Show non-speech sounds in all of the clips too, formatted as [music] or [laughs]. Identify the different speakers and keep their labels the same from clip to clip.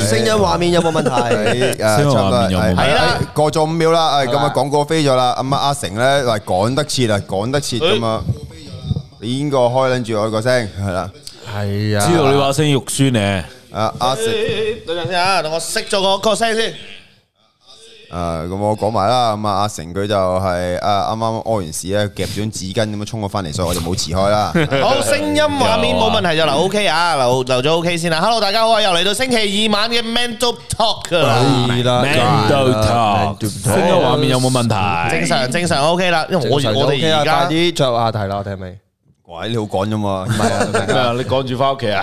Speaker 1: 聲音畫面有冇問題？
Speaker 2: 係啊，差唔多
Speaker 3: 面有
Speaker 2: 係
Speaker 3: 冇
Speaker 1: 係啦
Speaker 2: 啦，過咗五秒啦，係咁
Speaker 1: 好啦
Speaker 2: 啊，廣告飛咗啦，咁啊，阿成咧話趕得切啊，趕得切咁啊，你邊個開撚住我個聲係啦，係啊
Speaker 3: 知道你把聲肉酸咧，
Speaker 2: 啊阿成
Speaker 1: 等陣先啊，等我熄咗個個聲先。
Speaker 2: 啊，咁我講埋啦，咁啊阿成佢就係啊啱啱屙完屎咧，夾咗張紙巾咁樣衝咗翻嚟，所以我就冇遲開啦。
Speaker 1: 好，聲音畫面冇問題就留 OK 啊，留留咗 OK 先啦。Hello，大家好啊，又嚟到星期二晚嘅 Mental Talk 啦。
Speaker 4: 係啦，
Speaker 3: Man Do
Speaker 4: 係啦，
Speaker 2: Vâng,
Speaker 3: Talk，
Speaker 4: Man Do
Speaker 3: 聲音畫面有冇問題？
Speaker 1: 正常正常 OK 啦，因為我
Speaker 4: Talk。正常就
Speaker 1: 我哋
Speaker 4: OK à,
Speaker 1: 而家
Speaker 4: 啦，快啲進入話題啦，我哋係咪？唔係啊，唔係啊。
Speaker 2: 喂，你好趕啫嘛，
Speaker 3: 咩啊？你趕住翻屋企啊？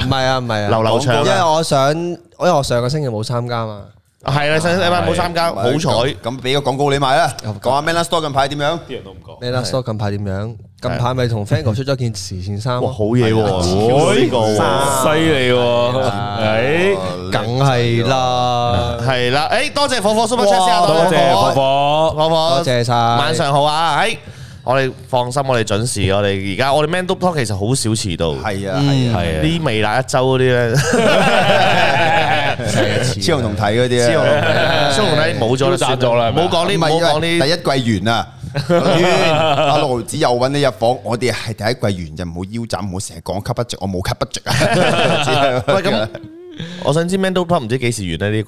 Speaker 1: 流流長
Speaker 2: à.
Speaker 1: 啊，
Speaker 4: 因為我想-因為我上個星期冇參加嘛。係啊，
Speaker 1: 係啦，上禮拜冇參加，好彩。
Speaker 2: 咁俾個廣告你買啦，講下 Man Store 近排點樣？
Speaker 3: 啲人
Speaker 2: [laughs]
Speaker 3: 都唔講。
Speaker 4: Lena Store近排點樣？近排咪同 Fango 出咗件慈善衫咯。
Speaker 1: 哇，好嘢喎！呢個喎
Speaker 3: 犀利喎！誒，
Speaker 4: 梗係啦。
Speaker 1: 係啦，誒多謝火火 Super
Speaker 4: 哇
Speaker 1: Chat 先啊，
Speaker 3: 多謝火火，
Speaker 1: 火火，
Speaker 4: 多謝晒
Speaker 1: 晚上好啊！喺我哋放心，我哋準時，我哋而家我哋 Man Do Talk 其實好少遲到，
Speaker 2: 係啊係啊，
Speaker 3: 係啊，
Speaker 1: 呢微辣一周嗰啲
Speaker 2: [laughs]
Speaker 1: 咧，
Speaker 2: 超同睇嗰啲啊，
Speaker 1: 超紅睇冇咗啦，
Speaker 3: 都賺咗啦係咪
Speaker 1: 冇講呢，
Speaker 2: 唔係，
Speaker 1: 冇講
Speaker 2: 因為
Speaker 1: 呢，
Speaker 2: 第一季完啊。
Speaker 3: [laughs]
Speaker 2: 阿盧子又搵你入房，我哋係第一季完就唔好腰斬，唔好成日講吸不着，我冇吸不着啊。
Speaker 1: [laughs] [laughs]
Speaker 2: [laughs]
Speaker 1: 喂咁。我想知 Man Do Talk 唔知幾時完呢？呢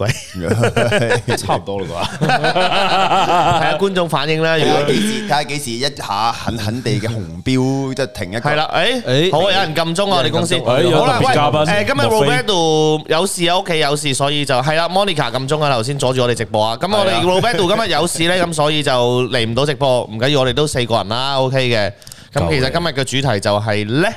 Speaker 1: 季
Speaker 2: [laughs]
Speaker 1: [laughs]
Speaker 3: 差唔多啦啩。
Speaker 1: 睇下觀眾反應啦。如果
Speaker 2: 睇下幾時-睇下幾時一下狠狠地嘅紅標，即係停一個。
Speaker 1: 係啦，誒，
Speaker 4: 誒
Speaker 1: 好啊，有人撳鐘啊，我哋公司。
Speaker 3: 有人撳鐘
Speaker 1: 好啦，
Speaker 3: 誒有特別嘉賓
Speaker 1: 喂誒，今日
Speaker 3: 莫非
Speaker 1: Roberto 有事啊，屋企有事，所以就係啦，Monica 撳鐘啊，頭先阻住我哋直播啊。咁我哋 Roberto 今日有事咧，咁所以就嚟唔到直播，唔緊要，我哋都四個人啦，OK 嘅。咁其實今日嘅主題就係咧，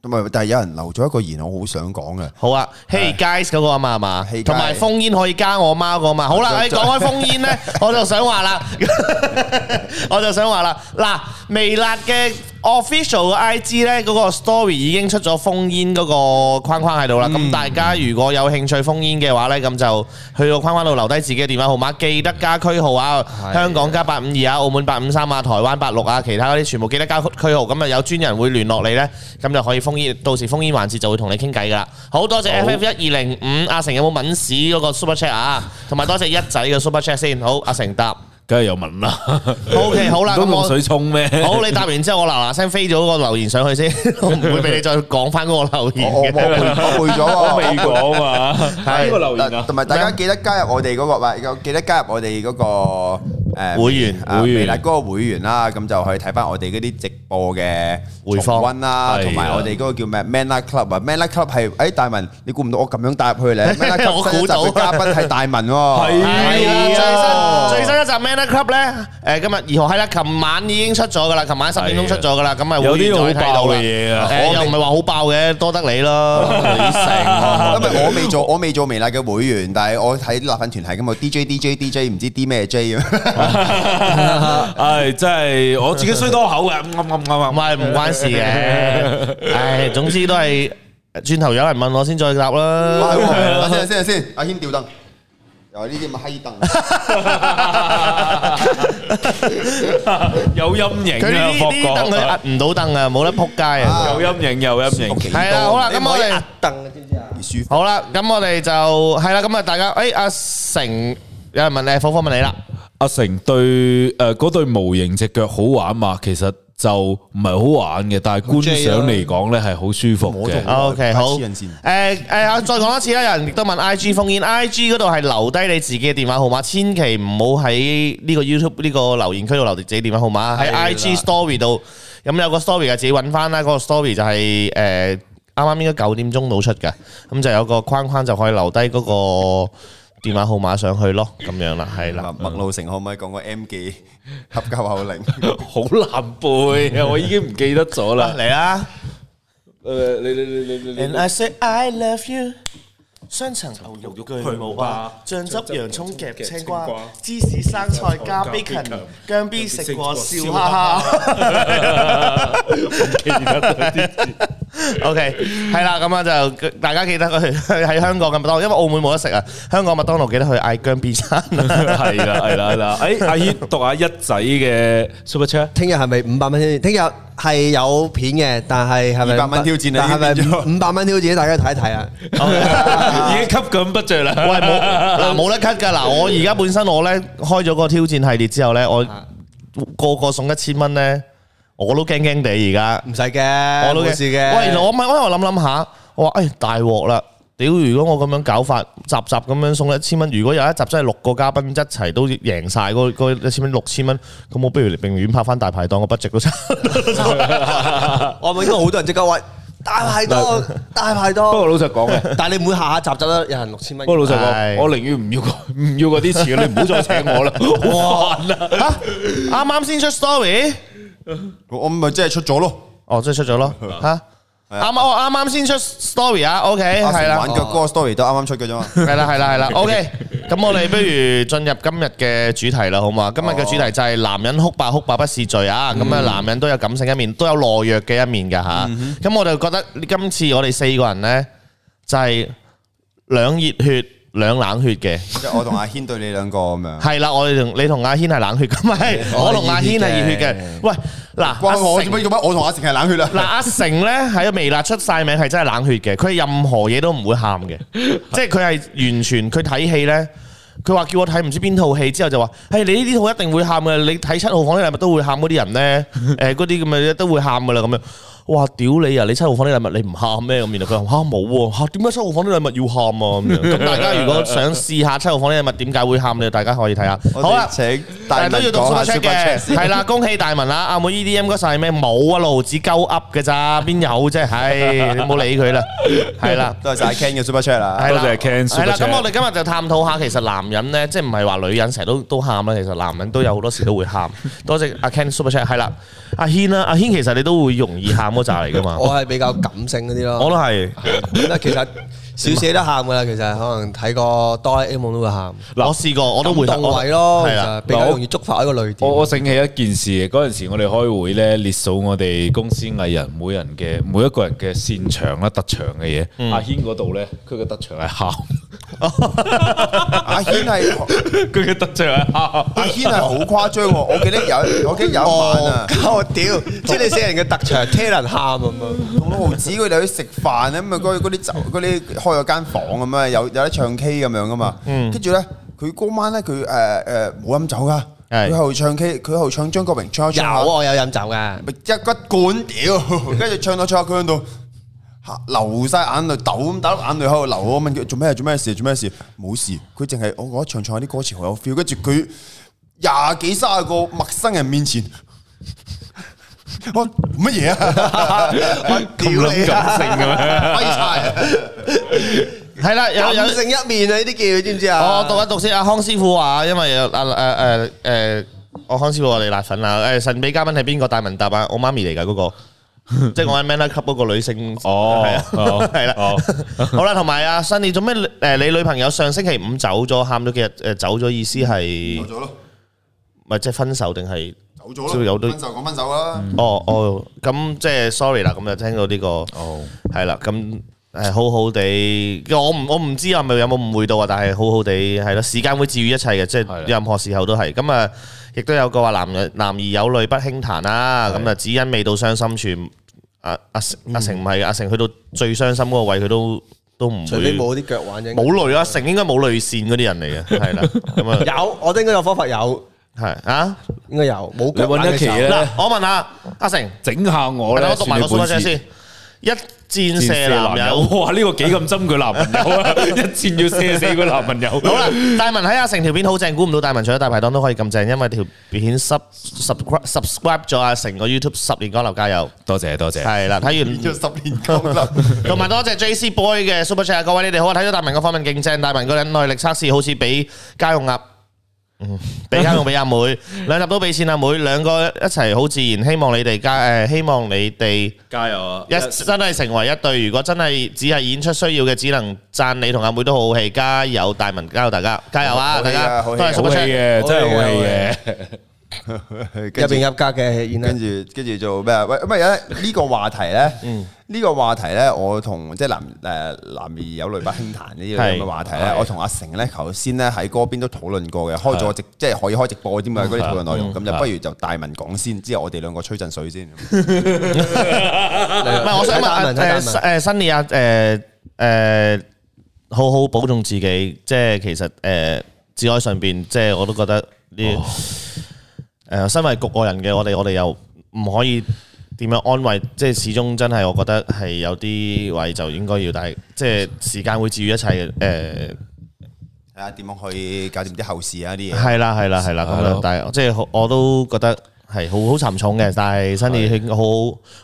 Speaker 2: 咁啊，但係有人留咗一個言，我好想講嘅。
Speaker 1: 好啊，Hey guys 嗰個啊嘛係嘛
Speaker 2: Hey，
Speaker 1: 同埋
Speaker 2: guys
Speaker 1: 封煙可以加我媽嗰個嘛。好 [laughs] 啦，
Speaker 2: 再
Speaker 1: 誒講開封煙咧，我就想話啦， [laughs] 我就想話啦，嗱，微辣嘅 official 嘅 IG 咧，嗰個 story 已經出咗封煙嗰個框框喺度啦。咁大家如果有興趣封煙嘅話咧，咁就去個框框度留低自己嘅電話號碼，記得加區號啊，香港加八五二啊，澳門八五三啊，台灣八六啊，其他嗰啲全部記得加區號，咁啊有專人會聯絡你咧，咁就可以封煙。到時封煙環節就會同你傾偈噶啦。好多謝 FF 一二零五阿成有冇敏屎嗰個 super chat 啊，同埋多謝一仔嘅 super chat 先。好，阿成答。
Speaker 3: 梗係有問啦。
Speaker 1: OK，好啦咁
Speaker 3: 都
Speaker 1: 我
Speaker 3: 用水沖咩？
Speaker 1: 好，你答完之後，我嗱嗱聲飛咗個留言上去先，我唔會俾你再講翻嗰個留言
Speaker 2: 我-我-
Speaker 1: 嘅。
Speaker 2: 我背-我背咗喎。
Speaker 3: 講嘛？
Speaker 1: 係
Speaker 3: 呢個留言啊，
Speaker 2: 同埋大家記得加入我哋嗰個-記得加入我哋嗰個，誒，
Speaker 1: 會員，
Speaker 2: 啊，
Speaker 3: 會員。
Speaker 2: 微辣嗰個會員啦，咁就可以睇返我哋嗰啲直播嘅
Speaker 1: 回放。
Speaker 2: 重溫啦，
Speaker 3: 係啊。
Speaker 2: 同埋我哋嗰個叫咩？Man Luck Club啊，Man Luck Club係-哎，大文，你估唔到我咁樣打入去咧？Man Luck Club
Speaker 1: 我估到。
Speaker 2: 新一集嘅嘉賓係大文喎。
Speaker 1: 係
Speaker 3: 係
Speaker 1: 啦，
Speaker 3: 啊
Speaker 1: 最新最新一集《Man Up Club》咧，誒今日二號係啦，琴晚已經出咗噶啦，琴晚十點鐘出咗噶啦，咁咪
Speaker 3: 有啲
Speaker 1: 會員再睇到
Speaker 3: 好爆
Speaker 1: 啦
Speaker 3: 嘅嘢啊
Speaker 1: 誒又唔係話好爆嘅，多得你咯，你
Speaker 2: Ờ,
Speaker 1: 成
Speaker 2: 因為我未做-我未做微辣嘅會員，但係我睇辣粉團係咁啊，DJ DJ DJ 唔知啲咩 J 咁。啊
Speaker 3: 唉，真係我自己衰
Speaker 2: [laughs]
Speaker 3: 多口嘅，啱啱啱
Speaker 1: 唔
Speaker 3: 啱。
Speaker 1: 係唔關事嘅，唉，總之都係轉頭有人問我先再答
Speaker 2: Ờ,
Speaker 1: 啦。
Speaker 2: 哇，係喎，等陣先，À, 等陣先，阿軒吊凳。又係呢啲咁嘅閪凳。
Speaker 3: 有陰影
Speaker 1: 佢呢
Speaker 3: 啊，
Speaker 1: 啲呢
Speaker 3: 霍
Speaker 1: 啲凳佢
Speaker 3: 哥。
Speaker 1: 壓唔到凳啊，冇得撲街啊！
Speaker 3: 有陰影，有陰影。
Speaker 1: 係啊，好啦，咁我哋。
Speaker 2: 舒服。
Speaker 1: 好啦，咁我哋就係啦，咁啊，大家，誒，阿成有人問你，火火問你啦，
Speaker 3: 阿成對誒嗰對模型只腳好玩嘛？其實就唔係好玩嘅，但係觀賞嚟講咧係好舒服嘅。
Speaker 1: O K，好。
Speaker 2: 黐人線
Speaker 1: 誒誒，啊再講一次啦，有人亦都問 I G 封煙，I G 嗰度係留低你自己嘅電話號碼，千祈唔好喺呢個 YouTube 呢個留言區度留自己電話號碼，喺 I G Story 度。咁有個 Story 嘅自己揾翻啦，嗰個 Story 就係誒啱啱應該九點鐘到出嘅，咁就有個框框就可以留低嗰個電話號碼上去咯，咁樣啦，係啦。
Speaker 2: 嗱，麥路成可唔可以講個 M 記合格口令？
Speaker 3: 好難背啊！我已經唔記得咗啦。
Speaker 1: 嚟啦！
Speaker 3: 誒，你你你你你
Speaker 1: And I say I love you。雙層牛肉巨無霸，醬汁洋葱夾青瓜，芝士生菜加 bacon，姜 B 食過笑哈哈。
Speaker 3: 記得
Speaker 1: OK，系啦，咁啊就大家記得去去喺香港嘅麥當勞，因為澳門冇得食啊。香港麥當勞記得去嗌姜 B 餐。
Speaker 3: 系啦系啦系啦，诶，阿轩读下一仔嘅 super chat，
Speaker 4: 聽日係咪五百蚊先？聽日係有片嘅，但係係咪
Speaker 2: 200蚊挑戰啊
Speaker 4: 但係
Speaker 2: 已經變
Speaker 4: 咪五百蚊挑戰？大家睇一睇啊！ [laughs]
Speaker 3: 已經吸咁不着啦。
Speaker 1: 喂，冇嗱冇得 cut 噶嗱，
Speaker 3: [laughs]
Speaker 1: 我而家本身我咧開咗個挑戰系列之後咧，我
Speaker 4: 啊
Speaker 1: 個個送一千蚊咧，我都驚驚地而家。
Speaker 4: 唔使嘅，
Speaker 1: 我都
Speaker 4: 冇事嘅。
Speaker 1: 喂，我咪因為我諗諗下，我話誒哎大鑊啦！屌，如果我咁樣搞法，集集咁樣送一千蚊，如果有一集真係六個嘉賓一齊都贏晒嗰嗰一千蚊六千蚊，咁我不如寧願拍翻大排檔個 budget
Speaker 4: [laughs]
Speaker 1: 都差。
Speaker 4: [laughs] 我咪應該好多人即刻喂大排檔，大排
Speaker 3: 不過
Speaker 4: 檔。
Speaker 3: 老實講嘅。
Speaker 4: 但係你唔會下下集集都有人六千蚊
Speaker 3: 不過。老實
Speaker 1: 係
Speaker 3: 講，我寧願唔要個唔要嗰啲錢，你唔好再
Speaker 4: [laughs]
Speaker 3: 請我啦，好煩啊！
Speaker 1: 嚇，啱啱先出 story，
Speaker 2: 我我咪即係出咗咯，
Speaker 1: 哦，即係出咗咯
Speaker 2: Ờ.
Speaker 1: 嚇。
Speaker 4: 啊
Speaker 1: 啱哦啱我啱啱先出 story 啊，OK，
Speaker 2: 阿
Speaker 1: 係
Speaker 2: 成
Speaker 1: 啦
Speaker 2: 玩，腳嗰個 story 都啱啱出嘅啫嘛。
Speaker 1: 係啦，係
Speaker 2: [laughs]
Speaker 1: 啦，係啦，OK。咁我哋不如進入今日嘅主題啦，好嘛？今日嘅主題就係男人哭吧，哭吧不是罪啊！咁啊，男人都有感性一面，都有懦弱嘅一面㗎吓。咁我就覺得今次我哋四個人呢，就係兩熱血兩冷血嘅。
Speaker 2: 即係我同阿軒對你兩個咁樣，
Speaker 1: 係啦，我哋同你同阿軒係冷血，咁係
Speaker 2: 哦
Speaker 1: 我同阿軒係熱血嘅。喂，嗱，
Speaker 2: 關我做
Speaker 1: 阿成
Speaker 2: 乜做乜？我同阿成係冷血啊啦。
Speaker 1: 嗱，阿成咧喺微辣出晒名係真係冷血嘅，佢係任何嘢都唔會喊
Speaker 2: [laughs]
Speaker 1: 嘅，即係佢係完全佢睇戲咧，佢話叫我睇唔知邊套戲之後就話，誒你呢啲套一定會喊嘅，你睇七號房啲禮物都會喊嗰啲人咧，
Speaker 2: [laughs]
Speaker 1: 誒嗰啲咁嘅都會喊噶啦咁樣。哇！屌你啊！你七號房啲禮物你唔喊咩咁？然後佢話嚇冇喎嚇，點解七號房啲禮物要喊啊咁樣？咁大家如果想試下七號房啲禮物點解會喊咧，大家可以睇下。
Speaker 2: 我
Speaker 1: 好啦
Speaker 2: 哋。請大
Speaker 1: 但係都
Speaker 2: 文
Speaker 1: 要讀
Speaker 2: 講
Speaker 1: super
Speaker 2: 下
Speaker 1: chat
Speaker 2: super chat
Speaker 1: 嘅，
Speaker 2: 先。
Speaker 1: 係啦，恭喜大文啦！阿妹 EDM 嗰晒咩冇啊，路子鳩噏嘅咋，邊有啫？唉，你唔好理佢
Speaker 2: [laughs]
Speaker 1: 啦，係啦。
Speaker 2: 多謝晒 Ken 嘅 super chat 啦。
Speaker 1: 係啦
Speaker 3: 多謝 Ken
Speaker 1: 係啦，
Speaker 3: super chat
Speaker 1: 咁我哋今日就探討下，其實男人咧，即係唔係話女人成日都都喊啦，其實男人都有好多時都會喊。多謝阿 Ken Super Chat，係啦，阿軒啦，阿軒其實你都會容易喊嗰扎嚟噶
Speaker 2: [laughs]
Speaker 1: 嘛，
Speaker 4: 我係比較感性嗰啲咯。
Speaker 1: 我都係，
Speaker 4: 嗱，其實少少都喊噶啦，其實可能睇個哆啦 A 夢都會喊，
Speaker 1: 我試過，我都會
Speaker 4: 動位咯，
Speaker 1: 係
Speaker 4: 其
Speaker 1: 啦
Speaker 4: 實，比較容易觸發一個淚點。
Speaker 3: 我我醒起一件事，嗰陣時我哋開會咧，列數我哋公司藝人每人嘅每一個人嘅擅長啦、特長嘅嘢。阿軒嗰度咧，佢嘅特長係喊， [laughs]
Speaker 2: 阿軒係。
Speaker 3: 佢嘅特長係喊。
Speaker 2: 阿軒係好誇張喎！我記得有，我記得有一晚啊，
Speaker 1: 哦
Speaker 4: 我屌， [laughs] 即係你死人嘅特長，聽人喊咁樣。
Speaker 2: 同老豪子佢哋去食飯咧，咁啊嗰嗰啲酒嗰啲開咗間房咁啊，有有得唱 K 咁樣噶嘛。
Speaker 1: 嗯
Speaker 2: 跟住咧，佢嗰晚咧佢誒誒冇飲酒噶，
Speaker 1: 係
Speaker 2: 佢喺度唱 K，佢喺度唱張國榮唱一
Speaker 4: 有
Speaker 2: 唱下
Speaker 4: 啊，我有飲酒㗎。
Speaker 2: 咪一骨
Speaker 4: [laughs]
Speaker 2: 管屌，跟住唱到唱下佢喺度。流晒眼淚，抖咁打粒眼淚喺度流。我問佢做咩？做咩事？做咩事？冇事。佢淨係我覺得唱唱下啲歌詞好有 feel。跟住佢廿幾卅個陌生人面前，我乜嘢啊？我屌
Speaker 3: 咁
Speaker 2: 你啊！
Speaker 3: 感性嘅咩？
Speaker 2: 威晒！
Speaker 1: 係啦，有有
Speaker 4: 感。性一面啊，呢啲叫你知唔知啊？
Speaker 1: 我讀一讀先，阿康師傅話，因為阿誒誒誒，我康師傅我哋辣粉
Speaker 3: [laughs]
Speaker 1: 啦，誒神秘嘉賓係邊個？大文答啊，我媽咪嚟㗎嗰個，即係我喺 Man Up Club 嗰個女性。
Speaker 3: 哦
Speaker 1: 係啊 [laughs]
Speaker 3: 哦
Speaker 1: 係啦
Speaker 3: 哦。
Speaker 1: 好啦，同埋阿 Sunny 做咩？誒你女朋友上星期五走咗，喊咗幾日？誒走咗意思係
Speaker 2: 走咗咯，
Speaker 1: 咪即係分手定係？
Speaker 2: 走
Speaker 1: 都
Speaker 2: 咗
Speaker 1: 有
Speaker 2: 咯，
Speaker 1: 對
Speaker 2: 分手講分手啦。
Speaker 1: 哦哦，咁即係 sorry 啦，咁就聽到呢個。
Speaker 3: 哦，
Speaker 1: 係啦，咁係好好地，我唔我唔知係咪有冇誤會到啊，但係好好地係啦，時間會治愈一切嘅，即
Speaker 3: 係啦
Speaker 1: 係任何時候都係。咁啊，亦都有個話男人男兒有淚不輕彈啦，咁啊只因未到傷心處。阿阿成阿成唔係阿成去到最傷心嗰個位，佢都都唔
Speaker 4: 除非
Speaker 1: 會
Speaker 4: 冇啲腳玩啫。
Speaker 1: 冇淚啊！成應該冇淚線嗰啲人嚟嘅，係啦，咁啊
Speaker 4: [laughs] 有，我都應該有方法有，
Speaker 1: 係啊
Speaker 4: 應該有冇
Speaker 3: 你
Speaker 4: 腳玩
Speaker 3: 揾
Speaker 4: 嘅
Speaker 3: 一期
Speaker 4: 時候。
Speaker 1: 嗱
Speaker 3: 咧，，
Speaker 1: 我問下阿成，
Speaker 3: 整下我咧，
Speaker 1: 我讀埋個
Speaker 3: 算
Speaker 1: super chat
Speaker 3: 你本事
Speaker 1: 先，一箭
Speaker 3: 箭
Speaker 1: 射男友。
Speaker 3: [laughs] 哇！呢個幾咁針佢男朋友啊，一箭要射死個男朋友。
Speaker 1: 好啦，大文喺阿成條片好正，估唔到大文除咗大排檔都可以咁正，因為條片 sub subscribe subscribe 咗阿成個 YouTube 十年光流加油，
Speaker 3: 多謝多謝。
Speaker 1: 係啦，睇
Speaker 2: 變
Speaker 1: 完。
Speaker 2: 咗十年光啦，
Speaker 1: 同埋多謝 JC Boy 嘅 Super Chat，各位你哋好啊！睇咗大文個訪問勁正，大文個忍耐力測試好似俾家用鴨，嗯，俾家用俾阿妹，兩集都俾錢阿妹，兩個一齊好自然，希望你哋加誒，希望你哋。
Speaker 3: 加油啊！
Speaker 1: 一真係成為一對，如果真係只係演出需要嘅，只能讚你同阿妹都好好戲，加油大文，加油大家，加油啊
Speaker 2: 好戲
Speaker 1: 大
Speaker 2: 啊
Speaker 1: 家，
Speaker 2: 好
Speaker 1: 多
Speaker 2: 戲啊
Speaker 1: 謝
Speaker 3: 好
Speaker 1: Super
Speaker 3: 戲
Speaker 1: Chat，
Speaker 2: 啊
Speaker 3: 嘅，真係好
Speaker 4: 好
Speaker 3: 戲
Speaker 4: 戲
Speaker 3: 嘅。
Speaker 2: 入
Speaker 4: 入边入格嘅演啦
Speaker 2: 跟。住跟住做咩啊？喂，唔係咧呢個話題咧，
Speaker 1: 嗯
Speaker 2: 呢個話題咧，我同即係男誒男兒有淚不輕彈呢啲咁嘅話題咧
Speaker 3: 係，
Speaker 2: 我同阿成咧頭先咧喺嗰邊都討論過嘅，開咗直即係可以開直播添嘛啊
Speaker 1: 嗯
Speaker 2: 嗰啲討論內容，咁就不如就大文講先，之後我哋兩個吹陣水先。
Speaker 1: 唔係，我想問呃
Speaker 4: 大文大文
Speaker 1: 誒誒新年啊誒誒，好好保重自己，即係其實誒自愛上邊，即係我都覺得呢誒身為局外人嘅我哋，我哋又唔可以點樣安慰，即係始終真係我覺得係有啲位就應該要，但係即係時間會治愈一切嘅誒。
Speaker 2: 睇下點樣去搞掂啲後事啊啲嘢。
Speaker 1: 係啦係啦係啦咁
Speaker 3: 係
Speaker 1: 樣，
Speaker 3: 咯
Speaker 1: 但係即係好我都覺得係好好沉重嘅，但係新年好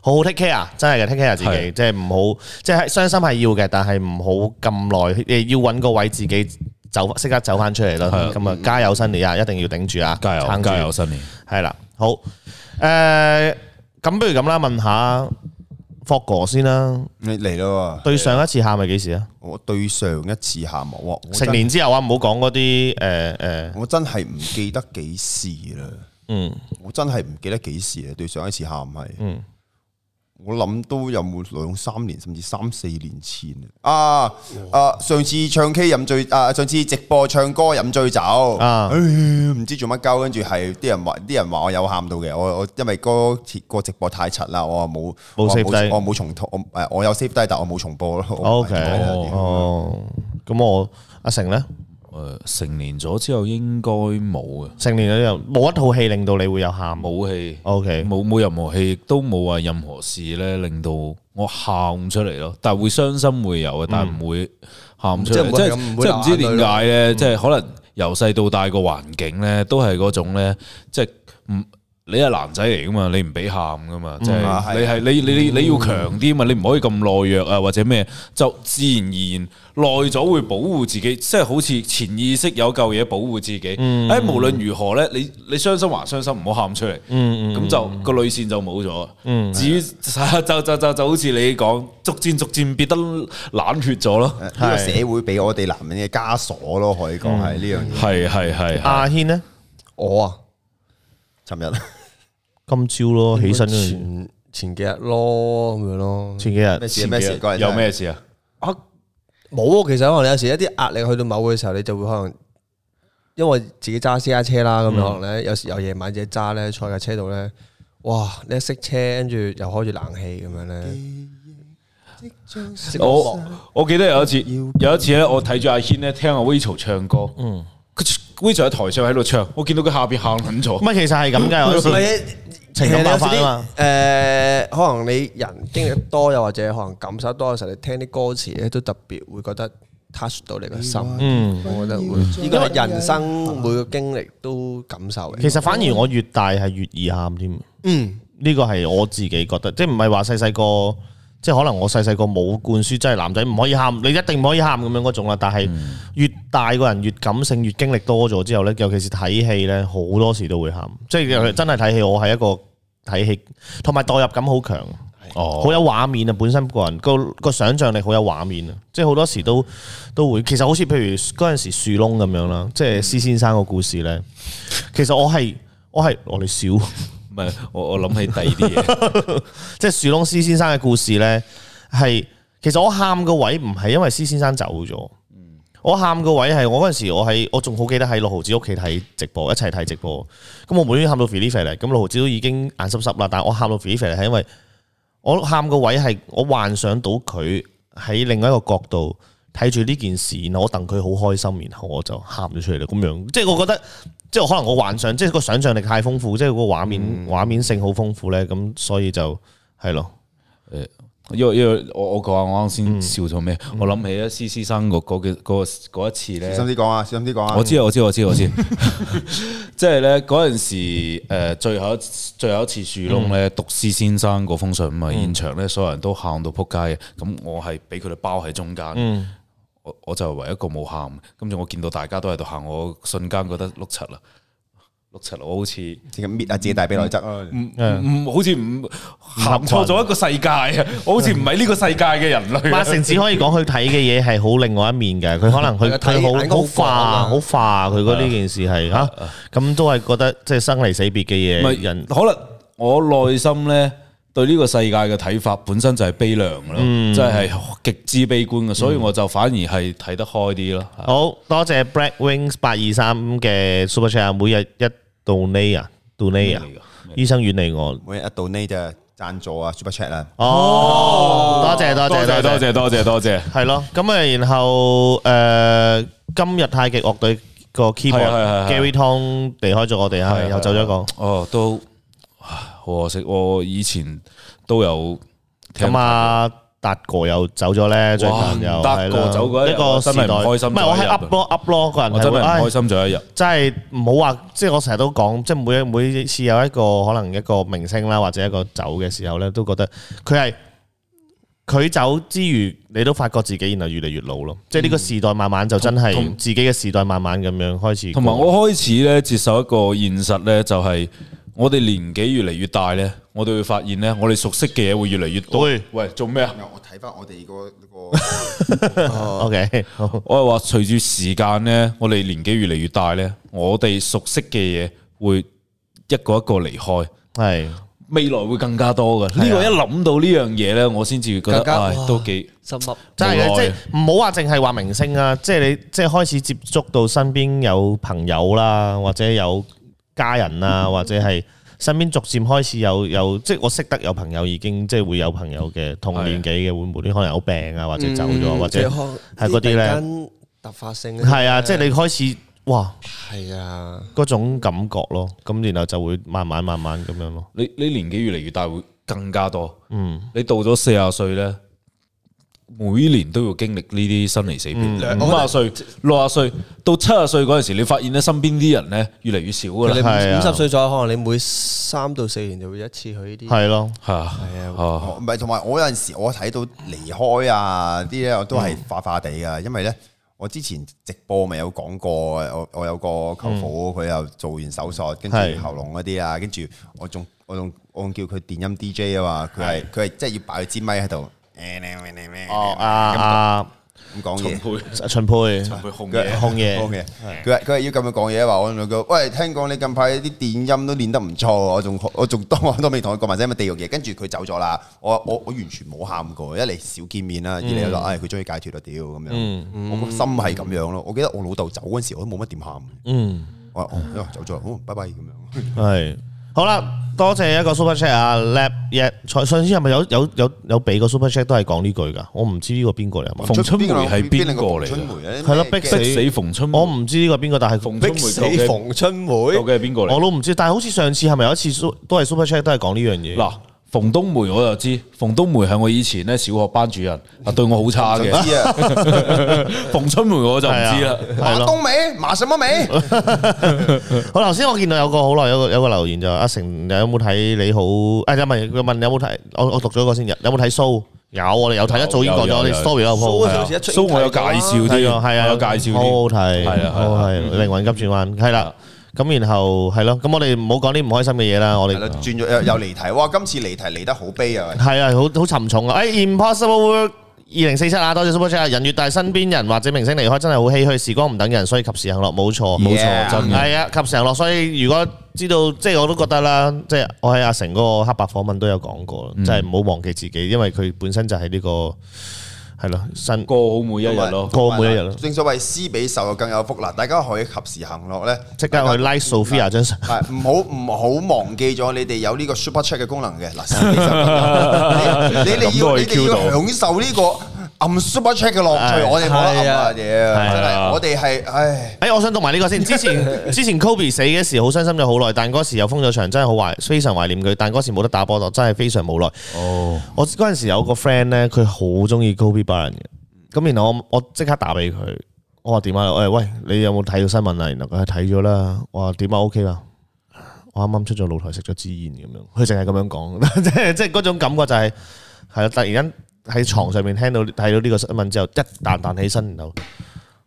Speaker 1: 好好 take care，真係嘅 take care 自己，
Speaker 3: 係
Speaker 1: 即係唔好即係傷心係要嘅，但係唔好咁耐，誒要揾個位自己走，即刻走翻出嚟咯。
Speaker 3: 係啊
Speaker 1: 咁啊，加油新年啊，一定要頂住啊，撐
Speaker 3: 加油
Speaker 1: 住
Speaker 3: 加油，新年！
Speaker 1: 係啦，好誒，咁不如咁啦，問下霍哥先啦，
Speaker 2: 你嚟咯喎，
Speaker 1: 對上一次喊係幾時啊？
Speaker 2: 我對上一次喊我哇，我真
Speaker 1: 成年之後啊，唔好講嗰啲誒誒，
Speaker 2: 我真係唔記得幾時啦。
Speaker 1: 嗯，
Speaker 2: 我真係唔記得幾時啊啦，對上一次喊係，我諗都有冇兩三年，甚至三四年前啊！啊，上次唱 K 飲醉，啊上次直播唱歌飲醉酒，
Speaker 1: 啊
Speaker 2: 唉唔知做乜鳩，跟住係啲人話，啲人話我有喊到嘅，我我因為嗰次個直播太柒啦，我話冇
Speaker 1: 冇
Speaker 2: 我
Speaker 1: save 低
Speaker 2: 我冇重播我誒我有 save 低，但我冇重播咯。 [laughs]
Speaker 1: O K，
Speaker 2: 我
Speaker 1: 哦，咁我阿成咧，
Speaker 3: 诶，成年咗之後應該冇嘅，
Speaker 1: 成年咗又冇一套戲令到你會有喊冇
Speaker 3: 冇戲
Speaker 1: ？O K，
Speaker 3: 冇冇任何戲，亦都冇話任何事咧令到我喊出嚟咯。但係會傷心會有
Speaker 1: 嗯
Speaker 3: 嘅，但係唔會喊出
Speaker 4: 即係唔
Speaker 3: 嚟。即
Speaker 4: 會
Speaker 3: 係
Speaker 4: 咁唔
Speaker 3: 即
Speaker 4: 會
Speaker 3: 係唔知點解
Speaker 1: 嗯
Speaker 3: 咧，即係可能由細到大個環境咧，都係嗰種咧，即係唔。你係男仔嚟噶嘛？你唔俾喊噶嘛？即係
Speaker 2: 啊
Speaker 1: 嗯
Speaker 2: 係
Speaker 3: 你係你你你你要強啲嘛？你唔可以咁懦弱啊，或者咩？就自然而然耐咗會保護自己，即係好似潛意識有嚿嘢保護自己。誒、無論如何咧，你你傷心還傷心，唔好喊出嚟。
Speaker 1: 嗯
Speaker 5: 嗯
Speaker 3: 咁就個淚線就冇咗。至於 [laughs] 就就就就好似你講，逐漸逐漸變得冷血咗咯。
Speaker 2: 呢個社會俾我哋男人嘅枷鎖咯，可以講係呢樣嘢。
Speaker 3: 係係係係
Speaker 1: 嗯阿軒咧，
Speaker 4: 我啊，
Speaker 2: 尋日。
Speaker 1: 今朝咯，起身嗰陣
Speaker 4: 前前几日咯，咁样咯。
Speaker 1: 前幾日
Speaker 2: 咩事啊咩事？嗰日
Speaker 3: 有咩事啊？
Speaker 4: 啊，冇啊！其實可能有時一啲壓力去到某嘅時候，你就會可能因為自己揸私家車啦，咁可能
Speaker 1: 嗯
Speaker 4: 咧有時有夜晚自己揸咧，坐喺架車度咧，哇！你一熄車，跟住又開住冷氣咁樣咧，
Speaker 3: 我我記得有一次，有一次咧，我睇住阿軒咧聽阿 Rachel 唱歌，嗯，Rachel 喺台上喺度唱，我見到佢下邊喊緊咗
Speaker 1: 唔。係其實係咁嘅，有
Speaker 4: 唔
Speaker 1: 時
Speaker 4: 係
Speaker 3: [laughs]
Speaker 1: 情感爆發啊嘛
Speaker 4: 誒，可能你人經歷得多，又或者可能感受得多嘅時候，你聽啲歌詞咧都特別會覺得 touch 到你個心。
Speaker 1: 嗯，
Speaker 4: 我覺得會，呢個係人生每個經歷都感受嘅。
Speaker 1: 其實反而我越大係越易喊添。嗯，呢個係我自己覺得，即係唔係話細細個，即係可能我細細個冇灌輸，即係男仔唔可以喊，你一定唔可以喊咁樣嗰種啦。但係越大個人越感性，越經歷多咗之後咧，尤其是睇戲咧，好多時都會喊。即係尤其真係睇戲，我係一個睇戲同埋代入感好強。
Speaker 3: 哦，
Speaker 1: 好有畫面啊！本身個人個個想像力好有畫面啊，即係好多時都都會。其實好似譬如嗰陣時樹窿咁樣啦，即係施先生個故事咧。其實我係我係我哋少，
Speaker 3: 唔係我我諗起第二啲嘢，
Speaker 1: [laughs] 即係樹窿施先生嘅故事咧，係其實我喊個位唔係因為施先生走咗，我喊個位係我嗰陣時我喺我仲好記得喺六毫子屋企睇直播，一齊睇直播。咁我無端端喊到 f e l i 嚟，咁六毫子都已經眼濕濕啦，但係我喊到 f e l i 嚟係因為。我喊個位係我幻想到佢喺另外一個角度睇住呢件事，然後我戥佢好開心，然後我就喊咗出嚟啦。咁樣即係我覺得，即係可能我幻想，即係個想像力太豐富，即係個畫面
Speaker 4: 嗯
Speaker 1: 畫面性好豐富咧，咁所以就係
Speaker 4: [laughs]
Speaker 1: 咯。
Speaker 3: 呃因為因為我我講下我啱
Speaker 2: 嗯
Speaker 3: 先笑咗咩？我諗起咧施先生嗰嗰嘅嗰嗰一次咧。
Speaker 2: 小心啲講啊，小心啲講啊。
Speaker 3: 我知我知我知我 [laughs] 知，即係咧嗰陣時誒最後一最後一次樹窿
Speaker 2: 嗯
Speaker 3: 咧，讀詩先生嗰封信啊嘛，現場咧所有人都喊到撲街嘅，咁我係俾佢哋包喺中間。
Speaker 2: 嗯
Speaker 3: 我我就係唯一一個冇喊，跟住我見到大家都喺度喊，我瞬間覺得碌柒啦，六七六好似。
Speaker 2: 即係搣下自己大髀內側啊！
Speaker 3: 唔好似唔行錯咗一個世界
Speaker 1: [laughs]
Speaker 3: 啊！我好似唔係呢個世界嘅人類啊。
Speaker 1: 八成只可以講佢睇嘅嘢係好另外一面嘅，佢可能佢
Speaker 4: 係啊 [laughs] 睇
Speaker 1: 佢
Speaker 4: 眼光
Speaker 1: 好好
Speaker 4: 廣啊
Speaker 1: 化好化佢嗰呢件事係吓，咁都係覺得即係生離死別嘅
Speaker 3: 唔
Speaker 1: 嘢，
Speaker 3: 係
Speaker 1: 人
Speaker 3: 可能我內心咧對呢個世界嘅睇法本身就係悲涼啦，
Speaker 1: 嗯
Speaker 3: 即係哦極之悲觀嘅，所以我就反而係睇得開啲咯。
Speaker 1: 好多謝 Black Wings 八二三嘅 Super Chat，每日一 donate 啊 donate 啊
Speaker 3: 咩嚟㗎咩嚟㗎，
Speaker 1: 醫生遠離我。
Speaker 2: 每日一到呢就贊助啊，super chat 啊，
Speaker 1: 哦，多謝多謝
Speaker 3: 多謝多謝多謝，
Speaker 1: 係咯，咁啊，然後誒，今日太極樂隊個
Speaker 3: 係啊
Speaker 1: keyboard
Speaker 3: 係啊係啊
Speaker 1: Gary Tong 離開咗我哋啊，又走咗一個。
Speaker 3: 哦，都唉好可惜，我以前都有聽
Speaker 1: 咁啊，達哥又走咗咧，最近又
Speaker 3: 達
Speaker 1: 係
Speaker 3: 哥
Speaker 1: 啦
Speaker 3: 走嗰一日
Speaker 1: 一個
Speaker 3: 我真係
Speaker 1: 時代
Speaker 3: 唔開心啊
Speaker 1: 唔係我
Speaker 3: 咗一
Speaker 1: 係
Speaker 3: 日
Speaker 1: up 咯 up 咯，個人
Speaker 3: 我
Speaker 1: 係
Speaker 3: 真係
Speaker 1: 會
Speaker 3: 唔
Speaker 1: 唉
Speaker 3: 開心咗一日。
Speaker 1: 真係唔好話，即係我成日都講，即係每每次有一個可能一個明星啦，或者一個走嘅時候咧，都覺得佢係佢走之餘，你都發覺自己原來越嚟越老咯。即係呢個時代慢慢就真係
Speaker 3: 嗯同
Speaker 1: 自己嘅時代慢慢咁樣開始過。
Speaker 3: 同埋我開始咧接受一個現實咧，就係我哋年紀越嚟越大咧，我哋會發現咧，我哋熟悉嘅嘢會越嚟越多
Speaker 1: 會。
Speaker 3: 喂，做咩啊？
Speaker 2: 我睇翻我哋嗰個
Speaker 1: 哦 OK 好
Speaker 3: 我係話隨住時間咧，我哋年紀越嚟越大咧，我哋熟悉嘅嘢會一個一個離開。
Speaker 1: 係啊
Speaker 3: 未來會更加多嘅，呢個一諗到呢樣嘢咧，我先至覺得，
Speaker 4: 更加
Speaker 3: 唉
Speaker 4: 哇，
Speaker 3: 都幾
Speaker 4: 心噏
Speaker 1: 真係嘅，
Speaker 3: 無
Speaker 1: 即
Speaker 3: 奈啊
Speaker 1: 係唔好話淨係話明星啊，即係你即係開始接觸到身邊有朋友啦，或者有家人啊，或者係身邊逐漸開始有有，即係我識得有朋友已經即係會有朋友嘅同年紀嘅會無端可能有病啊，或
Speaker 4: Ừ, 嗯
Speaker 1: 者走咗，或者係嗰啲咧，
Speaker 4: 咧突發性嗰啲
Speaker 1: 係啊，即係你開始哇
Speaker 4: 係啊，
Speaker 1: 嗰種感覺咯，咁然後就會慢慢慢慢咁樣咯，
Speaker 3: 你你年紀越嚟越大，會更加多。嗯，你到咗四十歲咧，每年都要經歷呢啲生離死別。五十歲、六十歲到七十歲嗰陣時，你發現咧身邊啲人咧越嚟越少噶
Speaker 4: 你
Speaker 3: 啦。
Speaker 1: 係啊
Speaker 4: 五十歲左右，可能你每三到四年就會一次去呢啲。
Speaker 1: 係咯，
Speaker 3: 係啊，啊
Speaker 2: 唔係，同埋我有陣時我睇到離開啊啲咧，我都係化化地噶，因為咧我之前直播咪有講過，我我有個舅父佢又做完手術，跟住
Speaker 1: 係
Speaker 2: 喉嚨嗰啲啊，跟住我仲我仲我仲叫佢電音 DJ 啊嘛，佢係佢係即係要擺支咪喺度，
Speaker 1: 哦啊啊
Speaker 2: 咁講嘢。
Speaker 1: 秦沛
Speaker 3: 會紅
Speaker 2: 佢
Speaker 1: 控嘢
Speaker 2: 好嘅，佢話佢係要咁樣講嘢，話我兩句，喂，聽講你近排啲電音都練得唔錯，我仲我仲當我都未同佢講埋聲乜地獄嘢，跟住佢走咗啦，我我我完全冇喊過，一嚟少見面
Speaker 1: 嗯
Speaker 2: 啦，二嚟就唉佢中意解脱啦，屌咁樣，我個心係咁樣咯，我記得我老豆走嗰陣時，我都冇乜點喊，嗯，我話哦因為走咗，好，拜拜咁樣，
Speaker 1: 系好啦，多謝一個 super chat 啊，lab 一上上次係咪有有有有俾個 super chat 都係講呢句噶？我唔知呢個邊個嚟啊嘛，
Speaker 3: 馮春梅係邊個
Speaker 2: 馮春梅
Speaker 3: 嚟？
Speaker 2: 咧？
Speaker 1: 係咯
Speaker 2: 咩
Speaker 1: 逼
Speaker 3: 逼死馮春梅，
Speaker 1: 我唔知呢個邊個，但係
Speaker 3: 馮
Speaker 4: 逼死
Speaker 3: 春梅究
Speaker 4: 馮春梅
Speaker 3: 竟究，竟係邊個嚟
Speaker 1: 我？都唔知。但係好似上次係咪有一次 su- 都係 super chat 都係講呢樣嘢？
Speaker 3: 嗱，馮東梅我就知，馮東梅係我以前咧小學班主任，啊對我好差
Speaker 2: 唔。
Speaker 3: 嘅
Speaker 2: 知
Speaker 3: [laughs]
Speaker 2: 啊，
Speaker 3: 馮春梅我就唔知啊啦。
Speaker 1: 係
Speaker 2: 馬
Speaker 1: 咯。
Speaker 2: 冬梅，馬什麼
Speaker 1: [laughs]
Speaker 2: 梅？
Speaker 1: [laughs] 好頭先我見到有個好耐有個有個留言就話阿成你有冇睇你好？啊，有問佢問有冇睇？我我讀咗個先，有有冇睇 show？有我哋有睇，一早已經講咗，
Speaker 3: 有有
Speaker 1: 我哋
Speaker 3: 有
Speaker 1: story 有
Speaker 4: 蘇
Speaker 1: po 係啊
Speaker 4: 上次一出
Speaker 3: 蘇我有介
Speaker 1: 係
Speaker 3: 紹啲，
Speaker 1: 啊，係啊，
Speaker 3: 我有介紹
Speaker 1: 好
Speaker 3: 啲。
Speaker 1: 好睇，
Speaker 3: 係啊係啊
Speaker 1: 好係靈魂急轉彎，係啦。咁然後係咯，咁我哋唔好講啲唔開心嘅嘢啦，我
Speaker 2: 係
Speaker 1: 哋
Speaker 2: 咯，轉咗又又離題，哇！今次離題離得好悲啊！
Speaker 1: 係啊，好好沉重啊！誒，Impossible Work 二零四七啊，多謝 Super Chat 啊！人越大，身邊人或者明星離開真係好唏噓，時光唔等人，所以及時行樂冇錯，
Speaker 2: 冇錯真
Speaker 3: 嘅
Speaker 1: 係啊，及時行樂。所以如果知道，即係我都覺得啦，即係我喺阿成嗰個黑白訪問都有講過，即係唔好忘記自己，因為佢本身就係呢個係咯新
Speaker 3: 過好每一日咯。
Speaker 1: 過每一日咯，
Speaker 2: 正所謂施比受更有福啦，大家可以及時行樂咧，
Speaker 1: 即刻去 like Sophia 張相。
Speaker 2: 係唔好唔好忘記咗你哋有呢個 super check 嘅功能嘅嗱，施比受更有福你你哋
Speaker 3: 咁都
Speaker 2: 要
Speaker 3: 可
Speaker 2: 你
Speaker 3: 以 Q
Speaker 2: 哋要
Speaker 3: 到
Speaker 2: 享受呢個暗 super check 嘅樂趣，
Speaker 1: 係
Speaker 2: 我哋冇得暗啊！屌，
Speaker 1: 啊
Speaker 2: 真係我哋係唉，
Speaker 1: 诶、我想讀埋呢個先。之前之前 Kobe 死嘅時好傷心咗好耐，但嗰時又封咗場，真係好懷，非常懷念佢。但嗰時冇得打波，我真係非常無奈。
Speaker 3: 哦，
Speaker 1: 我嗰陣時有個 friend 咧，佢好中意 Kobe Bryant 嘅，咁然後我我即刻打俾佢，我話點啊？誒喂，你有冇睇到新聞啊？然後佢係睇咗啦，我話點啊？OK 啦，我啱啱出咗露台食咗支煙咁樣，佢淨係咁樣講， [laughs] 即係即係嗰種感覺就係係啦，突然間喺床上面聽到睇到呢個新聞之後，一彈彈起身，然後。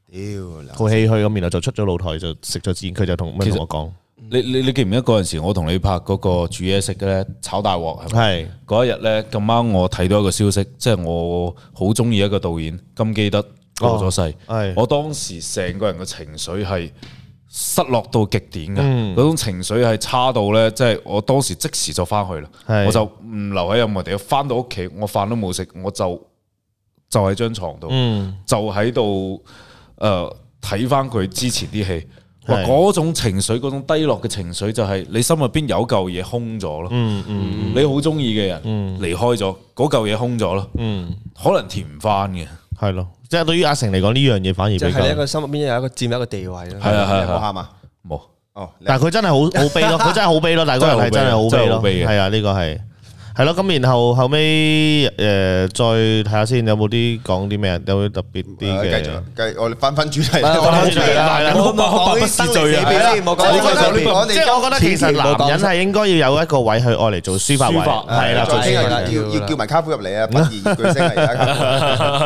Speaker 2: 屌嗱
Speaker 1: 好唏噓咁，然後就出咗露台就食咗支煙，佢就同咩
Speaker 3: 其實
Speaker 1: 同我講，
Speaker 3: 你你你記唔記得嗰陣時我同你拍嗰個煮嘢食嘅咧炒大鑊係咪？
Speaker 1: 係
Speaker 3: 嗰一日咧咁啱我睇到一個消息，即係我好中意一個導演金基德過咗世，
Speaker 1: 哦係
Speaker 3: 我當時成個人嘅情緒係失落到極點嘅，嗰、
Speaker 1: 嗯
Speaker 3: 種情緒係差到咧，即係我當時即時就翻去啦，
Speaker 1: 係
Speaker 3: 我就唔留喺任何地方，翻到屋企我飯都冇食，我就就喺張床度，
Speaker 1: 嗯
Speaker 3: 就喺度誒睇翻佢之前啲戲。哇！
Speaker 1: 係
Speaker 3: 嗰種情緒，嗰種低落嘅情緒，就係你心入邊有嚿嘢空咗咯。
Speaker 1: 嗯
Speaker 3: 你好中意嘅人離開咗，嗰嚿嘢空咗咯，可能填唔翻嘅，
Speaker 1: 嗯係咯，即係對於阿成嚟講呢樣嘢反而比
Speaker 4: 即係你一
Speaker 1: 較，
Speaker 4: 個心入邊有一個佔一個地位啦。
Speaker 3: 係啊係啊係
Speaker 2: 我
Speaker 3: 啊，
Speaker 2: 喊啊！
Speaker 3: 冇
Speaker 2: 哦，你
Speaker 1: 但係佢真係好好
Speaker 4: [laughs]
Speaker 1: 悲咯，佢真係好悲咯，但係嗰人係真係好悲
Speaker 3: 真係
Speaker 1: 咯
Speaker 3: 好，悲嘅
Speaker 1: 係啊，呢個係係咯，咁然後後尾誒再睇下先有冇啲講啲咩，啊有冇特別啲嘅？
Speaker 2: 繼續啊繼，我哋翻翻主題
Speaker 4: 係
Speaker 1: 返返
Speaker 2: 啦
Speaker 1: 主。題啦係啦
Speaker 4: 唔好
Speaker 3: 白
Speaker 4: 講
Speaker 3: 不
Speaker 4: 生
Speaker 3: 是
Speaker 4: 離
Speaker 3: 罪
Speaker 1: à.
Speaker 4: 死
Speaker 3: 啊
Speaker 4: 別先，唔好
Speaker 2: 係啦
Speaker 4: 講生離死別。
Speaker 2: 我哋
Speaker 1: 即係我覺得其實男人係應該要有一個位去愛嚟做抒發位，
Speaker 3: 抒發
Speaker 1: 係
Speaker 2: 再
Speaker 1: 啦，做
Speaker 2: 傾
Speaker 1: 抒
Speaker 2: 下
Speaker 1: 發
Speaker 2: 啦，
Speaker 1: 位
Speaker 2: 要要叫埋卡夫入嚟啊！
Speaker 1: [laughs]
Speaker 2: 不二熱巨星啊，而家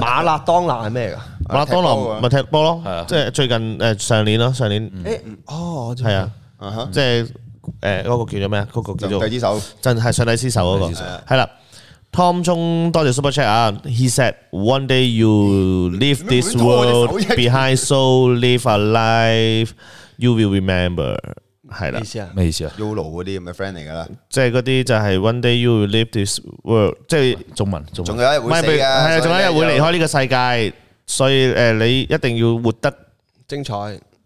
Speaker 4: 馬勒當拿係咩㗎？
Speaker 1: [laughs] 馬拉
Speaker 2: 踢
Speaker 1: 當
Speaker 2: 波
Speaker 1: 奴
Speaker 4: à.
Speaker 2: 啊
Speaker 1: 咪踢波
Speaker 3: 係
Speaker 1: 咯
Speaker 3: 啊，
Speaker 1: 即係最近誒上年咯，上年
Speaker 4: 誒，哦，我知
Speaker 1: 係啊，
Speaker 2: 啊哈
Speaker 1: 即係誒嗰個叫做咩啊？嗰個叫
Speaker 2: 就
Speaker 1: 做
Speaker 2: 計之手。
Speaker 1: 真係上帝之手嗰個
Speaker 3: 上帝之手
Speaker 1: 係啦。Tom 中多謝 Super Chat 啊，He à, said one day you leave this
Speaker 2: 你唔好拖我
Speaker 1: world
Speaker 2: 隻手
Speaker 1: behind, so live a life you will remember。係
Speaker 4: 咩
Speaker 1: 啦
Speaker 4: 意，思啊？
Speaker 3: 咩意思啊？
Speaker 2: Yolo 嗰啲咁嘅 friend 嚟噶啦，
Speaker 1: 即係嗰啲就係 one day you will leave this world，即係。
Speaker 3: 中文中
Speaker 2: 仲
Speaker 3: 文
Speaker 2: 有一日
Speaker 1: 唔係
Speaker 2: 會死
Speaker 1: 譬如
Speaker 2: 嘅，
Speaker 1: 係啊，仲有一日會
Speaker 2: 開。
Speaker 1: 離開呢個世界，所以誒、你一定要活得
Speaker 4: 精彩。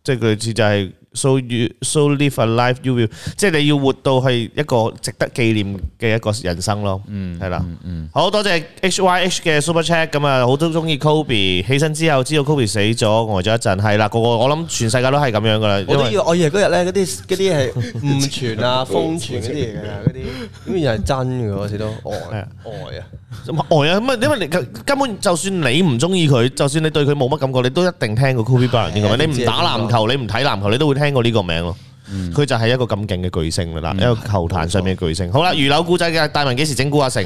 Speaker 1: 即係類似就係 so you so live a life you will，即係你要活到係一個值得紀念嘅一個人生咯。嗯，係啦，嗯，好多謝 H Y H 嘅 Super Chat，咁啊好都中意 Kobe，起身之後知道 Kobe 死咗，呆咗一陣，係啦，個個我諗全世界都係咁樣噶啦，
Speaker 4: 我
Speaker 1: 因
Speaker 4: 都
Speaker 1: 為
Speaker 4: 要，我以為嗰日咧嗰啲嗰
Speaker 1: [laughs]
Speaker 4: 啲係誤傳
Speaker 2: [laughs]
Speaker 4: 啊、瘋傳嗰啲嚟㗎，嗰啲咁又係真嘅嗰時都呆
Speaker 1: 啊
Speaker 4: 呆啊！
Speaker 1: 呆啊，咁啊，因為你根本就算你唔中意佢，就算你對佢冇乜感覺，你都一定聽過 Kobe Bryant 呢個嗯名。
Speaker 4: 係
Speaker 1: 你唔打籃球，你唔睇籃球，你都會聽過呢個名咯。佢就係一個咁勁嘅巨星啦，一個球壇上面嘅巨星。好啦，魚柳故仔嘅大文幾時整蠱阿成？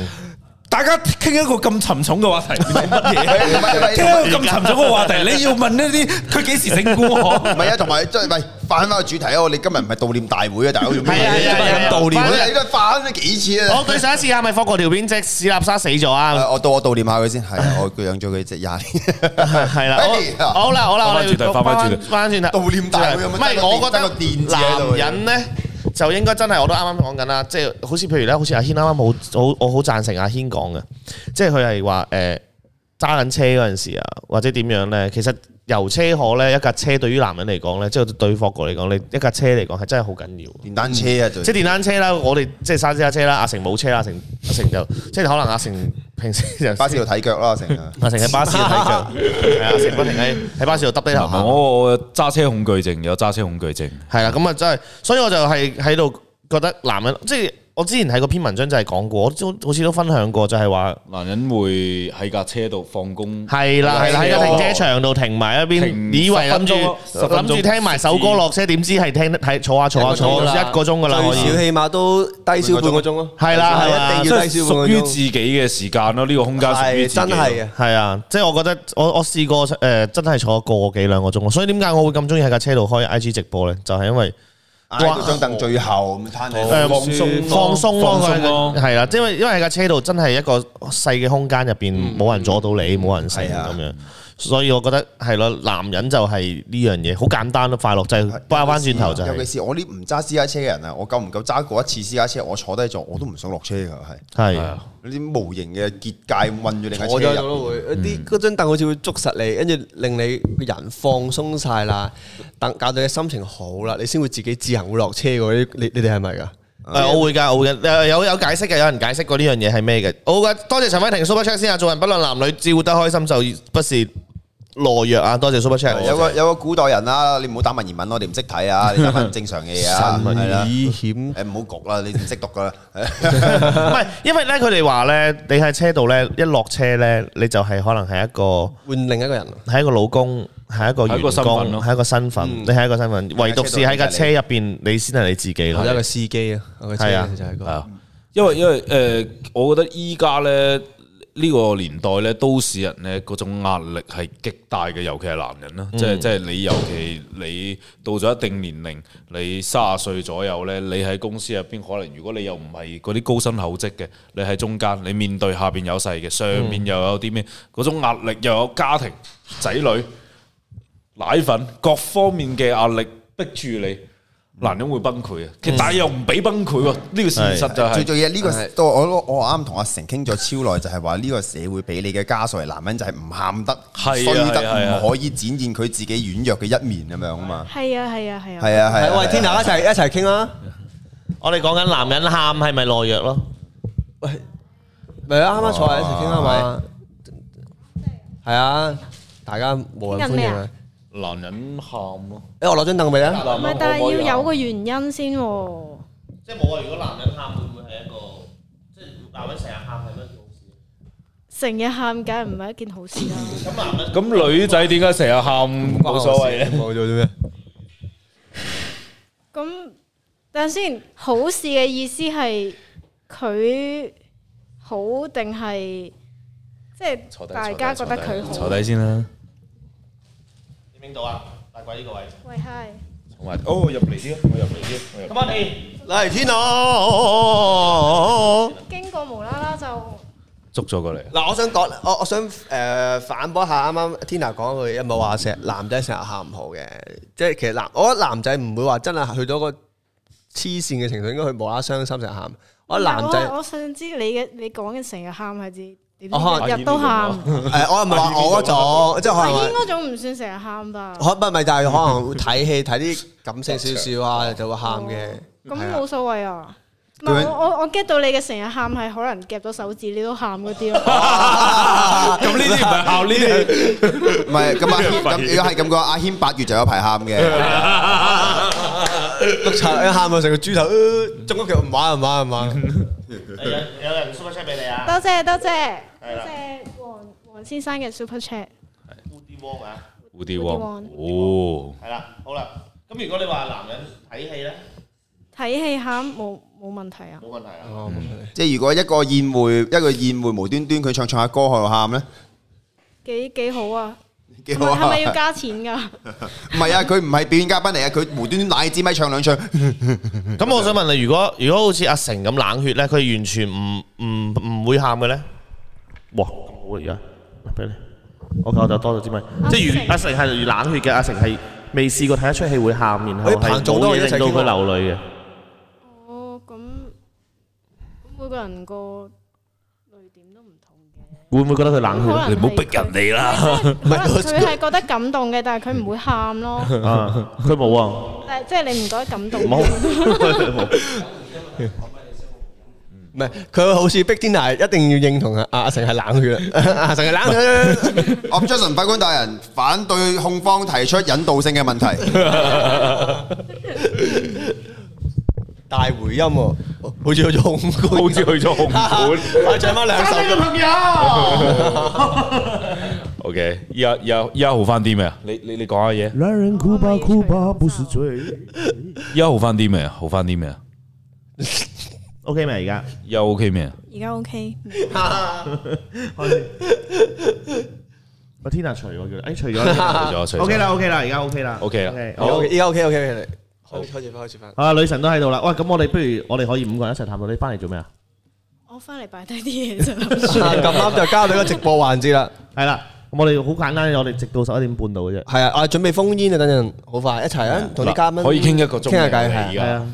Speaker 3: 大家傾一個咁沉重嘅話
Speaker 2: [laughs]
Speaker 3: 題，乜嘢？
Speaker 2: 唔係唔係
Speaker 3: 傾一個咁沉重嘅話題，你要問呢啲佢幾時整蠱我？
Speaker 2: 唔係啊，同埋即係唔係翻翻個主題啊！我哋今日唔係悼念大會啊，大佬做咩？
Speaker 1: 係啊係啊係啊
Speaker 2: 悼念
Speaker 1: 係啊
Speaker 2: 你都翻咗幾次啊
Speaker 1: 我？對上一次係咪放過條片隻史納沙死咗啊？
Speaker 2: 誒我到我悼念下佢先，係
Speaker 1: [laughs]
Speaker 2: 啊，我養咗佢只廿年。
Speaker 1: 係啦，
Speaker 2: 哎呀
Speaker 1: 好好啦，好啦，我
Speaker 3: 翻返
Speaker 1: 哋
Speaker 3: 轉頭翻返轉頭
Speaker 1: 翻轉頭
Speaker 2: 悼念大會有冇
Speaker 1: 唔係，
Speaker 2: 得個
Speaker 1: 我覺
Speaker 2: 得個電字喺
Speaker 1: 得
Speaker 2: 度
Speaker 1: 男人咧就應該真係我都啱啱講緊啦，即係好似譬如咧，好似阿軒啱啱好，好我好贊成阿軒講嘅，即係佢係話誒揸緊車嗰陣時啊，或者點樣咧，其實遊車河咧一架車對於男人嚟講咧，即係對霍哥嚟講，你一架車嚟講係真係好緊要。
Speaker 2: 電單車啊，就
Speaker 1: 即係電單車啦，我哋即係山車車啦，阿成冇車啦，阿成阿成就即係可能阿成平時就
Speaker 2: 巴士度睇腳啦，成啊日。
Speaker 1: 阿成喺巴士度睇腳，係啊
Speaker 3: [laughs]
Speaker 1: 阿成不停喺喺巴士度耷低頭行。
Speaker 3: 我我有揸車恐懼症，有揸車恐懼症，
Speaker 1: 係啦，咁啊真係，所以我就係喺度覺得男人，即係我之前睇過篇文章就係講過，我都好似都分享過，就係話
Speaker 3: 男人會喺架車度放工，
Speaker 1: 係啦，係啦，喺個停車場度停埋一邊，
Speaker 3: 停
Speaker 1: 以為諗住
Speaker 3: 十分鐘咯十分鐘
Speaker 1: 諗住聽埋首歌落車，點知係聽睇坐下坐下坐下一個鐘噶啦，可
Speaker 4: 最少
Speaker 1: 以
Speaker 4: 起碼都低消半個鐘咯。
Speaker 1: 係啦係啦
Speaker 4: 一
Speaker 3: 即
Speaker 4: 定要低
Speaker 3: 係
Speaker 4: 消半
Speaker 3: 屬
Speaker 4: 個
Speaker 3: 於
Speaker 4: 鐘
Speaker 3: 自。己嘅時間咯。呢個空間屬於
Speaker 4: 係
Speaker 3: 自己
Speaker 4: 真係嘅，
Speaker 1: 係啊，即係我覺得我我試過誒、呃真係坐個幾兩個鐘，所以點解我會咁中意喺架車度開 IG 直播呢？就係、因為
Speaker 2: 挨到張凳最後咁攤喺
Speaker 1: 誒
Speaker 2: 度
Speaker 3: 放鬆
Speaker 1: 放鬆咯，
Speaker 3: 放鬆咯
Speaker 1: 係啦，因為因為喺架車度真係一個細嘅空間入邊，冇人阻到你，冇人成
Speaker 2: 係啊
Speaker 1: 咁樣，所以我覺得係咯，男人就係呢樣嘢，好簡單咯，快樂就係翻翻轉頭就
Speaker 2: 尤其
Speaker 1: 係
Speaker 2: 是我呢唔揸私家車嘅人啊，我夠唔夠揸過一次私家車？我坐低咗，我都唔想落車㗎，係
Speaker 1: 係
Speaker 3: 係啊
Speaker 2: 有啲無形嘅結界困住你架
Speaker 4: 坐咗喺
Speaker 2: 車
Speaker 4: 度
Speaker 2: 入。
Speaker 4: 咯會，啲嗰張凳好似會捉實你，跟住令你個人放鬆晒啦，等搞到你心情好啦，你先會自己自行會落車喎。你你你哋係咪㗎？
Speaker 1: 誒，我會㗎，我會㗎，誒有有解釋嘅，有人解釋過呢樣嘢係咩嘅。好嘅，多謝陳偉霆 Super Chat 先啊，做人不論男女，照得開心就不是懦弱啊！多謝 Super Chat，
Speaker 2: 有個有個古代人啦，你唔好打文言文咯，你唔識睇啊，
Speaker 3: [laughs]
Speaker 2: 你打翻正常嘅嘢啊，係啦，
Speaker 4: 以險
Speaker 2: 誒唔好焗啦，你唔識讀噶啦，
Speaker 1: 唔係，因為咧佢哋話咧，你喺車度咧一落車咧，你就係可能係一個。
Speaker 4: 換另一個人。
Speaker 1: 係一個老公，係一個員
Speaker 3: 係一個身份
Speaker 1: 工，
Speaker 3: 咯
Speaker 1: 係一個身份，你係一個身份，唯獨是喺架車入邊，你先係你自己咯
Speaker 4: 或。者一個司機啊，我嘅
Speaker 1: 係啊
Speaker 4: 車就係一
Speaker 3: 係
Speaker 4: 個。
Speaker 3: 啊，因為因為誒、呃我覺得依家咧呢個年代咧，都市人咧嗰種壓力係極大嘅，尤其係男人啦，即係即係你尤其你到咗一定年齡，你三十歲左右咧，你喺公司入邊可能如果你又唔係嗰啲高薪厚職嘅，你喺中間，你面對下邊有勢嘅，上面又有啲咩嗰種壓力，又有家庭仔女。奶粉各方面嘅壓力逼住你，男人會崩潰啊！其實但係又唔俾崩潰喎， [laughs] 呢個事實就
Speaker 2: 最
Speaker 3: 係
Speaker 2: 重要呢個到我我啱同阿成傾咗超耐，就係話呢個社會俾你嘅枷鎖係男人就係唔喊得、
Speaker 3: 係啊
Speaker 2: 衰
Speaker 3: 係啊
Speaker 2: 得，唔可以展現佢自己軟弱嘅一面咁樣啊嘛。
Speaker 6: 係啊係啊係啊，
Speaker 2: 係啊係啊，
Speaker 4: 喂，天
Speaker 2: 啊
Speaker 4: 娜一齊一齊傾啦，
Speaker 1: 我哋講緊男人喊係咪懦弱咯？
Speaker 4: 咪啱啱坐喺一齊傾啊嘛，係啊，大家無人歡迎啊！
Speaker 3: 男人喊咯，
Speaker 4: 誒，我攞張凳俾你啊，
Speaker 6: 唔
Speaker 3: 男
Speaker 6: 係
Speaker 3: 人，
Speaker 6: 但
Speaker 3: 可唔可
Speaker 6: 係
Speaker 3: 以
Speaker 6: 要有
Speaker 3: 喊
Speaker 6: 個原因先喎。
Speaker 1: 即係冇啊！如果男人喊會唔會係一個即係男人成日喊係咩好事？
Speaker 6: 成日喊梗係唔係一件好事啦。
Speaker 1: 咁男人
Speaker 3: 咁女仔點解成日喊冇所謂咧？
Speaker 4: 冇咗啲咩？
Speaker 6: 咁等陣先，好事嘅意思係佢好定係即
Speaker 3: 坐
Speaker 6: 係
Speaker 3: 低
Speaker 6: 大家覺得佢
Speaker 3: 坐
Speaker 6: 好？
Speaker 3: 低先啦，
Speaker 1: 你明到啊？大鬼呢個位。
Speaker 6: 喂係，
Speaker 3: 同埋哦入嚟啲，我入嚟啲，我入嚟
Speaker 1: 咁我哋
Speaker 4: 嚟天娜，嗱，
Speaker 6: 經過無啦啦就。
Speaker 3: 捉咗過嚟。
Speaker 4: 我想講，我我想誒反駁下啱啱天娜講佢有冇話成日男仔成日喊唔好嘅，即係其實男，我覺得男仔唔會話真係去到個黐線嘅程度，應該去無啦啦傷心成日喊。我覺得男仔啊
Speaker 6: 我。我想知你嘅你講嘅成日喊係指點？
Speaker 4: 我哦可
Speaker 6: 日日都喊，
Speaker 4: 誒，我又唔係話我嗰種，即係可
Speaker 6: 阿
Speaker 4: 能話
Speaker 6: 英嗰種唔算成日喊吧？
Speaker 4: 可唔咪就係可能睇戲睇啲感性少少啊，就會喊嘅。係
Speaker 6: 哦咁
Speaker 4: 啊
Speaker 6: 冇所謂啊。唔
Speaker 2: 佢
Speaker 6: 係我我我 get 到你嘅成日喊係可能夾咗手指你都喊嗰
Speaker 4: [laughs]
Speaker 6: 啲咯。 [laughs]
Speaker 3: 咁呢 [laughs] 啲唔係喊，呢
Speaker 2: [laughs]
Speaker 3: 啲
Speaker 2: 唔係咁阿
Speaker 3: [laughs]
Speaker 2: 軒咁如果係咁嘅話，阿軒八月就有排喊嘅，
Speaker 1: [laughs]
Speaker 4: 綠茶一喊到成個豬頭，呃中咗腳唔玩唔玩唔玩。
Speaker 1: 有有人 super chat 俾你啊
Speaker 6: 多謝多謝
Speaker 1: 係啦
Speaker 6: 多謝呃黃黃先生嘅 super chat。
Speaker 1: ，Woody Wong 啊，
Speaker 3: 蝴蝶
Speaker 6: 王
Speaker 3: 王哦，
Speaker 1: 係啦，好啦。咁如果你話男人睇戲咧，
Speaker 6: 睇戲喊冇冇問題啊？
Speaker 1: 冇問題啊。
Speaker 4: 哦
Speaker 2: 即係如果一個宴會一個宴會無端端佢唱唱下歌喺度喊咧，
Speaker 6: 幾幾好
Speaker 4: [laughs]
Speaker 6: 啊？
Speaker 2: 幾
Speaker 6: 唔
Speaker 2: 好
Speaker 6: 係係
Speaker 2: 啊
Speaker 6: 咪！要
Speaker 2: [laughs]
Speaker 6: 加錢㗎？
Speaker 2: 唔係啊，佢唔係表演嘉賓嚟啊，佢無端端拿支咪唱兩 [laughs] 唱，
Speaker 1: 咁我想問你，如果如果好似阿成咁冷血咧，佢完全唔唔唔會喊嘅咧？哇！咁好啊，而家俾你，我教就多咗支咪。即係如阿
Speaker 6: 阿
Speaker 1: 成係冷血嘅，阿成係未試過睇一出戲會喊，然後
Speaker 4: 喂彭
Speaker 1: 係
Speaker 4: 總
Speaker 1: 冇
Speaker 4: 都
Speaker 1: 嘢
Speaker 4: 一齊
Speaker 1: 令到
Speaker 4: 傾過
Speaker 1: 佢流淚嘅。
Speaker 6: 哦，咁咁每個人個淚點都唔同嘅。
Speaker 1: 會唔會覺得佢冷血
Speaker 6: 你唔好逼人哋啦。唔係佢係覺得感動嘅，但係佢唔會喊咯。
Speaker 1: [laughs] 啊？佢冇啊，
Speaker 6: 但係即係你唔覺得感動？
Speaker 1: 冇，
Speaker 4: [laughs]
Speaker 1: 冇。
Speaker 4: 唔係佢好似逼天娜一定要認同啊！阿成係冷血啊！ [laughs] 阿成係冷
Speaker 1: [laughs]
Speaker 4: 血。
Speaker 2: 我 Jason 法官大人反對控方提出引導性嘅問題。
Speaker 7: 啊
Speaker 4: 大回音喎，好似去咗紅館。
Speaker 3: 好似去
Speaker 4: [laughs]
Speaker 3: 咗紅館。
Speaker 4: 快唱翻兩首
Speaker 1: 你。朋 [laughs] 友。
Speaker 3: OK，依家依家依家好翻啲未啊？你你你講下嘢。
Speaker 8: 男人哭吧哭吧不是罪。
Speaker 3: 依家好翻啲未啊？好翻啲 [laughs] 未啊？
Speaker 1: OK 未？而家
Speaker 3: 依啊家 OK 未啊？
Speaker 6: [laughs] 而家
Speaker 4: [laughs]
Speaker 6: OK，
Speaker 1: 我 Tina 除我叫你，哎除
Speaker 4: [laughs]
Speaker 3: 除咗除
Speaker 1: 咗
Speaker 3: 咗
Speaker 1: ，OK 啦 OK 啦，而家 OK 啦
Speaker 3: OK 啦
Speaker 1: 好
Speaker 4: OK，依家 OK OK OK，開始翻開始翻。
Speaker 1: 好啦，女神都喺度啦。喂，咁我哋不如我哋可以五個人一齊探討，你翻嚟做咩啊？
Speaker 6: 我翻嚟擺低啲嘢就諗住。
Speaker 1: [laughs]
Speaker 4: 啊咁啱就交到個直播環節啦。
Speaker 1: 係啦，咁我哋好簡單，我哋直到十一點半到嘅啫。
Speaker 4: 係啊，我哋準備封煙啊！等陣好快一齊啊，同啲嘉賓
Speaker 3: 可以傾一個鐘嘅，
Speaker 4: 傾下偈係啊
Speaker 3: 而
Speaker 1: 係
Speaker 3: 家
Speaker 1: 啊，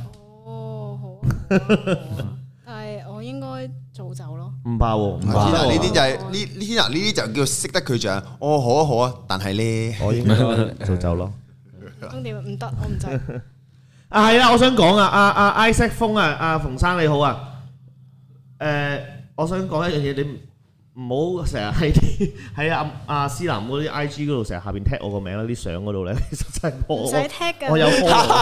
Speaker 6: 哦，好啊。好啊但係我應該早走咯。
Speaker 1: 唔怕喎，唔
Speaker 2: 天啊！
Speaker 1: 喎
Speaker 2: 呢啲就係呢天啊！呢啲就叫識得佢就係哦，好啊好啊，但係咧，
Speaker 1: 我應
Speaker 2: [laughs]
Speaker 1: 該就走咯。
Speaker 6: 咁點啊唔得，我唔制。
Speaker 1: [laughs] 啊，係啦，我想講啊，阿阿 Isaac 峰啊，阿馮生你好啊。誒，我想講一樣嘢，你唔好成日喺啲喺阿阿思南嗰啲 IG 嗰度成日下邊 tag 我個名啦，啲相嗰度咧， [laughs] 其實真係我
Speaker 6: 唔使踢㗎。
Speaker 1: 我有
Speaker 6: [laughs]
Speaker 4: [laughs]
Speaker 1: follow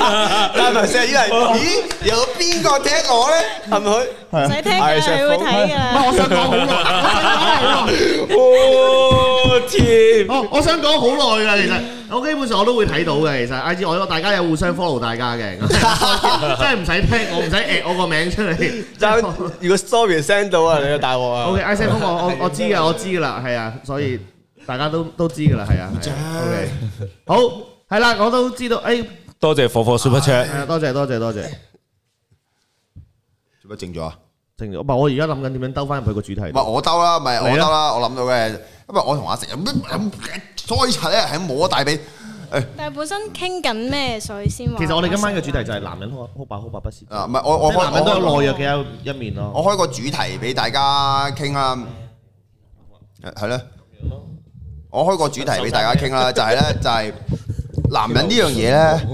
Speaker 1: 呃
Speaker 4: 但係咪成日以為，咦，有邊個踢我咧？係咪佢？
Speaker 6: 唔使踢㗎，你會睇
Speaker 1: 唔
Speaker 4: [laughs]
Speaker 1: 係
Speaker 6: 㗎。
Speaker 1: 我想講好耐，我想講好耐。
Speaker 4: Wow,
Speaker 3: 我天！
Speaker 1: 哦，我想講好耐㗎，其實我基本上我都會睇到嘅，其實 I G 我大家有互相 follow 大家 [laughs] 嘅，真係唔使聽，我唔使 at 我個名出嚟。
Speaker 4: 如果 story send 到啊，你就大鑊啊
Speaker 1: O K，I C 風我我我知嘅，我知嘅啦，係啊，所以大家都都知嘅啦，係啊。O K，好係啦，我都知道， [laughs] 誒，
Speaker 3: 多謝火火 Super Chat，
Speaker 1: 係啊多謝多謝多謝。
Speaker 2: 做乜靜咗啊？
Speaker 1: 正唔係我而家諗緊點樣兜翻入去個主
Speaker 2: 唔。
Speaker 1: 題
Speaker 2: 係我兜啦，唔係我
Speaker 1: 你啦
Speaker 2: 兜啦，我諗到嘅，因為我同阿成咁咁衰柒咧，係咁摸大髀。
Speaker 6: 但係本身傾緊咩水先話？
Speaker 1: 其實我哋今晚嘅主題就係男人哭哭吧哭吧不是罪，
Speaker 2: 啊，唔係我我
Speaker 1: 即係男人都有
Speaker 2: 我
Speaker 1: 懦弱嘅一一面咯。
Speaker 2: 我開個主題俾大家傾啦，誒係咧，我開個主題俾大家傾啦，就係咧就係男人呢樣嘢咧。
Speaker 1: [laughs]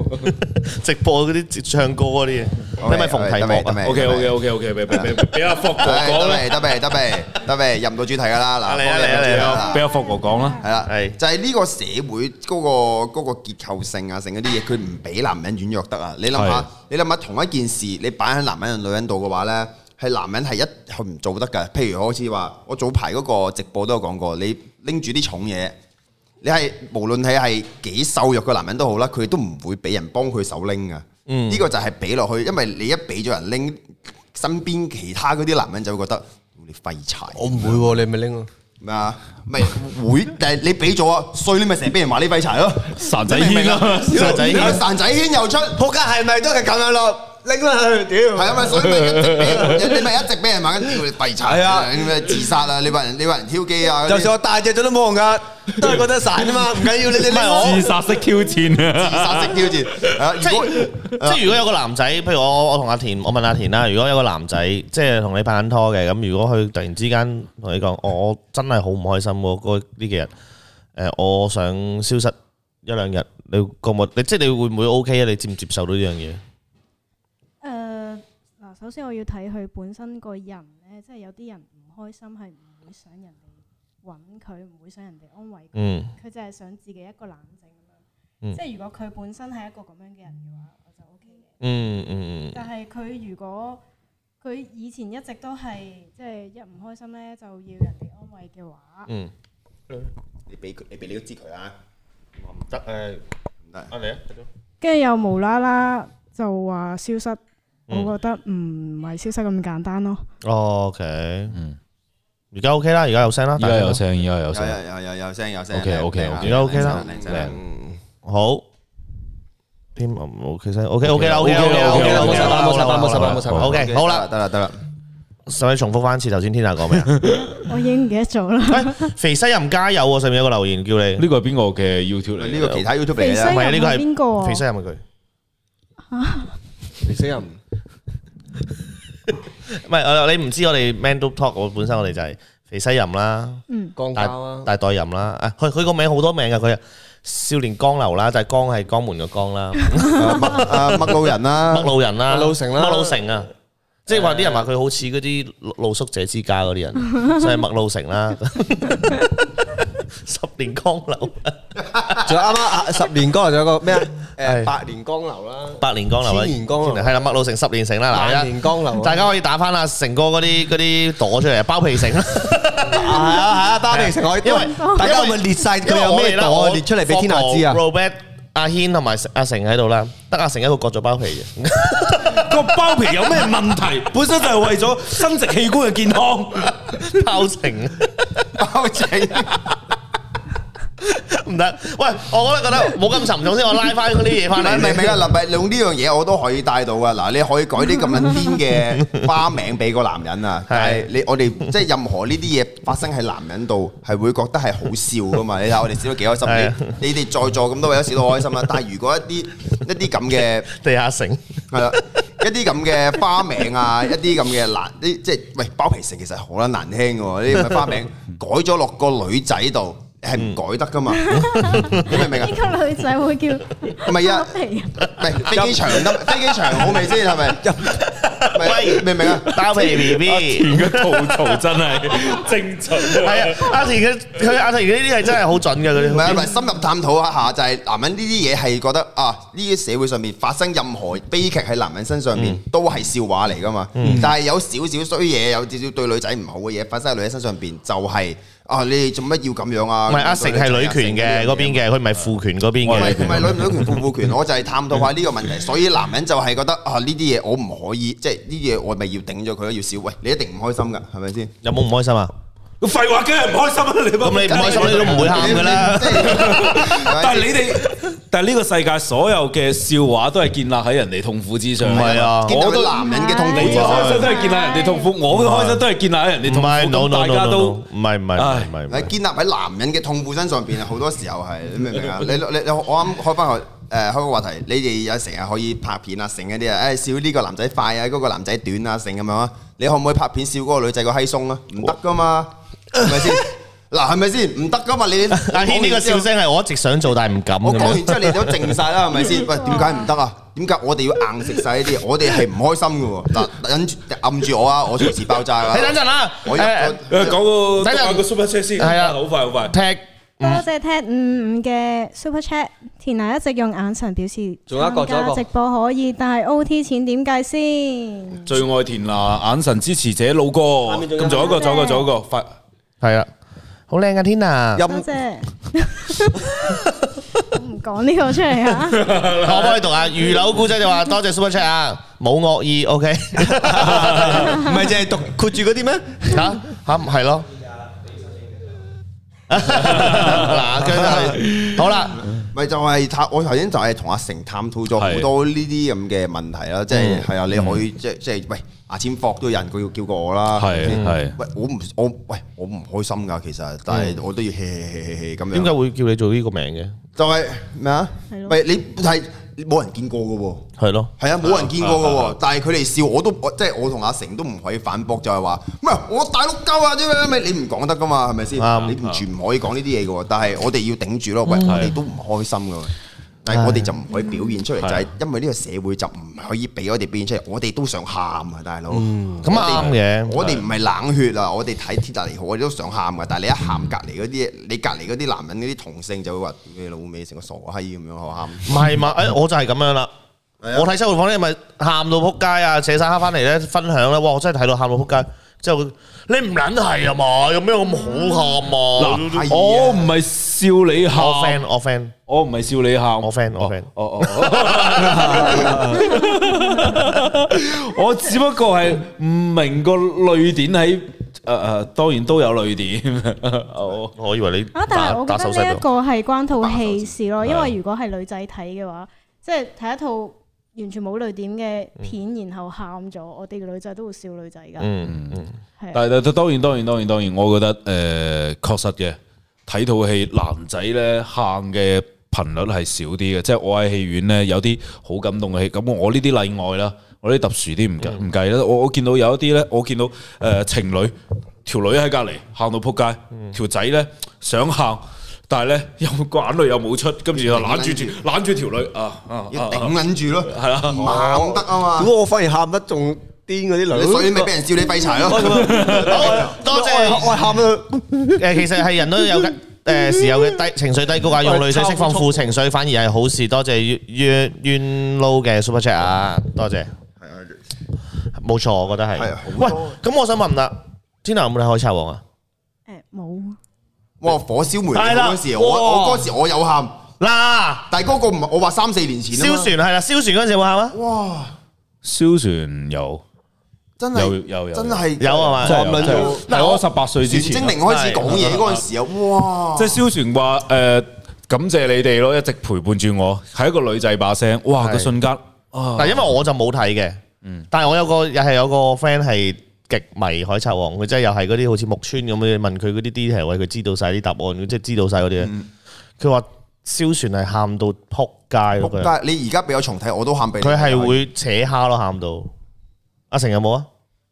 Speaker 1: 直播嗰啲唱歌嗰啲嘢，
Speaker 2: 你係咪逢題目啊係
Speaker 3: OK
Speaker 1: [laughs]
Speaker 3: OK OK OK，俾俾俾俾阿霍哥
Speaker 2: 唉
Speaker 3: 講啦，
Speaker 2: 得未？得未？得未？得未？入唔到主題噶啦，嗱，
Speaker 1: 嚟啊嚟啊嚟啊
Speaker 3: 俾阿霍哥講啦。
Speaker 2: 係啦，
Speaker 1: 係
Speaker 2: 就係呢個社會嗰個嗰個結構性啊，成嗰啲嘢，佢唔俾男人軟弱得啊！你諗
Speaker 3: 係
Speaker 2: 下，你諗下同一件事，你擺喺男人同女人度嘅話呢，係男人係一係唔做得㗎。譬如好似話，我早排嗰個直播都有講過，你拎住啲重嘢，你係無論係係幾瘦弱嘅男人都好啦，佢都唔會俾人幫佢手拎㗎。
Speaker 4: 嗯
Speaker 2: 呢個就係俾落去，因為你一俾咗人拎，身邊其他嗰啲男人就會覺得你廢柴。
Speaker 4: 我唔會喎，你咪拎咯。
Speaker 2: 咩啊？咪會， [laughs] 但係你俾咗啊，衰你咪成日俾人話你廢柴咯，
Speaker 3: 散仔
Speaker 4: [laughs]
Speaker 3: 軒啊
Speaker 2: 散
Speaker 3: 散
Speaker 2: 仔
Speaker 3: 仔軒
Speaker 2: 軒，散仔軒又出，
Speaker 4: 仆街係咪都係咁樣咯？拎啦佢，屌！
Speaker 2: 係啊咪，所以咪一直俾人，你咪一直俾人話緊屌你廢柴
Speaker 4: [laughs] 係啊
Speaker 2: 你咪自殺啊，你話人你話人挑機啊，
Speaker 4: 就算我大隻咗都冇用噶，都係覺得
Speaker 2: À,
Speaker 4: 散啫嘛，唔緊要，你你拎
Speaker 3: 自
Speaker 4: 我。
Speaker 3: 殺式挑戰
Speaker 2: 自
Speaker 3: 啊！
Speaker 2: 殺式挑
Speaker 4: [laughs]
Speaker 2: 戰，係啊
Speaker 1: 即
Speaker 2: 如果
Speaker 1: 係即係如果有個男仔，譬如我我同阿田，我問阿田啦，如果有個男仔即係同你拍緊拖嘅，咁如果佢突然之間同你講，我我真係好唔開心喎，嗰呢幾日，誒，我想消失一兩日，你覺唔覺？你即係你會唔會 O K 啊？你接唔接受到呢樣嘢？
Speaker 6: 誒嗱，首先我要睇佢本身個人咧，即係有啲人唔開心係唔會想人哋揾佢，唔會想人哋安慰佢，
Speaker 1: 嗯
Speaker 6: 佢就係想自己一個冷靜咁樣。
Speaker 1: 嗯
Speaker 6: 即係如果佢本身係一個咁樣嘅人嘅話，我就 OK 嘅。
Speaker 1: 嗯嗯
Speaker 6: 但係佢如果佢以前一直都係即係一唔開心咧，就要人哋安慰嘅話，
Speaker 1: 嗯，
Speaker 2: 你俾佢，你俾你都知佢啊，
Speaker 1: 唔得誒，
Speaker 2: 得
Speaker 1: 阿你啊，
Speaker 6: 跟住又無啦啦就話消失，
Speaker 4: 嗯
Speaker 6: 我覺得唔係消失咁簡單咯。
Speaker 1: O K，而家 O K 啦，而家有聲啦，
Speaker 3: 依家有聲，依家有
Speaker 2: 有
Speaker 3: 聲，
Speaker 2: 有有有有聲有聲
Speaker 3: OK，OK，
Speaker 2: 靚
Speaker 1: 而家 OK Dạ. 啦
Speaker 2: 靚聲靚聲
Speaker 1: 好。添唔 ờ, OK 聲，OK OK 啦，OK 啦，OK 啦，OK 好啦，
Speaker 2: 得啦得啦，
Speaker 1: 使唔使重複翻次頭先天下講咩啊？
Speaker 6: 我已經唔記得咗啦。
Speaker 1: 肥西任加油喎！上面有個留言叫你，
Speaker 3: 呢個係邊個嘅 YouTube 嚟？
Speaker 2: 呢個其他 YouTube
Speaker 6: 肥
Speaker 2: 嚟
Speaker 6: 西
Speaker 2: 嘅
Speaker 1: 唔係
Speaker 6: 人
Speaker 1: 呢個係
Speaker 6: 係邊個啊
Speaker 1: 肥西任係佢，
Speaker 4: 哎你死人！
Speaker 1: 唔係我你唔知我哋 Man Do Talk，我本身我哋就係肥西任啦，
Speaker 6: 嗯，
Speaker 4: 光
Speaker 1: 大
Speaker 4: 膠啊！
Speaker 1: 大代任啦，啊佢佢個名好多名噶，佢少年江流啦，就係江係江門嘅江啦，
Speaker 2: 啊麥
Speaker 1: [laughs]
Speaker 2: 啊麥路人啦
Speaker 1: 麥，路人啦，
Speaker 4: 麥路成啦
Speaker 1: 麥路成啊，即係話啲人話佢好似嗰啲露露宿者之家嗰啲
Speaker 4: [laughs]
Speaker 1: 人，所以麥路成啦，十年江流，
Speaker 4: 仲有啱啱啊十年光流，仲有個咩啊？誒百年光流啦，
Speaker 1: 百年江流啦，
Speaker 4: 千年江流
Speaker 1: 係啦，麥路成十年成啦，嗱而家
Speaker 4: 萬年光流。啊
Speaker 1: 大家可以打翻阿成哥嗰啲嗰啲朵出嚟，包皮成啦。
Speaker 4: 係啊係啊，包皮成我，因為大家咪列晒佢有咩檔列出嚟俾天下知啊！
Speaker 1: Robert、阿軒同埋阿成喺度啦，得阿成一個割咗包皮 [laughs] 嘅。
Speaker 3: [laughs] 個包皮有咩問題？本身就係為咗生殖器官嘅健 [laughs] 康。
Speaker 1: 包成
Speaker 2: 包仔
Speaker 1: 唔得，喂，我覺得覺得冇咁沉重先，我拉翻嗰啲嘢翻嚟。
Speaker 2: 明唔明啊？
Speaker 1: [laughs]
Speaker 2: 嗱，咪用呢樣嘢我都可以帶到啊！嗱，你可以改啲咁撚癲嘅花名俾個男人啊，但係你我哋即係任何呢啲嘢發生喺男人度，係會覺得係好笑噶嘛？你睇下我哋笑得幾開
Speaker 1: 係啊
Speaker 2: 心，你你哋在座咁多位都笑得好開
Speaker 1: [laughs]
Speaker 2: 心啦。但係如果一啲一啲咁嘅
Speaker 1: 地下成，
Speaker 2: 係啦，一啲咁嘅花名啊， [laughs] 一啲咁嘅難，啲即係喂包皮成其實好撚難聽嘅喎，呢啲咁嘅花名改咗落個女仔度係唔改得噶
Speaker 1: [laughs]
Speaker 2: 嘛？你明唔明啊
Speaker 6: [laughs] 呢？個女仔會叫
Speaker 2: 唔係啊。
Speaker 6: 皮啊
Speaker 2: 唔係飛機場
Speaker 1: [laughs]
Speaker 2: 得，飛機場好味先係咪？喂，明唔明啊？
Speaker 1: 包皮 B B。
Speaker 3: 田嘅吐槽真係精準
Speaker 1: 係啊，阿田嘅佢阿田嘅呢啲係真係好準嘅嗰
Speaker 2: 唔係啊，
Speaker 1: 啲
Speaker 2: 唔。係深入探討一下，就係男人呢啲嘢係覺得啊，呢啲社會上面發生任何悲劇喺男人身上
Speaker 1: 嗯
Speaker 2: 面都係笑話嚟㗎嘛。但係有少少衰嘢，有少少對女仔唔好嘅嘢發生喺女人身上邊，就係啊，你哋做乜要咁樣啊？
Speaker 1: 唔係阿成係女權嘅嗰邊嘅，佢唔係父權嗰邊
Speaker 2: 唔係
Speaker 1: 嘅。
Speaker 2: 唔係女唔女權父母權，我就係探討下呢個問題。所以男人就係覺得啊，呢啲嘢我唔可以，即係呢啲嘢我咪要頂咗佢咯，要少。喂，你一定唔開心噶，係咪先？
Speaker 1: 有冇唔開心啊？
Speaker 3: 废话梗系唔開心啦，你
Speaker 1: 咁你唔開心你都唔會喊噶啦。
Speaker 2: 即係
Speaker 3: [laughs] 但係你哋，但係呢個世界所有嘅笑話都係建立喺人哋痛苦之上。
Speaker 1: 唔係啊
Speaker 2: 見到
Speaker 3: 我都
Speaker 2: 啲男人嘅痛
Speaker 3: 你
Speaker 2: 苦
Speaker 3: 嘅開心
Speaker 2: 啊！
Speaker 3: 都係建立喺人哋痛苦，我嘅開心都係建立喺人哋
Speaker 1: 唔
Speaker 3: 痛苦。
Speaker 1: 係，no no
Speaker 3: 咁大
Speaker 1: no
Speaker 3: 家
Speaker 1: no，
Speaker 3: 都
Speaker 1: 唔係唔係唔係唔
Speaker 2: 係
Speaker 1: 係。
Speaker 2: 建立喺男人嘅痛苦身上邊，啊好多時候係你明唔 [laughs] 明啊？你你你我啱開翻學誒開個話題，你哋有成日可以拍片啊，成嗰啲啊，誒笑呢個男仔快啊，嗰個男仔短啊，成咁樣啊，你可唔可以拍片笑嗰個女仔個閪鬆啊？唔得噶嘛，係咪先？嗱，係咪先？唔得噶嘛，你
Speaker 1: 阿軒呢個笑聲係我一直想做但係唔敢
Speaker 2: 我
Speaker 1: 咁
Speaker 2: 講
Speaker 1: 樣。
Speaker 2: 完之後，你都靜
Speaker 1: [laughs]
Speaker 2: 晒啦，係咪先？喂，點解唔得啊？點解我哋要硬食晒呢啲？我哋係唔開心嘅喎。嗱，忍住暗住我啊，我隨時爆炸啊！
Speaker 1: 你等陣 [laughs] 啦，
Speaker 2: 我入
Speaker 1: 誒
Speaker 3: 誒
Speaker 2: 個
Speaker 3: 講個
Speaker 1: 等陣
Speaker 3: 講個 super chat 先，
Speaker 1: 係啊
Speaker 3: [laughs] 好快好快。
Speaker 1: 踢。
Speaker 6: 多謝聽五五嘅 Super Chat，田娜一直用眼神表示
Speaker 4: 仲有一個
Speaker 6: 參加
Speaker 4: 仲有一個
Speaker 6: 直播可以，但係 OT 錢點計先？
Speaker 3: 最愛田娜眼神支持者老哥，咁仲有一個，仲有一個，仲有一個，快！
Speaker 1: 系啊，好靚啊天啊！
Speaker 6: 多謝。我唔講呢個出嚟
Speaker 1: [laughs]
Speaker 6: 啊！
Speaker 1: 我幫你讀啊，魚柳姑仔就話多謝 Super Chat à. 啊，冇惡意
Speaker 4: [laughs]
Speaker 1: ，OK
Speaker 4: 唔係淨係讀括住嗰啲咩？
Speaker 1: 吓吓係咯。嗱，跟
Speaker 3: [laughs]
Speaker 1: 住係好啦，
Speaker 2: 咪就係探，我頭先就係同阿成探討咗好多呢啲咁嘅問題啦，即係係啊，你可以即係即係喂牙籤霍都有人佢要叫過我啦，
Speaker 3: 係
Speaker 2: 咪先
Speaker 3: 係
Speaker 2: 喂我唔我喂我唔開心㗎，其實，但係我都要 hea 咁樣。
Speaker 1: 點解會叫你做呢個名嘅？
Speaker 2: 就係咩啊？
Speaker 6: 係咯
Speaker 2: 喂，你係冇人見過㗎喎。
Speaker 1: 係咯，
Speaker 2: 係啊，冇人見過嘅喎，但係佢哋笑我都，我即係我同阿成都唔可以反駁，就係話唔係我大陸鳩啊啫咩？你唔講得噶嘛，係咪先？
Speaker 1: 啱啊嗯
Speaker 2: 你完全唔可以講呢啲嘢嘅喎，但係我哋要頂住咯，喂，我哋都唔開心嘅喎。但係我哋就唔可以表現出嚟，就係因為呢個社會就唔可以俾我哋表現出嚟，我哋都想喊啊，大佬。
Speaker 1: 咁啊啱嘅。
Speaker 2: 我哋唔係冷血啊，我哋睇鐵達尼號我哋都想喊噶，但係你一喊隔離嗰啲，你隔離嗰啲男人嗰啲同性就會話你老味成個傻閪咁樣我喊。
Speaker 1: 唔係嘛？誒，我就係咁樣啦。我睇周潤房咧，咪喊到撲街啊！寫晒黑翻嚟咧，分享咧，哇！我真係睇到喊到撲街。之後佢你唔撚係啊嘛？有咩咁好喊啊？
Speaker 3: 嗱，
Speaker 2: 係啊
Speaker 3: 我唔係笑你
Speaker 1: 我
Speaker 3: 喊，
Speaker 1: friend，我 friend，
Speaker 3: 我唔係笑你喊，
Speaker 1: 我 friend，我 friend。
Speaker 3: 哦哦， [laughs] 我只不過係唔明個淚點喺誒誒，當然都有淚點。 [laughs] 哦
Speaker 1: 我以為你
Speaker 6: 啊，但係
Speaker 1: 打
Speaker 6: 我
Speaker 1: 打
Speaker 6: 覺
Speaker 1: 手
Speaker 6: 得
Speaker 1: 勢
Speaker 6: 呢
Speaker 1: 俾
Speaker 6: 一
Speaker 1: 我。
Speaker 6: 個係關套戲事咯，因為如果係女仔睇嘅話，即係睇一套完全冇淚點嘅片，然後喊咗，我哋女仔都會笑女仔㗎。
Speaker 1: 嗯嗯。
Speaker 6: 係啊
Speaker 3: 但係但當然當然當然當然，我覺得誒確實嘅，睇套戲男仔咧喊嘅頻率係少啲嘅，即係我喺戲院咧有啲好感動嘅戲，咁我呢啲例外啦，我呢啲特殊啲唔計
Speaker 2: 嗯
Speaker 3: 唔計啦。我我見到有一啲咧，我見到誒情侶條女喺隔離喊到撲街，
Speaker 2: 嗯
Speaker 3: 條仔咧想喊。但係咧，又個眼淚又冇出，跟住就攬住住攬住條女啊啊！啊
Speaker 2: 要
Speaker 3: 啊
Speaker 2: 頂撚住咯，係啦，唔喊得啊
Speaker 3: à?
Speaker 2: 嘛
Speaker 4: 如，果我反而喊得仲癲嗰啲女，
Speaker 2: 所以咪俾人笑你廢柴咯。
Speaker 1: 好多謝。
Speaker 4: 我係喊到。
Speaker 1: 誒，其實係人都有嘅。誒時有嘅低情緒低谷啊，用淚水釋放負情緒反而係好事。多謝冤冤撈嘅 super chat 啊，多謝。
Speaker 2: 係啊，
Speaker 1: 冇錯，我覺得係。
Speaker 2: 係啊好
Speaker 1: 喂
Speaker 2: 多，
Speaker 1: 咁我想問啦，天娜有冇睇《海賊王》啊？
Speaker 6: 誒冇
Speaker 2: 哇！火燒梅
Speaker 1: 係啦
Speaker 2: 嗰時，我
Speaker 1: 哇
Speaker 2: 我嗰時我有喊，
Speaker 1: 嗱，
Speaker 2: 但係嗰個唔係我話三四年前啊嘛
Speaker 1: 蕭。璇係啦，蕭璇嗰陣時有冇喊啊？
Speaker 2: 哇！
Speaker 3: 蕭璇有，
Speaker 2: 真
Speaker 3: 有
Speaker 2: 係
Speaker 3: 有有
Speaker 2: 真係
Speaker 1: 有係嘛？
Speaker 3: 真係有真係有
Speaker 1: 嗱
Speaker 3: 係
Speaker 1: 我
Speaker 3: 我十八歲之
Speaker 2: 船精
Speaker 3: 前啊。
Speaker 2: 靈開始講嘢嗰陣時啊，哇！
Speaker 3: 即係蕭璇話誒，感謝你哋咯，一直陪伴住我，係一個女仔把聲，哇
Speaker 1: 係
Speaker 3: 個瞬間啊，
Speaker 1: 嗱，因為我就冇睇嘅，
Speaker 3: 嗯
Speaker 1: 但係我有個又係有個 friend 係極迷《海賊王》，佢真係又係嗰啲好似木村咁樣問佢嗰啲 detail，喂佢知道晒啲答案，即係知道晒嗰啲咧。
Speaker 2: 嗯
Speaker 1: 佢話蕭璇係喊到撲街咯，
Speaker 2: 仆
Speaker 1: 佢
Speaker 2: 街！你而家俾我重睇，我都喊俾你。
Speaker 1: 佢係會扯蝦咯，喊到。阿成有冇啊？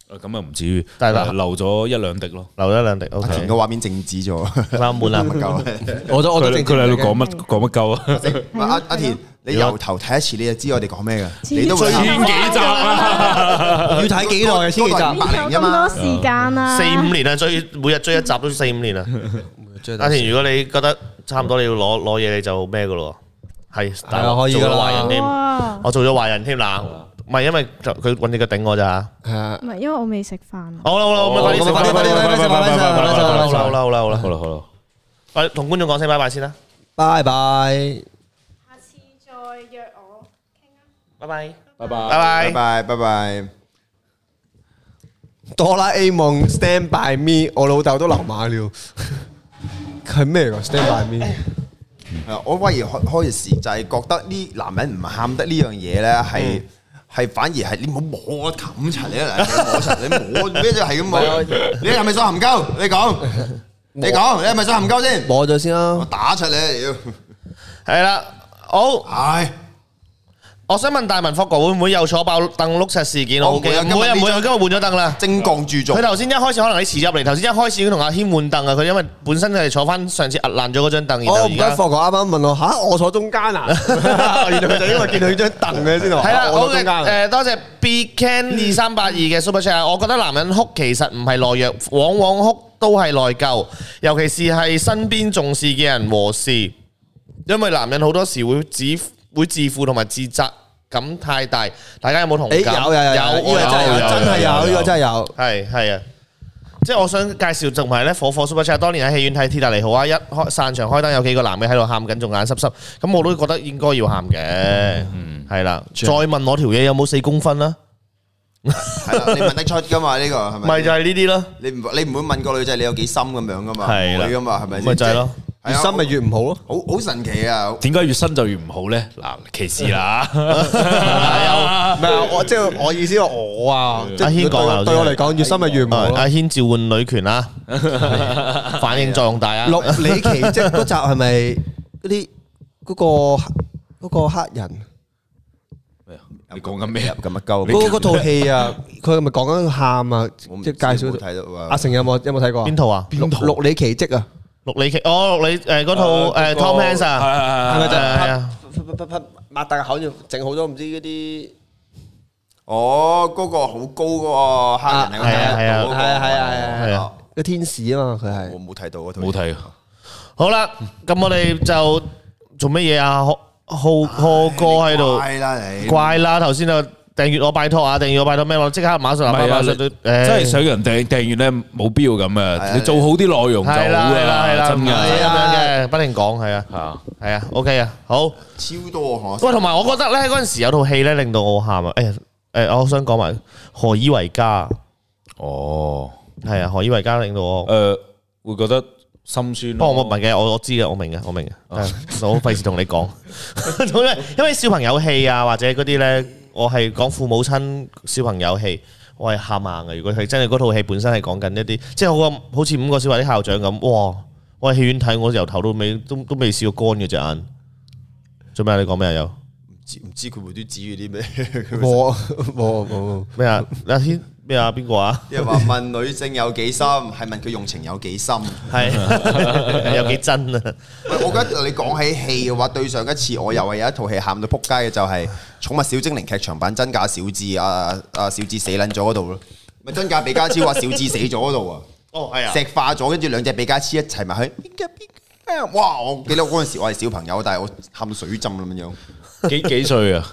Speaker 3: 呃咁又唔至於，
Speaker 1: 但係嗱
Speaker 3: 誒流咗一兩滴咯。
Speaker 1: 留咗兩滴，O
Speaker 2: 阿田
Speaker 1: K，
Speaker 2: 嘅畫面靜止咗，
Speaker 1: 啱滿
Speaker 2: [laughs]
Speaker 1: 啦。
Speaker 2: 唔啊夠啦。
Speaker 4: 我都我都
Speaker 3: 佢佢喺度講乜講乜鳩啊？
Speaker 2: 喂阿阿田，你由頭睇一次，你就知我哋講咩噶，你都會
Speaker 6: 千
Speaker 2: 喊
Speaker 6: 幾集
Speaker 2: [laughs]
Speaker 6: 啊！
Speaker 4: 要睇幾耐啊？千幾
Speaker 6: 邊
Speaker 4: 集？
Speaker 6: 有咁多時間啊？
Speaker 1: 四五年啊，追每日追一集都四五
Speaker 4: [laughs]
Speaker 1: 年啊。阿田，如果你覺得差唔多你要攞攞嘢，你就咩噶咯？係，
Speaker 4: 嗯係啊可以㗎啦啊
Speaker 1: 做咗壞人添，
Speaker 6: 哇！
Speaker 1: 我做咗壞人添啦。唔係因為就佢揾你個頂我咋。
Speaker 4: 係啊，
Speaker 6: 唔係因為我未食飯，
Speaker 1: 好啦好啦，咁啊快啲食
Speaker 4: 咁啊快啲
Speaker 1: 飯
Speaker 4: 快啲快啲食飯快啲食飯快啲食飯
Speaker 1: 好啦好啦好啦好啦
Speaker 3: 好，啦好啦，
Speaker 1: 喂，同觀眾講聲拜拜先啦，
Speaker 4: 拜拜。
Speaker 6: 下次再約我傾啊。
Speaker 1: 拜拜，
Speaker 3: 拜
Speaker 1: 拜
Speaker 3: 拜。
Speaker 1: 拜
Speaker 2: 拜。拜拜拜。
Speaker 4: 哆啦 A 夢 Stand by me，我老豆都流馬 [laughs] 尿。佢係咩嚟㗎 Stand by me？
Speaker 2: 係啊我反而開開時就係覺得呢男人唔喊得呢樣嘢咧，係係反而係你唔好摸我冚柒你啊！你摸柒你摸咩就係咁摸？你係咪想含鳩？你講，你講，你係咪想含鳩先？
Speaker 4: 摸咗先
Speaker 2: 我
Speaker 4: 啦，
Speaker 2: 打柒你啊！
Speaker 1: 係啦，好
Speaker 2: 屌，，唉，
Speaker 1: 我想問大文霍哥會唔會又坐爆凳碌石事件？
Speaker 2: 我
Speaker 1: 我
Speaker 2: 唔會啊
Speaker 1: OK 唔會啊，唔會啊，今日換咗凳啦。
Speaker 2: 精降注重
Speaker 1: 佢。頭先一開始可能你遲入嚟，頭先一開始佢同阿軒換凳啊，佢因為本身係坐翻上次壓爛咗嗰張凳，然後
Speaker 4: 我
Speaker 1: 而
Speaker 4: 唔
Speaker 1: 家
Speaker 4: 該，霍哥啱啱問我吓，我坐中間啊，原來佢就因為見到佢張凳嘅先話，
Speaker 1: 係啦，
Speaker 4: 啊我
Speaker 1: 好
Speaker 4: 坐中
Speaker 1: 嘅，
Speaker 4: 間啊。
Speaker 1: 誒多謝 B Can 二三八二嘅 Super Chat，我覺啊得男人哭其實唔係懦弱，往往哭都係內疚，尤其是係身邊重視嘅人和事，因為男人好多時會自會自負同埋自責感太大，大家有冇同
Speaker 4: 誒
Speaker 1: 感？
Speaker 4: 有有有有，呢個真係有，真係有，呢個真係有。
Speaker 1: 係係啊！即係我想介紹，同埋咧火火 Super Chat，當年喺戲院睇《鐵達尼號》啊，一開散場開燈，有幾個男嘅喺度喊緊，仲眼濕濕。咁我都覺得應該要喊嘅，係啦。再問我條嘢有冇四公分啦，
Speaker 2: 係
Speaker 1: [laughs]
Speaker 2: 啦，你問得出噶嘛？呢個係咪？
Speaker 1: 咪就係呢啲咯，
Speaker 2: 你唔你唔會問個女仔你有幾深咁樣噶嘛？
Speaker 1: 係啦
Speaker 2: 唔會噶嘛？係咪先？
Speaker 1: 咪就係咯。
Speaker 2: 係啊，
Speaker 4: 越深咪越唔好咯。
Speaker 2: 好好神奇啊！
Speaker 3: 點解越新就越唔好咧？嗱，歧視啦，
Speaker 4: 唔係啊我即係我意思話我啊，即
Speaker 1: 阿
Speaker 4: 係
Speaker 1: 軒講啊
Speaker 4: 對對我嚟講越深咪越唔好
Speaker 1: 阿
Speaker 4: 咯。
Speaker 1: 軒召喚女權啦，反應作用大啊！
Speaker 4: 六里
Speaker 1: [laughs]
Speaker 4: 奇蹟嗰集係咪嗰啲嗰個嗰個黑人？
Speaker 3: 你講緊咩啊？
Speaker 2: 咁乜鳩？
Speaker 4: 嗰嗰套戲啊，佢係咪講緊喊啊？
Speaker 2: 我唔
Speaker 4: 即係介
Speaker 2: 知有冇
Speaker 4: 紹
Speaker 2: 睇到啊
Speaker 4: 阿成有冇有冇睇過啊
Speaker 1: 邊？套啊？
Speaker 4: 邊套？六里奇蹟啊，
Speaker 1: 六里奇哦，六里誒嗰套
Speaker 4: Ờ,
Speaker 1: 誒 ờ, Tom Hanks à? Ờ, 啊，
Speaker 3: 啊
Speaker 4: 係咪就
Speaker 1: 係啊
Speaker 4: 係啪啪啪啪擘大個口就整好咗唔知嗰啲？
Speaker 2: 哦，嗰個好高
Speaker 4: ờ.
Speaker 2: 嗰個
Speaker 4: À,
Speaker 2: 黑人
Speaker 1: 啊係啊
Speaker 4: 係啊係啊係
Speaker 1: 係
Speaker 4: 啊
Speaker 1: 啊！
Speaker 4: 個天使啊嘛，佢係
Speaker 2: 我冇睇到嗰套，
Speaker 3: 冇。睇啊。
Speaker 1: 好啦，咁我哋就做乜嘢啊？浩浩浩哥喺度。
Speaker 2: 係啦你，
Speaker 1: 怪啦，頭先就啊訂閱我拜託啊，訂閱我拜託咩話？即刻馬上
Speaker 3: [laughs] 唔
Speaker 1: 立
Speaker 3: 係啊，
Speaker 1: 馬上
Speaker 3: 你
Speaker 1: 都
Speaker 3: 真係想人訂訂閱咧，冇必要咁
Speaker 2: 係
Speaker 3: 啊！
Speaker 2: 啊
Speaker 3: 你做好啲內容就好
Speaker 1: 係啦係啦係
Speaker 3: 啦，
Speaker 1: 啦，
Speaker 3: 真
Speaker 1: 唔
Speaker 3: 㗎。
Speaker 1: 係咁樣嘅，不停講係啊
Speaker 3: 啊
Speaker 1: 係啊，OK 啊，好。
Speaker 2: 超多啊！
Speaker 1: 喂，同埋我覺得咧嗰陣時有套戲咧令到我喊啊！誒誒，我想講埋何以為家
Speaker 3: 哦，
Speaker 1: 係啊，何以為家令到我。
Speaker 3: 誒，會覺得心酸
Speaker 1: 不過
Speaker 3: 咯。
Speaker 1: 我唔係嘅，我我知嘅，我明嘅，我明嘅，
Speaker 3: [laughs]
Speaker 1: 但係我費事同你講。因為因為小朋友戲啊，或者嗰啲咧，我係講父母親小朋友戲，我係喊硬嘅。如果係真係嗰套戲本身係講緊一啲，即係好個好似五個小孩啲校長咁，哇！我喺戲院睇，我由頭到尾都都未試過乾嘅隻眼。做咩啊？你講咩啊？有
Speaker 2: 唔知唔知佢會啲指語啲咩？
Speaker 4: 冇冇冇冇
Speaker 1: 咩啊？阿軒咩啊？邊個啊？
Speaker 2: 啲人話問女性有幾深，係問佢用情有幾深。
Speaker 1: 係 [laughs] 有幾真啊？
Speaker 2: 喂，我覺得你講起戲嘅話，對上一次我又係有一套戲喊到撲街嘅，就係《寵物小精靈》劇場版真假小智啊啊小智死撚咗嗰度咯，咪真假比加超話小智死咗嗰度
Speaker 4: à?
Speaker 2: 啊！
Speaker 1: 哦，係啊。
Speaker 2: 石化咗，跟住兩隻比加黐一齊埋去，邊個邊個啊哇！我記得嗰陣時我係小朋友，但係我喊到水浸咁樣，好
Speaker 3: 幾幾歲啊？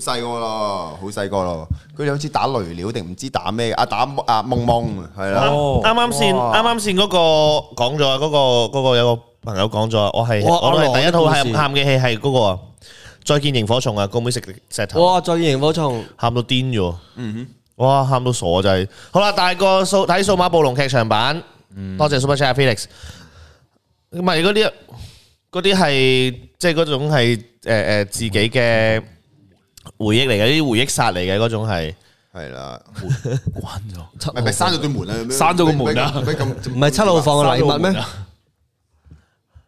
Speaker 2: 細個咯，好細個咯。佢哋好似打雷料定唔知打咩啊？打啊夢夢係啦，
Speaker 3: 哦
Speaker 1: 啱啱先，啱啱先嗰個講咗啊，嗰個嗰個有個朋友講咗啊，我係
Speaker 4: 哇
Speaker 1: 我
Speaker 4: 阿羅
Speaker 1: 係第一套
Speaker 4: 嘅故
Speaker 1: 喊
Speaker 4: 事
Speaker 1: 喊嘅戲係嗰個啊，再見螢火蟲啊，個妹食石頭，
Speaker 4: 哇！再見螢火蟲，
Speaker 1: 喊到癲咗，哇喊到傻就係，好啦，大個數睇數碼暴龍劇場版，多謝 Super Chat Felix，唔係嗰啲嗰啲係即係嗰種係誒誒自己嘅回憶嚟嘅，呢啲回憶殺嚟嘅嗰種係，
Speaker 2: 係
Speaker 1: [laughs]
Speaker 2: 啦，
Speaker 3: 關咗。
Speaker 2: 咪咪閂咗對門啊！
Speaker 3: 閂咗個
Speaker 4: [laughs]
Speaker 3: 門啊
Speaker 2: 咪咁
Speaker 4: 唔係七路放嘅禮物咩？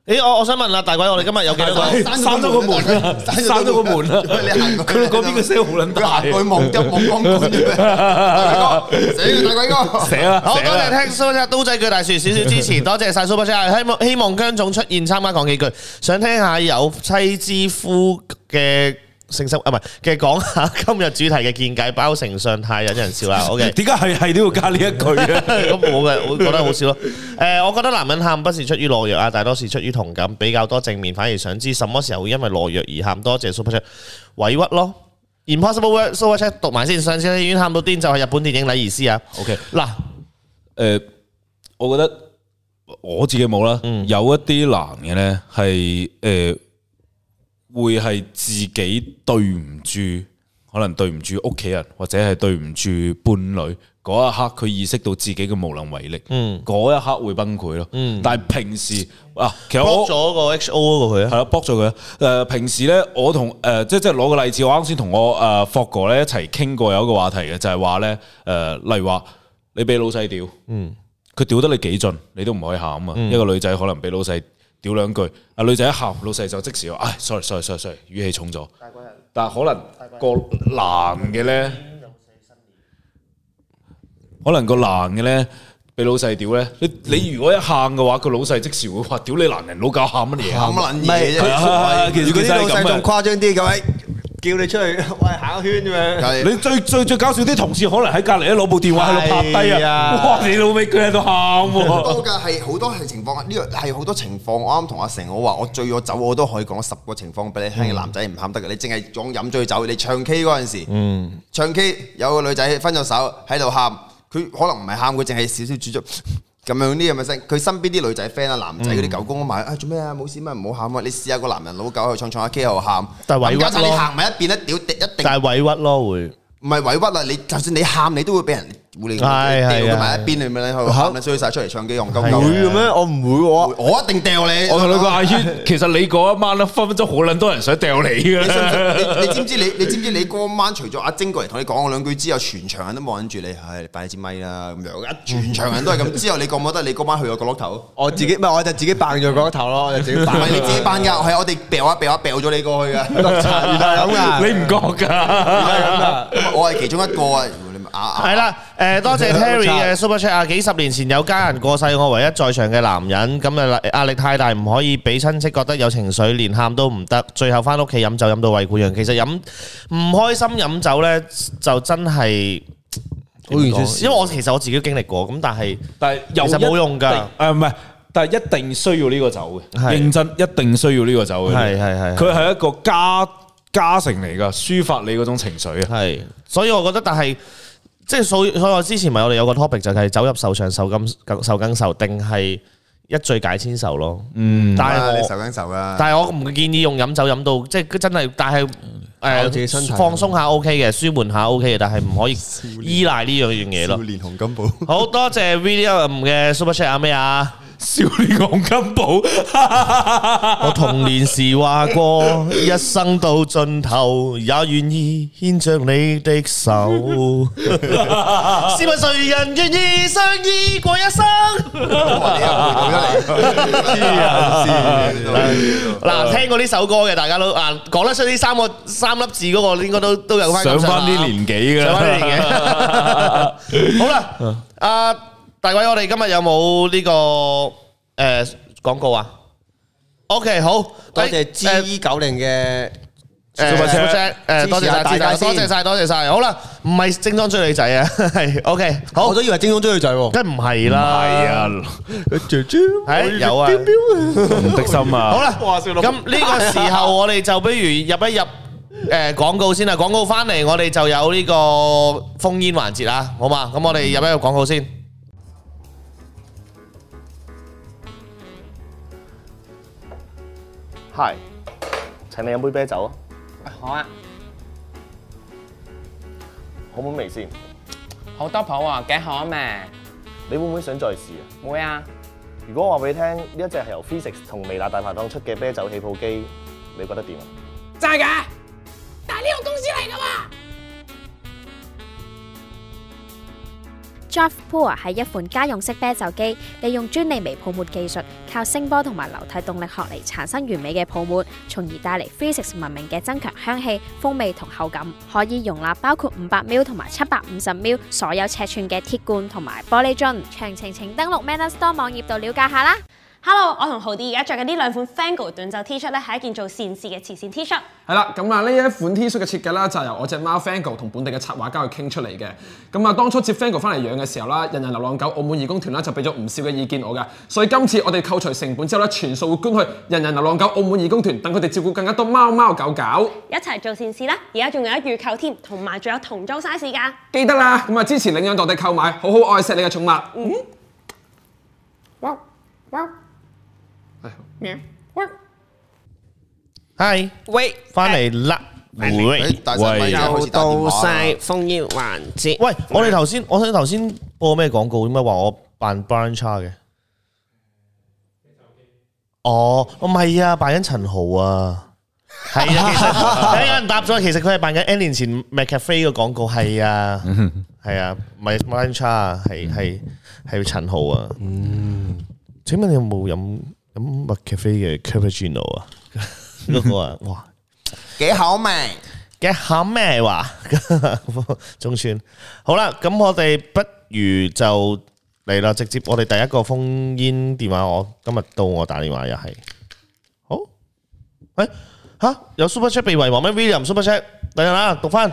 Speaker 1: 咦我我想問啦，大鬼我哋今日有幾多個？
Speaker 3: 閂咗個門啦，閂咗個門啦。
Speaker 1: [laughs]
Speaker 3: 佢嗰邊嘅聲好撚大，
Speaker 2: 佢望得望光管住咩？大鬼哥，死啦大鬼哥！
Speaker 3: 寫啦，
Speaker 1: 好多
Speaker 3: 寫
Speaker 1: 謝
Speaker 3: 啦。
Speaker 1: 聽 Super Chat 刀仔鋸大樹少少支持，多謝晒 Super Chat，希望希望姜總出現參加講幾句，想聽下有妻之夫嘅性心啊，唔係嘅講下今日主題嘅見解，包成上太引人笑啦。OK，À,
Speaker 3: 點解係係都要加呢 [laughs] 一句啊？
Speaker 1: 咁我嘅我覺得好笑
Speaker 3: [laughs]
Speaker 1: 咯。誒，我覺得男人喊不是出於懦弱啊，大多是出於同感，比較多正面，反而想知什麼時候會因為懦弱而喊。多謝 Super Chat，委屈咯。 Impossible World Super Chat 讀埋先，上次已經喊到癲，就係日本電影禮儀師啊！
Speaker 3: OK，
Speaker 1: 嗱，
Speaker 3: 诶、呃我覺得我自己冇啦，
Speaker 1: 嗯
Speaker 3: 有一啲難嘅咧係诶，會係自己對唔住，可能對唔住屋企人，或者係對唔住伴侶。嗰一刻佢意識到自己嘅無能為力，嗰、
Speaker 1: 嗯
Speaker 3: 一刻會崩潰咯。但係平時啊，其實
Speaker 1: block
Speaker 3: 我
Speaker 1: 咗個 HO 嗰個佢啊
Speaker 3: 系，啦，block 咗佢。诶、平時咧，我同诶、誒即係即係攞個例子，我啱先同我诶霍哥咧一齊傾過有一個話題嘅，就係話咧，诶、例如話你俾老細屌，嗯，佢屌得你幾盡，你都唔可以喊啊。一個女仔可能俾老細屌兩句，啊女仔一喊，老細就即時話：，唉，sorry sorry sorry sorry，語氣重咗。但係可能個男嘅咧，可能個男嘅咧。俾老細屌咧，你你如果一喊嘅話，個老細即時會話：屌你男人老狗喊乜嘢
Speaker 2: 喊
Speaker 3: 喊
Speaker 2: 乜撚
Speaker 4: 唔係
Speaker 2: 嘢
Speaker 3: 佢
Speaker 2: 啫？
Speaker 3: 其實
Speaker 4: 如果啲
Speaker 3: 其實
Speaker 4: 老
Speaker 3: 係咁
Speaker 4: 細
Speaker 3: 嘅
Speaker 4: 仲誇張啲，咁樣叫你出去喂行個圈咁樣。
Speaker 2: 係
Speaker 3: 你最最最搞笑啲同事可能喺隔離咧攞部電話喺度拍低
Speaker 4: 係
Speaker 3: 啊！
Speaker 4: 啊
Speaker 3: 哇！你老味佢喺度喊
Speaker 2: 好
Speaker 3: 喎，
Speaker 2: 多㗎，係好多係情況，啊呢個係好多情況。我啱同阿成我話，我醉咗酒我都可以講十個情況俾你
Speaker 3: 嗯
Speaker 2: 聽，男仔唔喊得嘅。你淨係講飲醉酒，你唱 K 嗰陣
Speaker 4: Ừ.
Speaker 2: 時，唱 K 有個女仔分咗手喺度喊，佢可能唔係喊，佢淨係少少煮咗。 [laughs] 咁樣啲咁嘅聲，佢身邊啲女仔 friend 啊、男仔嗰
Speaker 1: 嗯
Speaker 2: 啲狗公埋，啊做咩啊冇事咩唔好喊啊！你試下個男人老狗喺度唱唱下 K 喺度喊，
Speaker 1: 但係委屈
Speaker 2: 冚家鏟你
Speaker 1: 咯
Speaker 2: 行埋一邊咧，屌一定
Speaker 1: 但係委屈咯會。
Speaker 2: 唔係委屈啦，你就算你喊，你都會俾人會你掉
Speaker 1: 係係
Speaker 2: 佢
Speaker 1: 係
Speaker 2: 埋一邊，你咪喺度喊，你衰晒出嚟唱機戇鳩
Speaker 1: 係啊
Speaker 2: 鳩。
Speaker 4: 會嘅咩？我唔會喎。
Speaker 2: 我我一定掉你。
Speaker 3: 我同你講阿 [laughs] 軒，其實你嗰一晚咧分分鐘好撚多人想掉你
Speaker 2: 你信唔信你你
Speaker 3: 嘅。
Speaker 2: 知唔知你你知唔知你嗰晚除咗阿晶過嚟同你講我兩句之後，全場人都望緊住你，唉，你擺你支咪啦咁樣，一全場人都係咁。之後你覺唔覺得你嗰晚去咗角落 [laughs] 頭？
Speaker 4: 我自己唔係，我就自己扮咗嗰個頭咯，我就自己
Speaker 2: 唔
Speaker 4: 扮。
Speaker 2: 係你自己班㗎，係我哋掉下掉下掉咗你過去啊 [laughs] 㗎。
Speaker 4: 原來咁噶，
Speaker 3: 你唔覺㗎？
Speaker 2: 我係其中一個啊，你咪啊啊！
Speaker 1: 係啦，誒多謝 Terry 嘅 Super Chat 啊！幾十年前有家人過世，我唯一在場嘅男人，咁啊壓力太大，唔可以俾親戚覺得有情緒，連喊都唔得，最後翻屋企飲酒飲到胃潰瘍。其實飲唔開心飲酒呢，就真係
Speaker 4: 好完全
Speaker 1: 因為我其實我自己都經歷過，咁但係
Speaker 3: 但係又
Speaker 1: 其實冇用㗎
Speaker 3: 一定誒唔係，但係一定需要呢個酒嘅，
Speaker 1: 係
Speaker 3: 認真一定需要呢個酒嘅。
Speaker 1: 係係係
Speaker 3: 佢係一個加加成嚟㗎，抒發你嗰種情緒啊。
Speaker 1: 係，所以我覺得但係。即係所以，所以我之前咪我哋有個 topic 就係走入受上受更受更受，定係一醉解千愁咯。嗯，但係
Speaker 2: 啊
Speaker 1: 我
Speaker 2: 你受緊受㗎。
Speaker 1: 但係我唔建議用飲酒飲到，即係真係，但係
Speaker 4: 靠
Speaker 1: 誒
Speaker 4: 自己身體
Speaker 1: 放鬆下 OK 嘅，舒緩下 OK 嘅，但係唔可以依賴呢樣嘢咯。
Speaker 2: 年紅金寶，
Speaker 3: [laughs]
Speaker 1: 好多謝 William 嘅 Super Chat 啊咩啊！
Speaker 3: 少年黃金寶，
Speaker 1: [laughs] 我童年時話
Speaker 3: [laughs]
Speaker 1: 過，一生到盡頭也願意牽着你的
Speaker 3: [laughs]
Speaker 1: 手。試問誰人願意相依過一生？
Speaker 2: 我哋又回到一嚟，
Speaker 3: Ờ,
Speaker 1: 嗱，聽過呢首歌嘅大家都啊，講得出呢三個三粒字嗰個應該都都有翻
Speaker 3: 上翻啲年紀㗎
Speaker 1: 上
Speaker 3: 啦。
Speaker 1: 翻嚟 [laughs] 嘅。
Speaker 3: [laughs]
Speaker 1: 好啦，阿大偉，我哋今日有冇呢個誒廣告啊？OK，好，
Speaker 4: 多謝
Speaker 1: 誒誒
Speaker 4: G 九零嘅，
Speaker 1: 誒
Speaker 3: Super Chat
Speaker 1: Super Chat，誒多謝晒
Speaker 4: 支持下大家
Speaker 1: 支持多謝
Speaker 4: 先
Speaker 1: 晒，多謝晒。好啦，唔係精裝追女仔啊，係 à? [laughs] OK，好
Speaker 4: 我，都以為精忠追女仔喎。
Speaker 1: 梗唔係啦，
Speaker 3: 係啊，
Speaker 4: 姐姐，
Speaker 1: 係有啊。
Speaker 3: 唔的心啊。
Speaker 1: 好啦，咁呢個時候我哋就不如入一入誒廣告先啦。廣告翻嚟，我哋就有呢個烽煙環節啊，好嘛？咁我哋入一入廣告先。
Speaker 9: 嗨，請你飲杯啤酒啊！
Speaker 10: 好啊，
Speaker 9: 好唔好味先？
Speaker 10: 好多鋪喎，幾好啊嘛，
Speaker 9: 你會唔會想再試啊？
Speaker 10: 會啊，
Speaker 9: 如果我話俾你聽，呢一隻係由 Physics 同微辣大排檔出嘅啤酒起泡機，你覺得點啊？
Speaker 10: 真係㗎，但係呢個公司嚟㗎嘛。
Speaker 11: Draft Pour 係一款家用式啤酒機，利用專利微泡沫技術，靠聲波同埋流體動力學嚟產生完美嘅泡沫，從而帶嚟 Physics 文明嘅增強香氣、風味同口感。可以容納包括五百 ml 同埋七百五十 ml 所有尺寸嘅鐵罐同埋玻璃樽。詳情請登錄 Manner Store 網頁度了解下啦。
Speaker 12: Hello，我同豪啲而家着緊呢兩款 Fango 短袖 T 恤咧，係一件做善事嘅慈善 T 恤。
Speaker 13: 係啦，咁啊呢一款 T 恤嘅設計啦，就係由我只貓 Fango 同本地嘅插畫家去傾出嚟嘅。咁啊，當初接 Fango 翻嚟養嘅時候啦，人人流浪狗澳門義工團啦就俾咗唔少嘅意見我㗎，所以今次我哋扣除成本之後咧，全數會捐去人人流浪狗澳門義工團，等佢哋照顧更加多貓貓狗狗。
Speaker 12: 一齊做善事啦！而家仲有得預購添，同埋仲有童裝 size 㗎。
Speaker 13: 記得啦，咁啊支持領養代替購買，好好愛錫你嘅寵物。
Speaker 12: 嗯，哇哇，喵哇！
Speaker 1: 係，
Speaker 14: 喂，
Speaker 1: 翻嚟啦，喂，
Speaker 4: 啊
Speaker 14: 又到晒風衣環節。
Speaker 1: 喂，我哋頭先，我想頭先播咩廣告？點解話我扮 Brian Cha 嘅？哦，唔係啊，扮緊陳豪啊。係 [laughs] 啊，其實有人答咗，其實佢係扮緊 N 年前 McCafe 嘅廣告，係啊，係啊，唔係 Brian Cha 啊，係係係陳豪啊。嗯，請問你有冇飲飲 McCafe 嘅 Cappuccino [laughs] 啊？嗰個啊，哇！
Speaker 2: 幾好味，
Speaker 1: 嘅口咩話？ [laughs] 中村好啦，咁我哋不如就嚟啦，直接我哋第一個封煙電話，我今日到我打電話
Speaker 2: 啊
Speaker 1: 又係好，喂、吓有 super chat 被遺忘咩？William super chat，等陣啦，讀翻。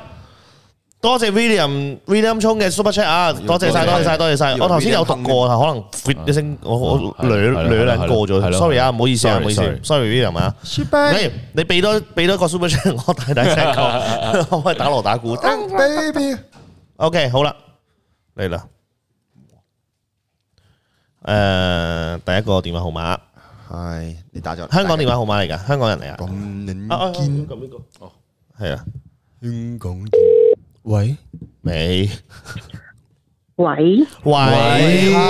Speaker 1: 多謝 William William 聰嘅 super chat 啊，多謝晒，多謝晒，多謝晒。我頭先有讀過，可能 fit 一聲，我我兩兩兩過咗，sorry 啊，唔好意思啊，唔好意思，sorry William 啊。你你俾多俾多個 super [laughs] chat 我大大聲
Speaker 2: [laughs]
Speaker 1: 講，可唔可以打鑼打鼓
Speaker 2: ？Baby，
Speaker 1: ？OK，好啦，嚟啦。À, 誒，第一個電話號碼
Speaker 2: 係你打咗
Speaker 1: 香港電話號碼嚟㗎，香港人嚟啊。
Speaker 2: 咁
Speaker 1: 啊啊！撳呢個哦，係啊。
Speaker 2: 香港
Speaker 1: 喂，未
Speaker 15: 喂
Speaker 1: 喂，
Speaker 2: hello，
Speaker 1: 你
Speaker 2: 你好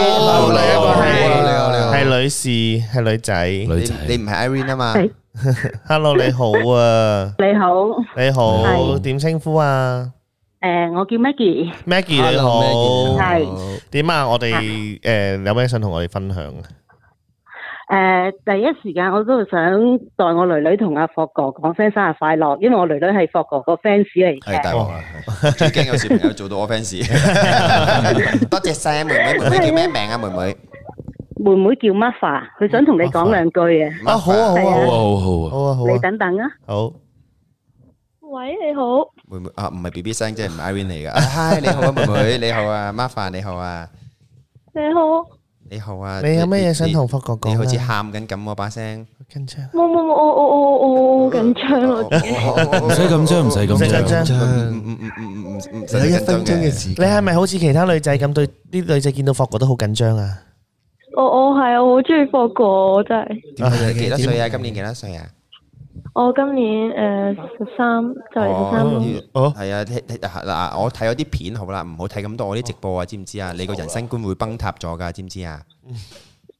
Speaker 1: 你
Speaker 2: 好你好
Speaker 1: 係女士，係女仔，女仔，
Speaker 2: 你唔係 Irene 啊嘛
Speaker 15: 係
Speaker 1: [laughs] Hello，你 ờ. 好啊，
Speaker 15: 你好，
Speaker 1: 你好，
Speaker 15: 係
Speaker 1: 點稱呼啊
Speaker 15: 诶，我叫 Maggie，
Speaker 1: ？Maggie 你好
Speaker 15: Hello，Maggie，你，好係
Speaker 1: 點啊？我哋诶有咩想同我哋分享啊？
Speaker 15: 诶，第一時間我都想代我女女同阿霍哥講聲生日快樂，因為我女女係霍哥個 fans 嚟
Speaker 2: 係大
Speaker 15: 嘅。
Speaker 2: 鑊啦！最驚有小朋友做到我 [laughs] fans。多謝晒啊妹妹，妹妹叫咩名啊？妹妹
Speaker 15: 妹妹叫 Muffa，佢想同你講兩句啊。
Speaker 2: 啊好啊好啊
Speaker 15: 係
Speaker 2: 好啊
Speaker 1: 好啊好啊好
Speaker 15: 你等等啊。
Speaker 1: 好，
Speaker 15: 喂，你好。
Speaker 2: 妹妹啊，唔係 B B 聲啫，唔係 Irene 嚟噶。啊 Hi，你好啊，妹妹，你好啊，Martha，你好啊，
Speaker 15: 你好，
Speaker 2: 你好啊。
Speaker 1: 你有咩嘢想同福哥講啊
Speaker 2: 你好似喊緊咁喎把聲。
Speaker 1: 緊張。
Speaker 15: 冇冇冇，我我我我我好緊張啊！
Speaker 3: 唔使緊張，唔使
Speaker 1: 唔使緊張
Speaker 3: 緊張。
Speaker 2: 有一分
Speaker 1: 鐘嘅時間，你係咪好似其他女仔咁對啲女仔見到霍哥都好緊張 [laughs] 啊？
Speaker 2: 哦
Speaker 15: 我我係我好中意霍哥，我真係。
Speaker 2: 點解你幾多歲啊？
Speaker 1: 點
Speaker 2: 今年幾多歲啊？
Speaker 15: 我今年诶十三，就嚟十三啦。
Speaker 2: 哦，係啊，睇睇嗱，我睇咗啲片好啦，唔好睇咁多我啲直播啊，知唔知啊？你個人生觀會崩塌咗㗎，知唔知啊？
Speaker 15: [laughs]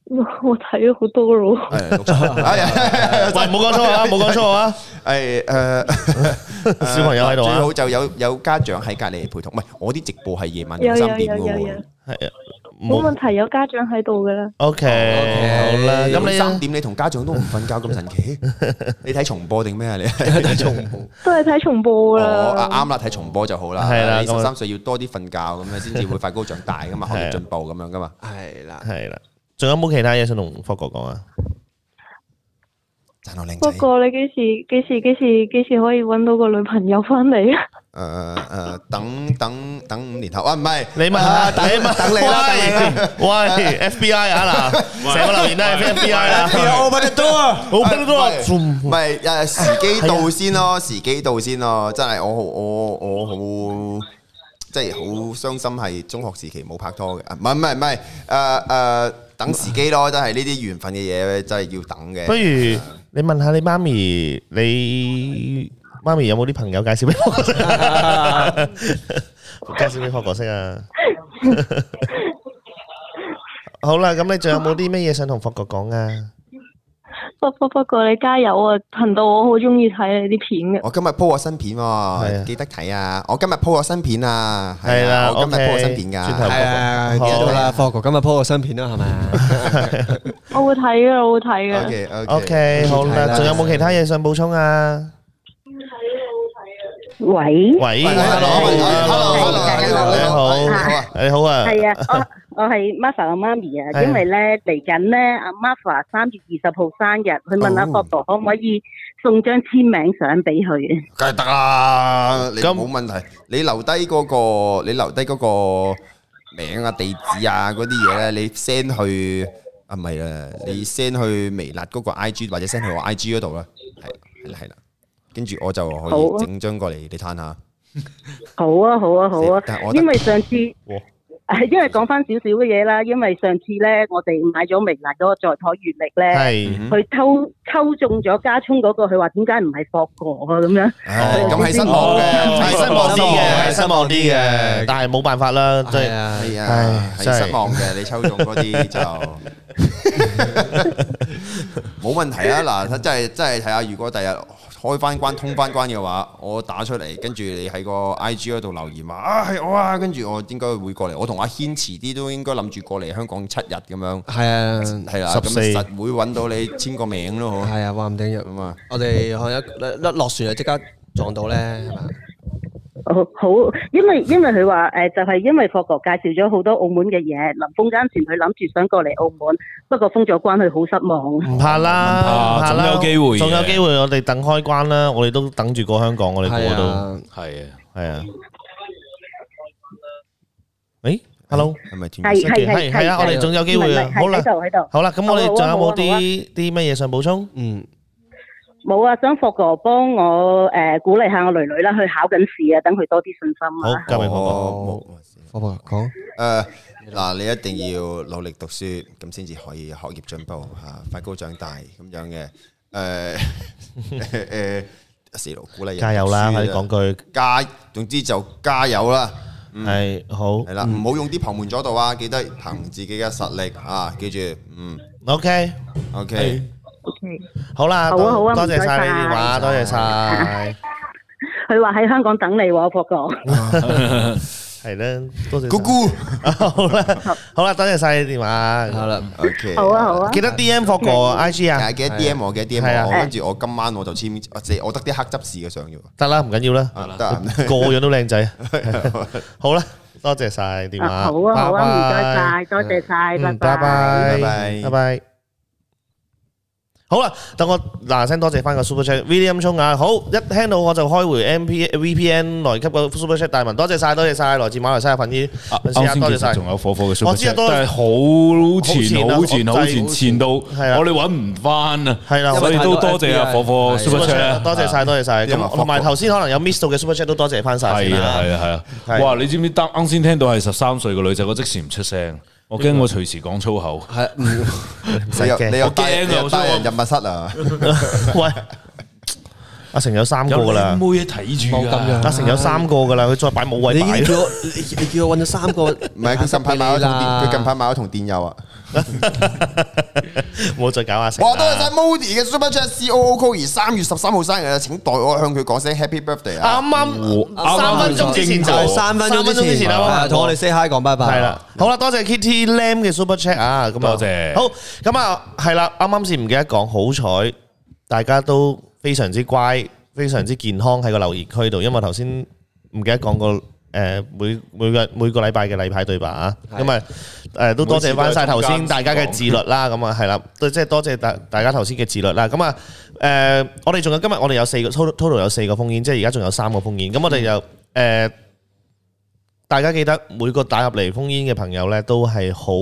Speaker 15: 我睇咗好多咯。
Speaker 1: 喂，
Speaker 2: [laughs]
Speaker 1: 冇講錯啊，冇講錯啊。
Speaker 2: 誒誒，
Speaker 1: 小朋友喺度啊
Speaker 2: 最好就有有家長喺隔離陪同。唔係，我啲直播係夜晚
Speaker 15: 有
Speaker 2: 兩
Speaker 15: 有
Speaker 2: 三點
Speaker 15: 有
Speaker 2: 嘅
Speaker 15: 有有
Speaker 2: 喎。，
Speaker 1: 係啊，
Speaker 15: 冇問題，有家長喺度噶啦。
Speaker 1: O K，好啦，咁
Speaker 2: 哦
Speaker 1: 你
Speaker 2: 三點你同家長都唔瞓覺咁神
Speaker 1: [laughs]
Speaker 2: 奇？你睇重播定咩啊？你睇重播？
Speaker 15: 都係睇重播
Speaker 2: [laughs] 哦，
Speaker 15: 啦。
Speaker 2: 啱啦，睇重播就好啦。
Speaker 1: 係啦
Speaker 2: 你
Speaker 1: 咁啊啊
Speaker 2: 十三歲要多啲瞓覺咁樣先至會快高長大
Speaker 1: [laughs]
Speaker 2: 噶嘛，學業進步咁樣噶嘛。
Speaker 4: 係啦，
Speaker 1: 係啦，仲有冇其他嘢想同福哥講啊？
Speaker 2: 讚我靚
Speaker 15: 不
Speaker 2: 仔。
Speaker 15: 過你幾時幾時幾時幾時可以揾到個女朋友翻嚟啊？
Speaker 2: 誒誒，呃等等等五年後啊，唔係
Speaker 1: 你問
Speaker 2: 啊
Speaker 1: 下，
Speaker 2: 等
Speaker 1: 你問
Speaker 2: 等你啦，等你啦。
Speaker 1: 喂，FBI 啊嗱，成個留言都係 FBI 啦。
Speaker 2: Open the door，open
Speaker 1: the door，
Speaker 2: 唔係誒時機
Speaker 1: 啊
Speaker 2: 到先咯，時機到先咯，真係我好我我好即係好傷心，係中學時期冇拍拖嘅，啊唔係唔係唔係誒誒等時機咯，真係呢啲緣分嘅嘢真係要等嘅。
Speaker 1: 不如你問下你媽咪，你媽咪有冇啲朋友介紹俾我？ [laughs] 介紹俾我角色啊！ [laughs] 好啦，咁你仲有冇啲咩嘢想同霍哥講啊？
Speaker 15: 不不不過你加油啊！頻道我好中意睇你啲片嘅。
Speaker 2: 我今日 po 個新片喎，記得睇啊！我今日 po 個新片啊，
Speaker 1: 係啦
Speaker 2: 我今日 po 個
Speaker 1: OK，
Speaker 2: 新片㗎，
Speaker 1: 轉頭
Speaker 4: 係啊，見到啦，霍哥今日 po 個新片啦，
Speaker 2: [laughs]
Speaker 4: 係咪啊？
Speaker 15: 我會睇嘅，我會睇嘅。
Speaker 2: OK
Speaker 1: OK，好
Speaker 4: 係
Speaker 1: 啦，
Speaker 4: 啦
Speaker 1: 仲有冇其他嘢想補充啊？
Speaker 15: 喂
Speaker 1: 喂
Speaker 2: 喂，hello，hello，hello，
Speaker 1: 你好，
Speaker 2: 好啊。
Speaker 1: 你好啊。
Speaker 15: 系啊，我我系 Martha 嘅媽咪啊，
Speaker 1: 係
Speaker 15: 因為咧嚟緊咧，阿 Martha 三月二十號生日，佢問阿
Speaker 2: 哦
Speaker 15: 博博可唔可以送張簽名相俾佢？
Speaker 2: 梗係得啦，你冇問題。你留低嗰、個，你留低嗰個名啊、地址啊嗰啲嘢咧，你 send 去啊，唔係啦，你 send 去微辣嗰個 I G 或者 send 去我 I G 嗰度啦。係係啦係啦，跟住我就可
Speaker 15: 好啊
Speaker 2: 以整張過嚟你攤下。
Speaker 15: 好啊，好啊，好啊
Speaker 2: 但係我，覺得
Speaker 15: 因為上次。 [laughs] 係因為講翻少少嘅嘢啦，因為上次咧，我哋買咗微辣嗰個在台月曆咧，
Speaker 2: 係
Speaker 15: 佢抽抽中咗加葱嗰、個，佢話點解唔係霍哥啊咁樣？
Speaker 2: 唉咁係失望嘅，係失望啲嘅，係失望啲嘅。
Speaker 1: 但係冇辦法啦，真係。
Speaker 2: 係啊
Speaker 1: 唉，，真係。
Speaker 2: 係失望嘅。你抽中嗰啲就
Speaker 1: [laughs]
Speaker 2: 冇問題啊！嗱，真係真係睇下，如果第日開翻關、通翻關嘅話，我打出嚟，跟住你喺個 I G 嗰度留言話啊係我啊，跟住我應該會過嚟。我同阿軒遲啲都應該諗住過嚟香港七日咁樣。
Speaker 4: 係啊，
Speaker 2: 係啦，咁
Speaker 4: 14
Speaker 2: 實會揾到你簽個名咯，好。
Speaker 4: 係啊，話唔定入
Speaker 2: 啊。
Speaker 4: 我哋可能一一一落船就即刻撞到咧，係嘛？
Speaker 15: 好好，因為因為佢話誒，就係、因為霍哥介紹咗好多澳門嘅嘢，臨封關前佢諗住想過嚟澳門，不過封咗關佢好失望。 [laughs]
Speaker 1: 唔怕啦，
Speaker 2: Ờ,
Speaker 3: 唔怕，
Speaker 1: 唔怕啦。
Speaker 3: 總有機會嘅。
Speaker 1: 總有機會，我哋等開關啦，我哋都等住過香港，我
Speaker 2: à.
Speaker 1: 哋
Speaker 3: 係啊，
Speaker 1: 個個都。
Speaker 3: 係啊。
Speaker 1: 係啊。咦？Hello？
Speaker 15: 係係係
Speaker 1: 係，係啊，我哋總有機會啊。
Speaker 15: 係係
Speaker 1: 好啦，
Speaker 15: 喺度喺度。
Speaker 1: 好啦，咁我哋
Speaker 15: 好啊
Speaker 1: 仲有冇
Speaker 15: 好啊好啊
Speaker 1: 啲-啲乜嘢想補充？
Speaker 15: 冇啊，想霍哥幫我誒、鼓勵下我女女啦，佢考緊試啊，等佢多啲信心啊。
Speaker 2: 我
Speaker 4: 我話講
Speaker 2: 誒嗱，你一定要努力讀書，咁先至可以學業進步嚇，快高長大咁樣嘅。 [laughs] 誒誒，四六鼓勵人
Speaker 1: 加油啦
Speaker 2: 讀書
Speaker 1: 快啲講句
Speaker 2: 加，總之就加油啦。
Speaker 1: 係好
Speaker 2: 係啦，唔好用啲旁門左道啊！記得憑自己嘅實力啊！記住，嗯
Speaker 1: OK
Speaker 2: OK，
Speaker 1: 好啦，
Speaker 15: 好啊，
Speaker 1: 多-
Speaker 15: 好啊，
Speaker 1: 多謝
Speaker 15: 唔該
Speaker 1: 晒
Speaker 15: 晒。
Speaker 1: 你電話，多謝晒。
Speaker 15: 佢話喺香港等你喎、霍哥。
Speaker 1: 係啦，多謝晒。 [laughs] 好啦，好啦，多謝晒你電話。
Speaker 2: OK，Dạ,
Speaker 15: 好啊好啊
Speaker 1: 記得 DM 霍哥 IG 啊
Speaker 2: 係記得 DM 我，記得
Speaker 1: 係
Speaker 2: DM
Speaker 1: 啊
Speaker 2: 我，跟住我今晚我就簽，我只我得啲黑執事嘅相要。
Speaker 1: 得啦，唔緊要啦。
Speaker 2: 得啊。
Speaker 3: [laughs]
Speaker 1: 個樣都靚仔。好啦，多謝晒電話，
Speaker 15: 啊好啊好啊，唔
Speaker 1: 拜拜。
Speaker 15: 該晒，多謝晒，拜
Speaker 1: 嗯，拜拜，拜拜。好啦，等我嗱嗱聲多謝返個super chat，William Chung啊，好，一聽到我就開回 MP VPN 來給個super chat，大文，多謝晒，多謝晒，來自馬來西亞粉絲，粉絲啊，多謝晒。
Speaker 3: 啱先其實仲有火火嘅super
Speaker 1: 我知啊，
Speaker 3: chat，
Speaker 1: 多謝。
Speaker 3: 但係好前、
Speaker 1: 好前啊，
Speaker 3: 好前、
Speaker 1: 好滯，
Speaker 3: 好前，前到
Speaker 1: 係啊。
Speaker 3: 我哋搵唔返啊。
Speaker 1: 係啦，
Speaker 3: 所以都
Speaker 1: 因為太多
Speaker 3: 多謝啊，
Speaker 1: FB 啊，
Speaker 3: 火火
Speaker 1: super
Speaker 3: super
Speaker 1: chat啊，
Speaker 3: chat啊。
Speaker 1: 多謝晒，多謝晒，咁，
Speaker 3: 因為火火。
Speaker 1: 同埋頭先可能有miss到嘅super chat都多謝返晒
Speaker 3: 係
Speaker 1: 先啦。
Speaker 3: 啊係啊係啊！哇！你知唔知啱啱先聽到係十三歲嘅女仔，我即時唔出聲，我驚我隨時講粗口。
Speaker 4: 係，
Speaker 2: 嗯
Speaker 1: [laughs]
Speaker 2: 你又你又
Speaker 3: 我
Speaker 2: 帶
Speaker 3: 驚
Speaker 2: 你
Speaker 3: 啊！
Speaker 2: 又
Speaker 3: 我啊想
Speaker 2: 帶人
Speaker 3: 講
Speaker 2: 入密室
Speaker 1: [laughs]
Speaker 2: 啊！
Speaker 1: 喂，阿成有三個㗎啦。
Speaker 3: 有靚妹睇住啊㗎，
Speaker 1: 阿成有三個㗎啦，佢再擺冇位
Speaker 4: 你已經
Speaker 1: 擺啦。
Speaker 4: 叫我，你你叫我揾咗三個，唔
Speaker 2: 唔係佢近排買咗同電，佢近排買咗同電友啊！
Speaker 1: [laughs] 唔好再搞阿成
Speaker 2: 哇！
Speaker 1: 啦。
Speaker 2: 多謝晒 Modi 嘅 Super Chat C O O Cody 三月十三號生日啊！請代我向佢講聲 Happy Birthday 啊！
Speaker 1: 啱啱
Speaker 2: 啱啱
Speaker 1: 三分鐘之前就-
Speaker 2: 就係
Speaker 4: 三分鐘之前
Speaker 1: 三分鐘之前啊，
Speaker 4: 啊，同我哋 say hi 講拜拜。
Speaker 1: 係啦，好啦，多謝 Kitty Lam 嘅 Super Chat 啊，咁啊，
Speaker 3: 多謝
Speaker 1: 好，咁啊，係啦，啱啱先唔記得講，好彩大家都非常之乖，非常之健康喺個留言區度，因為頭先唔記得講過。誒每每個每個禮拜嘅例牌對白啊，
Speaker 3: 係
Speaker 1: 咁啊誒都多謝翻晒頭
Speaker 3: 每
Speaker 1: 先
Speaker 3: 次都係中間
Speaker 1: 大家嘅
Speaker 3: 講
Speaker 1: 自律啦，咁啊係啦，都即係多謝大大家頭先嘅自律啦，咁啊誒我哋仲有今日我哋有四個 total total 有四個封煙，即係而家仲有三個封煙，咁我哋就誒。大家記得每個打入嚟封煙嘅朋友呢，都係好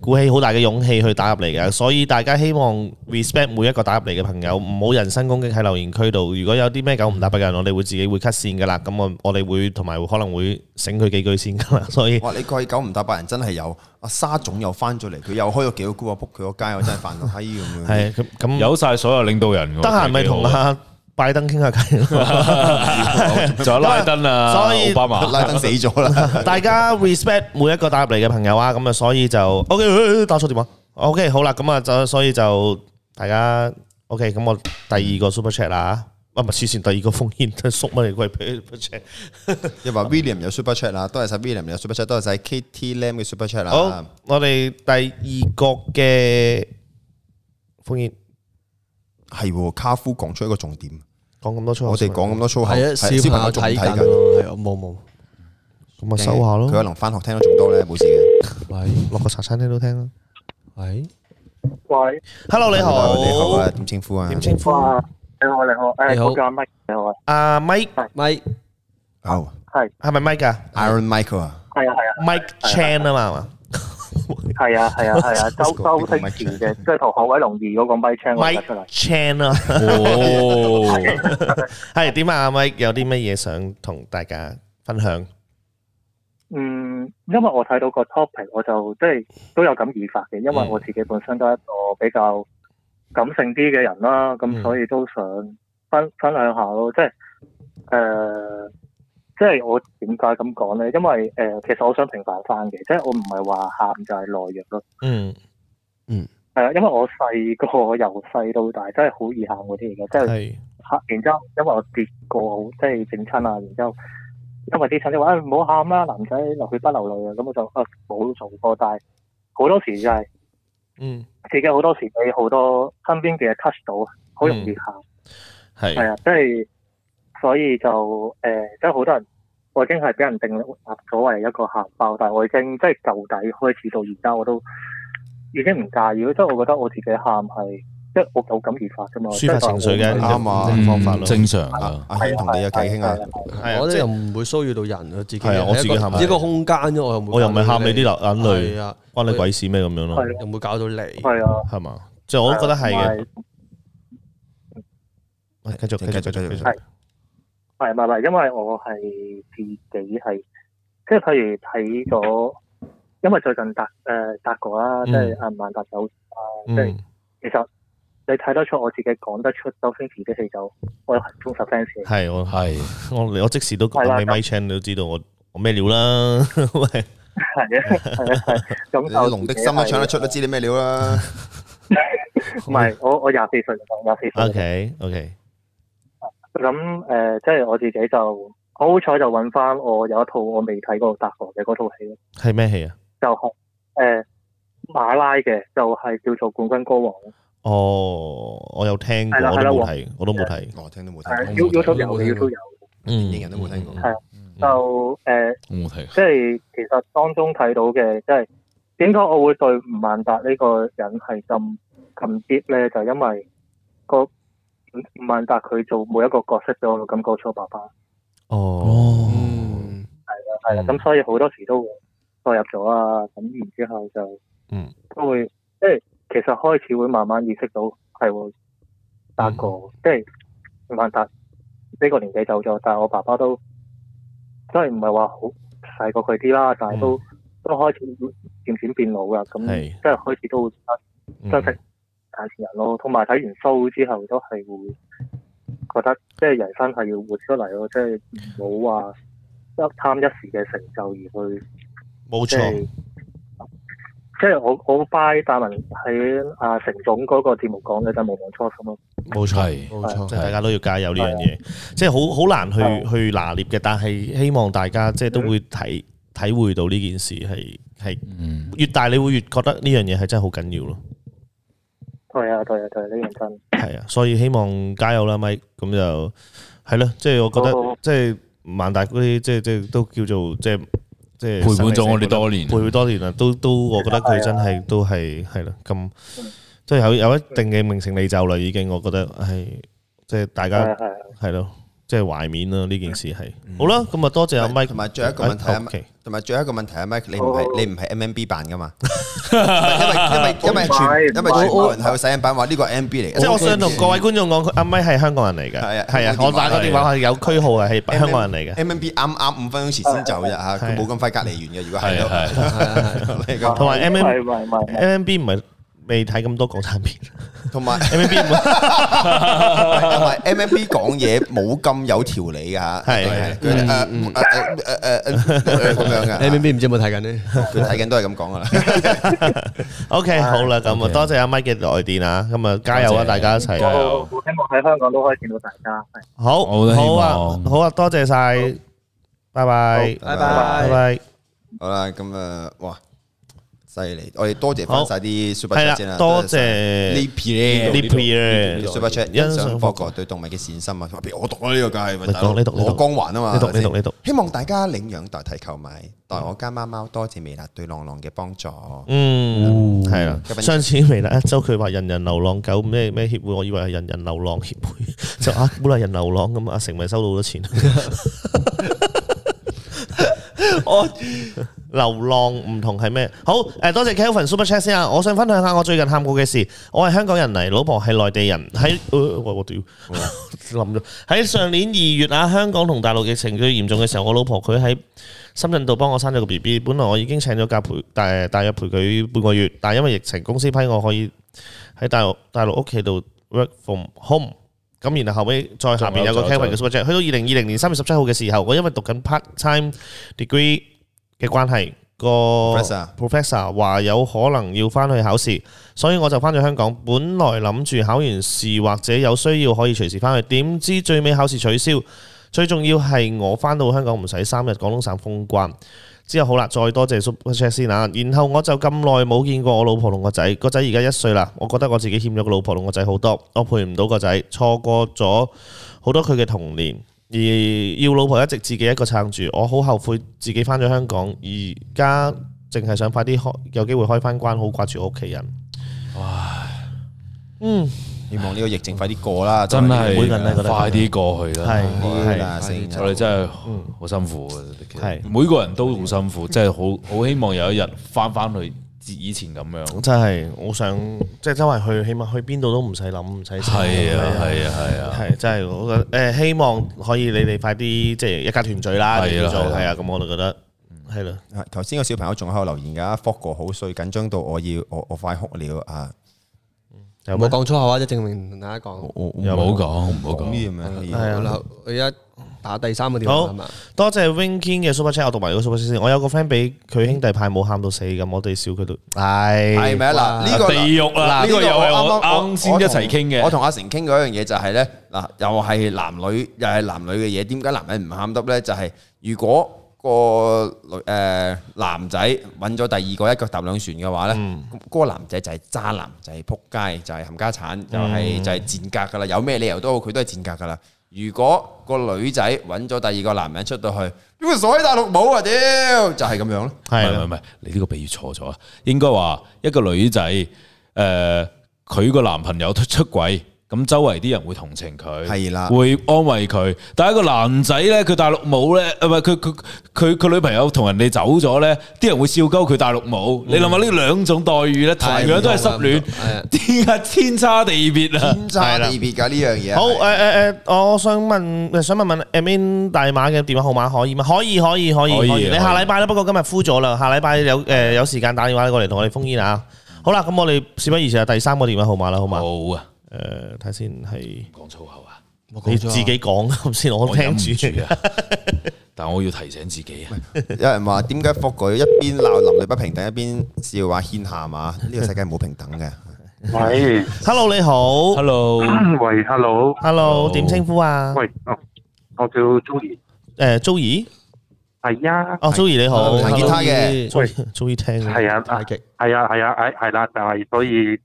Speaker 1: 鼓起好大嘅勇氣去打入嚟嘅，所以大家希望 respect 每一個打入嚟嘅朋友，唔好人身攻擊喺留言區度。如果有啲咩九唔搭八嘅人，我哋會自己會 cut 線噶啦。咁我我哋會同埋可能會醒佢幾句先噶啦。所以
Speaker 2: 嗯哇！你過去九唔搭八人真係有阿沙總又翻咗嚟，佢又開咗幾個高啊，book 佢個街，我真係煩到閪
Speaker 1: [laughs]
Speaker 2: 咁樣。
Speaker 1: 係咁咁
Speaker 3: 有晒所有領導人㗎喎。
Speaker 1: 得閒咪
Speaker 3: 幾好
Speaker 1: 同阿拜登傾下偈。
Speaker 3: 仲有拉
Speaker 2: [laughs]
Speaker 3: 登啊，
Speaker 1: 所以
Speaker 3: 奧巴馬
Speaker 2: 拉登死咗啦。
Speaker 1: 大家 respect 每一個打入嚟嘅朋友啊，咁啊，所以就 OK，哎打錯電話。OK，好啦，咁啊，就所以就大家 OK，咁我第二個 super chat 啦嚇，啊唔係黐線，第二個封煙都縮乜嚟鬼 super chat。
Speaker 2: 又話 William 有 Super Chat 啦，多謝晒 William 有 Super Chat，多謝晒 KT Lam 嘅 Super Chat
Speaker 1: 好
Speaker 2: 啦。，
Speaker 1: 我哋第二個嘅封煙
Speaker 2: 係喎，卡夫講出一個重點，
Speaker 1: 講咁多粗口，
Speaker 2: 我哋講咁多粗口，
Speaker 4: 係啊，
Speaker 2: 係
Speaker 4: 小朋友
Speaker 2: 仲
Speaker 4: 睇緊
Speaker 2: 緊
Speaker 4: 咯，係啊，冇冇。
Speaker 1: 咁咪收下咯。
Speaker 2: 佢可能翻學聽得仲多咧，冇事嘅。
Speaker 1: 喂，落個茶餐廳都聽啦。
Speaker 4: 喂
Speaker 16: 喂
Speaker 1: ，Hello，你好，
Speaker 2: 你好啊，點稱呼啊？點
Speaker 1: 稱呼？
Speaker 16: 你好，你好，誒，
Speaker 1: 你好
Speaker 16: 我叫阿 Mike，你好啊，
Speaker 1: 阿 À, Mike，
Speaker 4: Mike，
Speaker 2: 哦，
Speaker 16: 係
Speaker 1: 係咪 Mike 啊
Speaker 2: ？Iron Michael à? 啊
Speaker 16: 係啊，係啊
Speaker 1: ，Mike Chan 啊嘛，係嘛
Speaker 16: 係啊，係啊，係啊，周周星馳嘅，即係同何偉龍二嗰個 Mike Chang 嗰個出嚟。
Speaker 1: ？Mike Chan à? 啊， [laughs]
Speaker 3: 哦，
Speaker 1: 係點啊？阿 Mike 有啲乜嘢想同大家分享？
Speaker 16: 嗯，因為我睇到個 topic，我就即係都有感而發嘅，因為我自己本身都係一個比較感性啲嘅人啦，咁所以都想分分享下咯，即係誒、呃即係我點解咁講咧？因為誒、呃其實我想平反翻嘅，即係我唔係話喊就係內弱咯，
Speaker 1: 嗯
Speaker 16: 係啊，因為我細個由細到大真係好易喊嗰啲嚟嘅，即係嚇，然之後因為我跌過，好即係整親啊，然之後因為啲親戚話啊唔好喊啦，男仔流血不流淚啊，咁我就啊冇做過，但係好多時就係、
Speaker 1: 嗯，
Speaker 16: 自己好多時俾好多身邊嘅人 touch 到，好容易喊，
Speaker 1: 嗯係
Speaker 16: 係啊，即係所以就誒、呃即係好多人。我已經係俾人定立咗為一個喊爆，但係我已經即係舊底開始到而家，我都已經唔介意咯。即係我覺得我自己喊係，即係我有感而發啫嘛。
Speaker 1: 抒發情緒嘅
Speaker 2: 啱啊
Speaker 16: 嗯
Speaker 1: 一種方法咯，
Speaker 3: 正常啊。
Speaker 2: 阿軒同你有偈傾啊？
Speaker 1: 係啊
Speaker 4: 我
Speaker 1: 即
Speaker 4: 哋
Speaker 1: 係
Speaker 4: 又唔會騷擾到人啊，自己
Speaker 1: 係啊我自己喊
Speaker 4: 一個一個空間啫，我又唔會
Speaker 1: 我又唔係喊你啲流眼
Speaker 4: 係啊
Speaker 1: 淚，關你鬼事咩咁樣咯？
Speaker 4: 又唔會搞到你，
Speaker 16: 係啊，
Speaker 1: 係嘛？即係我都覺得係嘅。喂繼續，繼續，繼續，繼續。
Speaker 16: 係係唔係唔係，因為我係自己係，即係譬如睇咗，因為最近達誒達哥啦，
Speaker 6: 嗯
Speaker 16: 即係阿萬達有啊，即係其實你睇得出我自己講得出周星馳啲戲就，我係忠實 fans 嚟嘅。
Speaker 1: 係我係我我即時都
Speaker 16: 係啦
Speaker 1: 講俾 Mike Chan 都知道我我咩料啦。喂，
Speaker 2: [laughs]
Speaker 16: 係啊係啊係啊，咁
Speaker 2: 你
Speaker 16: 就
Speaker 2: 龍的心都唱得出，都知你咩料啦。
Speaker 16: 唔係我我廿四歲就廿四歲。
Speaker 1: [laughs] OK OK，
Speaker 16: 咁誒、呃即係我自己就我好彩就揾翻我有一套我未睇過達哥嘅嗰套戲咯，
Speaker 1: 係咩戲啊？
Speaker 16: 就係、誒、馬拉嘅，就係、叫做《冠軍歌王》咯。
Speaker 1: 哦，我有聽過，
Speaker 16: 係啦
Speaker 1: 我都
Speaker 16: 係
Speaker 1: 冇
Speaker 16: 啦
Speaker 1: 睇，我都冇睇。
Speaker 2: 我聽都冇
Speaker 16: 係 You YouTube 有嘅 YouTube 有，
Speaker 1: 嗯，
Speaker 2: 影人都冇聽過。
Speaker 16: 係啊，就誒，
Speaker 3: 冇睇。
Speaker 16: 即係其實當中睇到嘅，即係點解我會對吳萬達呢個人係咁咁 deep 咧？就因為個吳吳萬達佢做每一個角色俾我感覺出爸爸。
Speaker 1: 哦，
Speaker 7: 啊
Speaker 16: 係啦，
Speaker 7: 嗯
Speaker 16: 咁所以好多時都會代入咗啊，咁然之後就
Speaker 1: 嗯
Speaker 16: 都會即係其實開始會慢慢意識到係會達哥，即係吳孟達呢個年紀走咗，但係我爸爸都雖然唔係話好細過佢啲啦，但係都、都開始漸漸變老啦，咁
Speaker 1: 係
Speaker 16: 即係開始都會珍惜眼前人咯，同埋睇完 show 之後都係會覺得即係人生係要活出嚟咯，即係唔好話一貪一時嘅成就而去。
Speaker 1: 冇
Speaker 16: 即係
Speaker 1: 錯，
Speaker 16: 即係我我 buy 大文喺阿成總嗰個節目講嘅就係無忘初心咯。
Speaker 1: 冇錯，冇錯，即係大家都要加油呢樣嘢，即係嗯好好難去去拿捏嘅，但係希望大家即係都會體體會到呢件事係係越大，你會越覺得呢樣嘢係真係好緊要咯。
Speaker 16: 係啊，對啊，對啊，呢樣真。
Speaker 1: 系啊，所以希望加油啦，咪咁就係咯，即係我覺得
Speaker 16: 好
Speaker 1: 即係萬達嗰啲，即係即係都叫做即係即係
Speaker 3: 陪伴咗我哋多年
Speaker 1: 啊陪伴多年啦，啊都都我覺得佢真係都係係啦，咁即係有有一定嘅名成利就啦，已經我覺得係即係大
Speaker 2: 係
Speaker 1: 家
Speaker 2: 啊係啊
Speaker 1: 係咯，即係懷緬啦呢件事係
Speaker 2: 嗯
Speaker 1: 好啦，咁啊多謝阿 Mike，
Speaker 2: 同埋最後一個問題啊
Speaker 1: 哎，OK
Speaker 2: 同埋最後一個問題啊，Mike，你唔
Speaker 1: 好
Speaker 2: 係你唔係 MMB 版
Speaker 1: [laughs]
Speaker 2: 噶嘛？因為因為因為全因為全部人喺度洗印版話呢個 MB 嚟嘅，
Speaker 1: 即係我想同各位觀眾講，佢阿咪係香港人嚟嘅，係啊，我打個電話係有區號係係香港人嚟嘅。
Speaker 2: MMB 啱啱五分鐘前先走啫嚇，佢冇咁快隔離完嘅。如果係都 [laughs]
Speaker 3: 係
Speaker 2: 係係
Speaker 1: 同埋 M M
Speaker 2: 係
Speaker 1: M M B 唔係未睇咁多港產片，
Speaker 2: 同埋
Speaker 1: M M B 唔
Speaker 2: 同埋 MMB 講嘢冇咁有條理㗎嚇，
Speaker 1: 係
Speaker 2: 係佢誒誒誒誒誒咁樣㗎。
Speaker 4: 你邊邊唔知有冇睇緊呢？
Speaker 2: 佢睇緊都係咁講㗎啦。
Speaker 1: OK 好啦，咁啊多謝阿 Mike 嘅來電啊，咁啊加油啊，大家一齊加油，
Speaker 16: 我希望喺香港都可以見到大家。係
Speaker 1: 好好啊好啊，多謝晒，拜拜，
Speaker 2: 好拜拜
Speaker 1: 拜拜。
Speaker 2: 好啦，咁啊，哇！犀利！我哋多謝翻晒啲 super
Speaker 1: 係啦
Speaker 2: chat 先啦，
Speaker 1: 多謝
Speaker 2: 晒呢批咧，
Speaker 1: 呢批咧
Speaker 2: 呢批 super chat
Speaker 1: 欣賞
Speaker 2: 欣賞
Speaker 1: 霍
Speaker 2: 霍哥對動物嘅善心啊！我讀啦呢個梗係，
Speaker 1: 你
Speaker 2: 大佬
Speaker 1: 讀你讀你讀
Speaker 2: 我光環啊嘛，
Speaker 1: 你讀
Speaker 2: 係咪先
Speaker 1: 你讀你讀
Speaker 2: 希望大家領養代替購買，代我家貓貓多謝微辣對浪浪嘅幫助。
Speaker 1: 嗯，系
Speaker 2: 係啦
Speaker 1: 啦。上次微辣一周佢話人人流浪狗咩咩協會，我以為係人人流浪協會， [laughs] 就啊鼓勵人流浪咁阿成咪收到好多錢。 [laughs] 我流浪唔同係咩？好誒，多謝 Kelvin Super Chat 先啊！我想分享下我最近喊過嘅事。我係香港人嚟，老婆係內地人。喺呃我我屌 [laughs] 諗咗喺上年二月啊，香港同大陸疫情最嚴重嘅時候，我老婆佢喺深圳度幫我生咗個 B B。本來我已經請咗假陪大大約陪佢半個月，但係因為疫情，公司批我可以喺大陸大陸屋企度 work from home。咁然後後尾再下面有個
Speaker 3: 仲有
Speaker 1: Kevin 嘅 super chat，去到二零二零年三月十七號嘅時候，我因為讀緊 part time degree 嘅關係，個
Speaker 2: Professor
Speaker 1: professor 話有可能要翻去考試，所以我就翻咗香港。本來諗住考完試或者有需要可以隨時翻去，點知最尾考試取消。最重要係我翻到香港唔使三日，廣東省封關。之後好啦，再多謝 Super Chat 先啊！然後我就咁耐冇見過我老婆同個仔，個仔而家一歲啦。我覺得我自己欠咗個老婆同個仔好多，我陪唔到個仔，錯過咗好多佢嘅童年，而要老婆一直自己一個撐住。我好後悔自己翻咗香港，而家淨係想快啲開有機會開翻關，好掛住我屋企人。嗯，
Speaker 2: 希望呢個疫情快啲過啦，
Speaker 3: 真係
Speaker 2: 每個人都覺得
Speaker 3: 快啲過去啦
Speaker 2: 係
Speaker 3: 係
Speaker 2: 啦，成
Speaker 3: 我哋真係
Speaker 1: 嗯
Speaker 3: 好辛苦嘅，其實每個人都好辛苦，即係好好希望有一日翻翻去以前咁樣。
Speaker 1: 真係我想即係周圍去，起碼去邊度都唔使諗，唔使
Speaker 3: 係啊係啊係啊
Speaker 1: 係真係我覺得誒，希望可以你哋快啲即係一家團聚啦，
Speaker 2: 係啦
Speaker 1: 叫做
Speaker 2: 係啦
Speaker 1: 係啊，咁我就覺得係咯。
Speaker 2: 係啊頭先個小朋友仲喺度留言㗎，霍哥好衰，緊張到我要我我快哭了啊！
Speaker 4: 有嗯冇講粗口啊？即係證明同大家講。
Speaker 3: 唔好講，唔好講
Speaker 2: 呢啲咁樣嘅嘢
Speaker 4: 係啊，嗱我而家打第三個電話係
Speaker 1: 好
Speaker 4: 嘛？
Speaker 1: 多謝 Winkin 嘅 Super Chat，我讀埋個 Super Chat 先。我有個 friend 俾佢兄弟派冇喊到死咁，我哋笑佢都係
Speaker 2: 係咪啊？嗱，呢個
Speaker 3: 地獄啊呢個又係我啱啊先一齊傾嘅
Speaker 2: 我同阿成傾嗰樣嘢就係咧，嗱，又係男女，又係男女嘅嘢。點解男人唔喊得咧？就係如果個女誒男仔揾咗第二個一腳踏兩船嘅話咧，
Speaker 3: 嗯
Speaker 2: 嗰個男仔就係渣男，就係仆街，就係冚家產，就係
Speaker 1: 嗯
Speaker 2: 就係賤格噶啦。有咩理由都好，佢都係賤格噶啦。如果個女仔揾咗第二個男人出到去，點會所喺大陸冇啊？屌，就係咁樣咯。
Speaker 1: 啊
Speaker 3: 係唔係唔係，你呢個比喻錯咗啊！應該話一個女仔，誒、佢個男朋友出出軌，咁周圍啲人會同情佢，
Speaker 2: 係啦
Speaker 3: 會安慰佢。但係一個男仔咧，佢大陸冇咧，啊唔係佢佢佢佢女朋友同人哋走咗咧，啲人會笑鳩佢大陸冇。
Speaker 1: 嗯
Speaker 3: 你諗下呢兩種待遇咧，同樣都係失戀，點解天差地別啊？天
Speaker 2: 差地別㗎呢樣嘢
Speaker 1: 好誒誒誒，我想問，想問問 Amin 大馬嘅電話號碼可以嗎？可以可以可以
Speaker 3: 可以
Speaker 1: 可以。你
Speaker 3: 可以
Speaker 1: 下禮拜啦，不過今日敷咗啦，下禮拜有誒有時間打電話過嚟同我哋封煙啊。好啦，咁我哋事不宜遲啊，第三個電話號碼啦，好嘛？好
Speaker 3: 啊。
Speaker 1: 誒，睇先係
Speaker 3: 講粗口啊！
Speaker 1: 你自己講咁先，我聽住
Speaker 3: 啊。但我要提醒自己啊，
Speaker 2: 有人話點解霍舉一邊鬧男女不平等，一邊笑話天下嘛？呢個世界冇平等嘅。
Speaker 5: 喂
Speaker 1: Hello，你好。
Speaker 3: Hello，
Speaker 5: 喂，hello。
Speaker 1: Hello，點稱呼啊？
Speaker 5: 喂，哦我叫 Joey，
Speaker 1: 誒，Joey。
Speaker 5: 係啊。
Speaker 1: 哦，Joey 你好，
Speaker 5: 彈吉他嘅
Speaker 1: Joey，Joey 聽嘅
Speaker 5: 係啊，係啊，係啊，係係啦，就係所以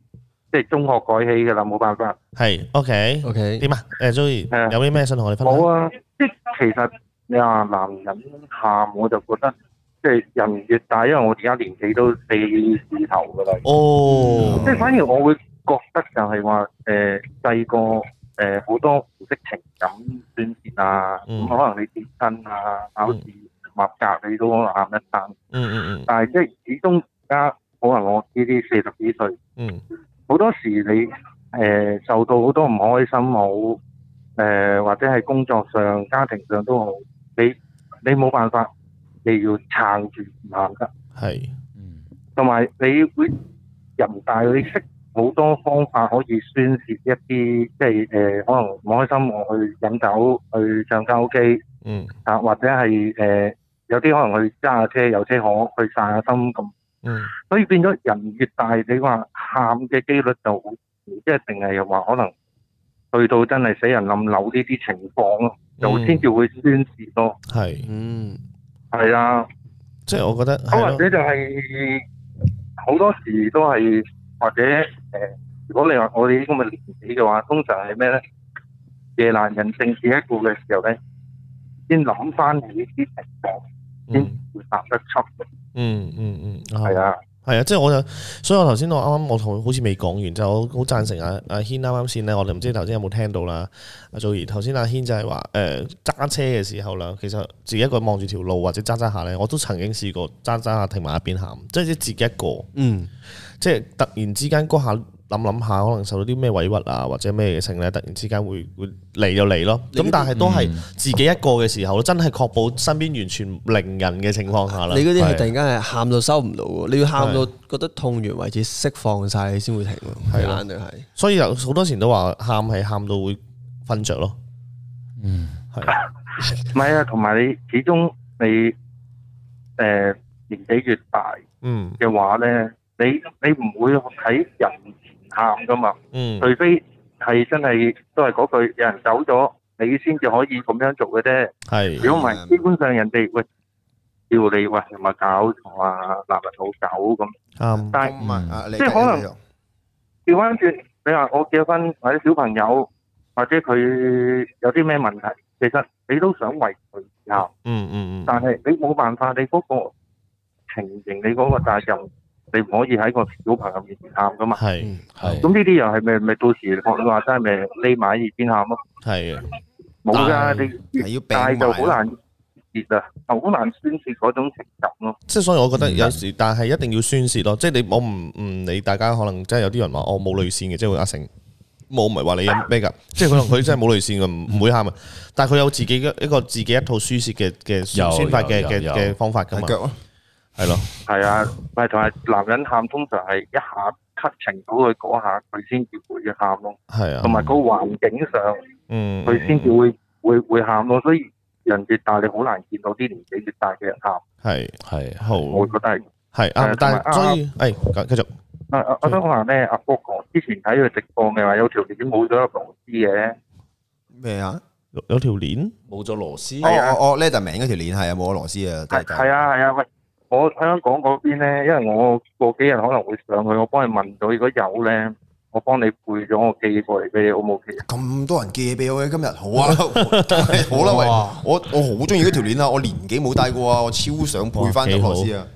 Speaker 5: 即係中學改起㗎啦，冇辦法。
Speaker 1: 係 OK Ờ,
Speaker 4: OK
Speaker 1: 點啊？誒，Joey 有啲咩想同我哋分享？
Speaker 5: 冇啊，即係其實你話男人喊，我就覺得即係人越大，因為我而家年紀都四字頭㗎啦。
Speaker 1: 哦，
Speaker 5: 即係反而我會覺得就係話誒細個誒好多唔識情感宣泄啊，咁、
Speaker 16: 嗯
Speaker 5: 可能你跌親啊、考試合格你都可能喊一餐，
Speaker 1: 嗯嗯
Speaker 5: 但係即係始終而家可能我呢啲四十幾歲，
Speaker 1: 嗯
Speaker 5: 好多時你誒、呃受到好多唔開心好誒、呃或者係工作上、家庭上都好，你你冇辦法，你要撐住唔喊得。
Speaker 1: 係
Speaker 5: 同埋你會人大你識好多方法可以宣泄一啲，即係誒、呃可能唔開心，我去飲酒、去唱卡拉 OK
Speaker 1: 嗯
Speaker 5: 啊，或者係誒、呃有啲可能去揸下車、遊車河去散下心咁。
Speaker 1: 嗯
Speaker 5: 所以變咗人越大，你話喊嘅機率就好，即係定係話可能去到真係死人冧樓呢啲情況咯，就
Speaker 1: 嗯
Speaker 5: 先至會宣泄咯。
Speaker 1: 係
Speaker 4: 嗯，
Speaker 5: 係啊，
Speaker 1: 即係我覺得
Speaker 5: 咁
Speaker 1: 係
Speaker 5: 或
Speaker 1: 咯
Speaker 5: 者就係好多時都係或者誒、呃如果你話我哋呢啲咁嘅年紀嘅話，通常係咩咧？夜難人靜自己一顧嘅時候咧，先諗翻起啲情況，先會答得出。
Speaker 1: 嗯嗯嗯，
Speaker 5: 係啊。
Speaker 1: 系啊，即係我就，所以我頭先我啱啱我同好似未講完，就我好贊成阿阿軒啱啱先咧，我哋唔知頭先有冇聽到啦。阿祖兒頭先阿軒就係話誒揸車嘅時候啦，其實自己一個人望住條路或者揸揸下咧，我都曾經試過揸揸下停埋一邊喊，即係自己一個。
Speaker 4: 嗯，
Speaker 1: 即係突然之間嗰下諗諗下，可能受到啲咩委屈啊，或者咩性咧，突然之間會會嚟就嚟咯。咁但係都係
Speaker 4: 嗯
Speaker 1: 自己一個嘅時候，真係確保身邊完全零人嘅情況下啦。
Speaker 4: 你嗰啲係
Speaker 1: 係
Speaker 4: 突然間係喊到收唔到喎，你要喊到
Speaker 1: 係
Speaker 4: 覺得痛完為止釋放晒，你先會停咯。
Speaker 1: 係啦
Speaker 4: 眼淚係。
Speaker 1: 所以有好多時都話喊係喊到會瞓着咯。嗯，係
Speaker 5: 唔係啊，同埋你始終你誒、呃年紀越大
Speaker 1: 嗯
Speaker 5: 嘅話咧，你你唔會喺人前喊噶嘛。
Speaker 1: 嗯
Speaker 5: 除非係真係都係嗰句，有人走咗，你先至可以咁樣做嘅啫。
Speaker 1: 係
Speaker 5: 如果唔係，基本上人哋喂叫你喂係咪搞錯啊？男人老狗咁。
Speaker 1: 啱。
Speaker 5: 但
Speaker 2: 唔係啊，你
Speaker 5: 即係可能調翻轉，你話我結婚或者小朋友或者佢有啲咩問題，其實你都想為佢而孝，
Speaker 1: 嗯嗯
Speaker 5: 但係你冇辦法，你嗰個情形，你嗰個責任，你唔可以喺個小朋友面前喊噶嘛。
Speaker 1: 係係
Speaker 5: 咁呢啲又係咪咪到時學你話齋咪匿埋喺耳邊喊咯？
Speaker 1: 係嘅，
Speaker 5: 冇
Speaker 1: 但
Speaker 5: 㗎，
Speaker 1: 係
Speaker 5: 你
Speaker 1: 係要
Speaker 5: 越
Speaker 1: 病埋
Speaker 5: 大
Speaker 1: 啊
Speaker 5: 就好難泄啊，好難宣泄嗰種情感咯。
Speaker 1: 即係所以我覺
Speaker 3: 嗯
Speaker 1: 得有時，但係一定要宣泄咯。即係你我唔唔理大家可能即係有啲人話我冇淚腺嘅，即係會阿成。我唔係
Speaker 3: [laughs]
Speaker 1: 話你有咩㗎，即係可能佢真係冇淚腺嘅，唔唔會喊啊。但係佢有自己嘅一個自己一套抒泄嘅嘅
Speaker 3: 有
Speaker 1: 宣發嘅
Speaker 3: 有
Speaker 1: 嘅
Speaker 3: 有
Speaker 1: 嘅方法㗎嘛。係咯，
Speaker 5: 係啊，咪同埋男人喊通常係一下咳情到佢嗰下，佢先至會喊咯。
Speaker 1: 係啊
Speaker 5: 同埋個環境上，
Speaker 1: 嗯，
Speaker 5: 佢先至會會會喊咯。所以人越大，你好難見到啲年紀越大嘅人喊。
Speaker 1: 係係好，
Speaker 5: 我覺得係。
Speaker 1: 嗯係啱
Speaker 5: 誒。
Speaker 1: 但係
Speaker 5: 同埋
Speaker 1: 所以嗯誒，繼繼續
Speaker 5: 啊啊！我想話咧，阿波哥之前睇佢直播咪話有條片冇咗個螺絲嘅，
Speaker 2: 咩啊？
Speaker 1: 有有條鏈
Speaker 3: 冇咗螺絲
Speaker 2: 哦哦哦，Leatherman 嗰條鏈係啊，冇咗螺絲
Speaker 1: [laughs]
Speaker 2: 啊，
Speaker 5: 係係啊係啊，喂！我香港嗰邊咧，因為我過幾日可能會上去，我幫你問到，如果有咧，我幫你背咗，我寄過嚟俾你，O 唔 O K？啊
Speaker 2: 咁多人寄嘢俾我嘅今日，好啊，好啦喂，我我好中意嗰條鏈啊，我年幾冇戴過啊，我超想配翻咗螺絲啊，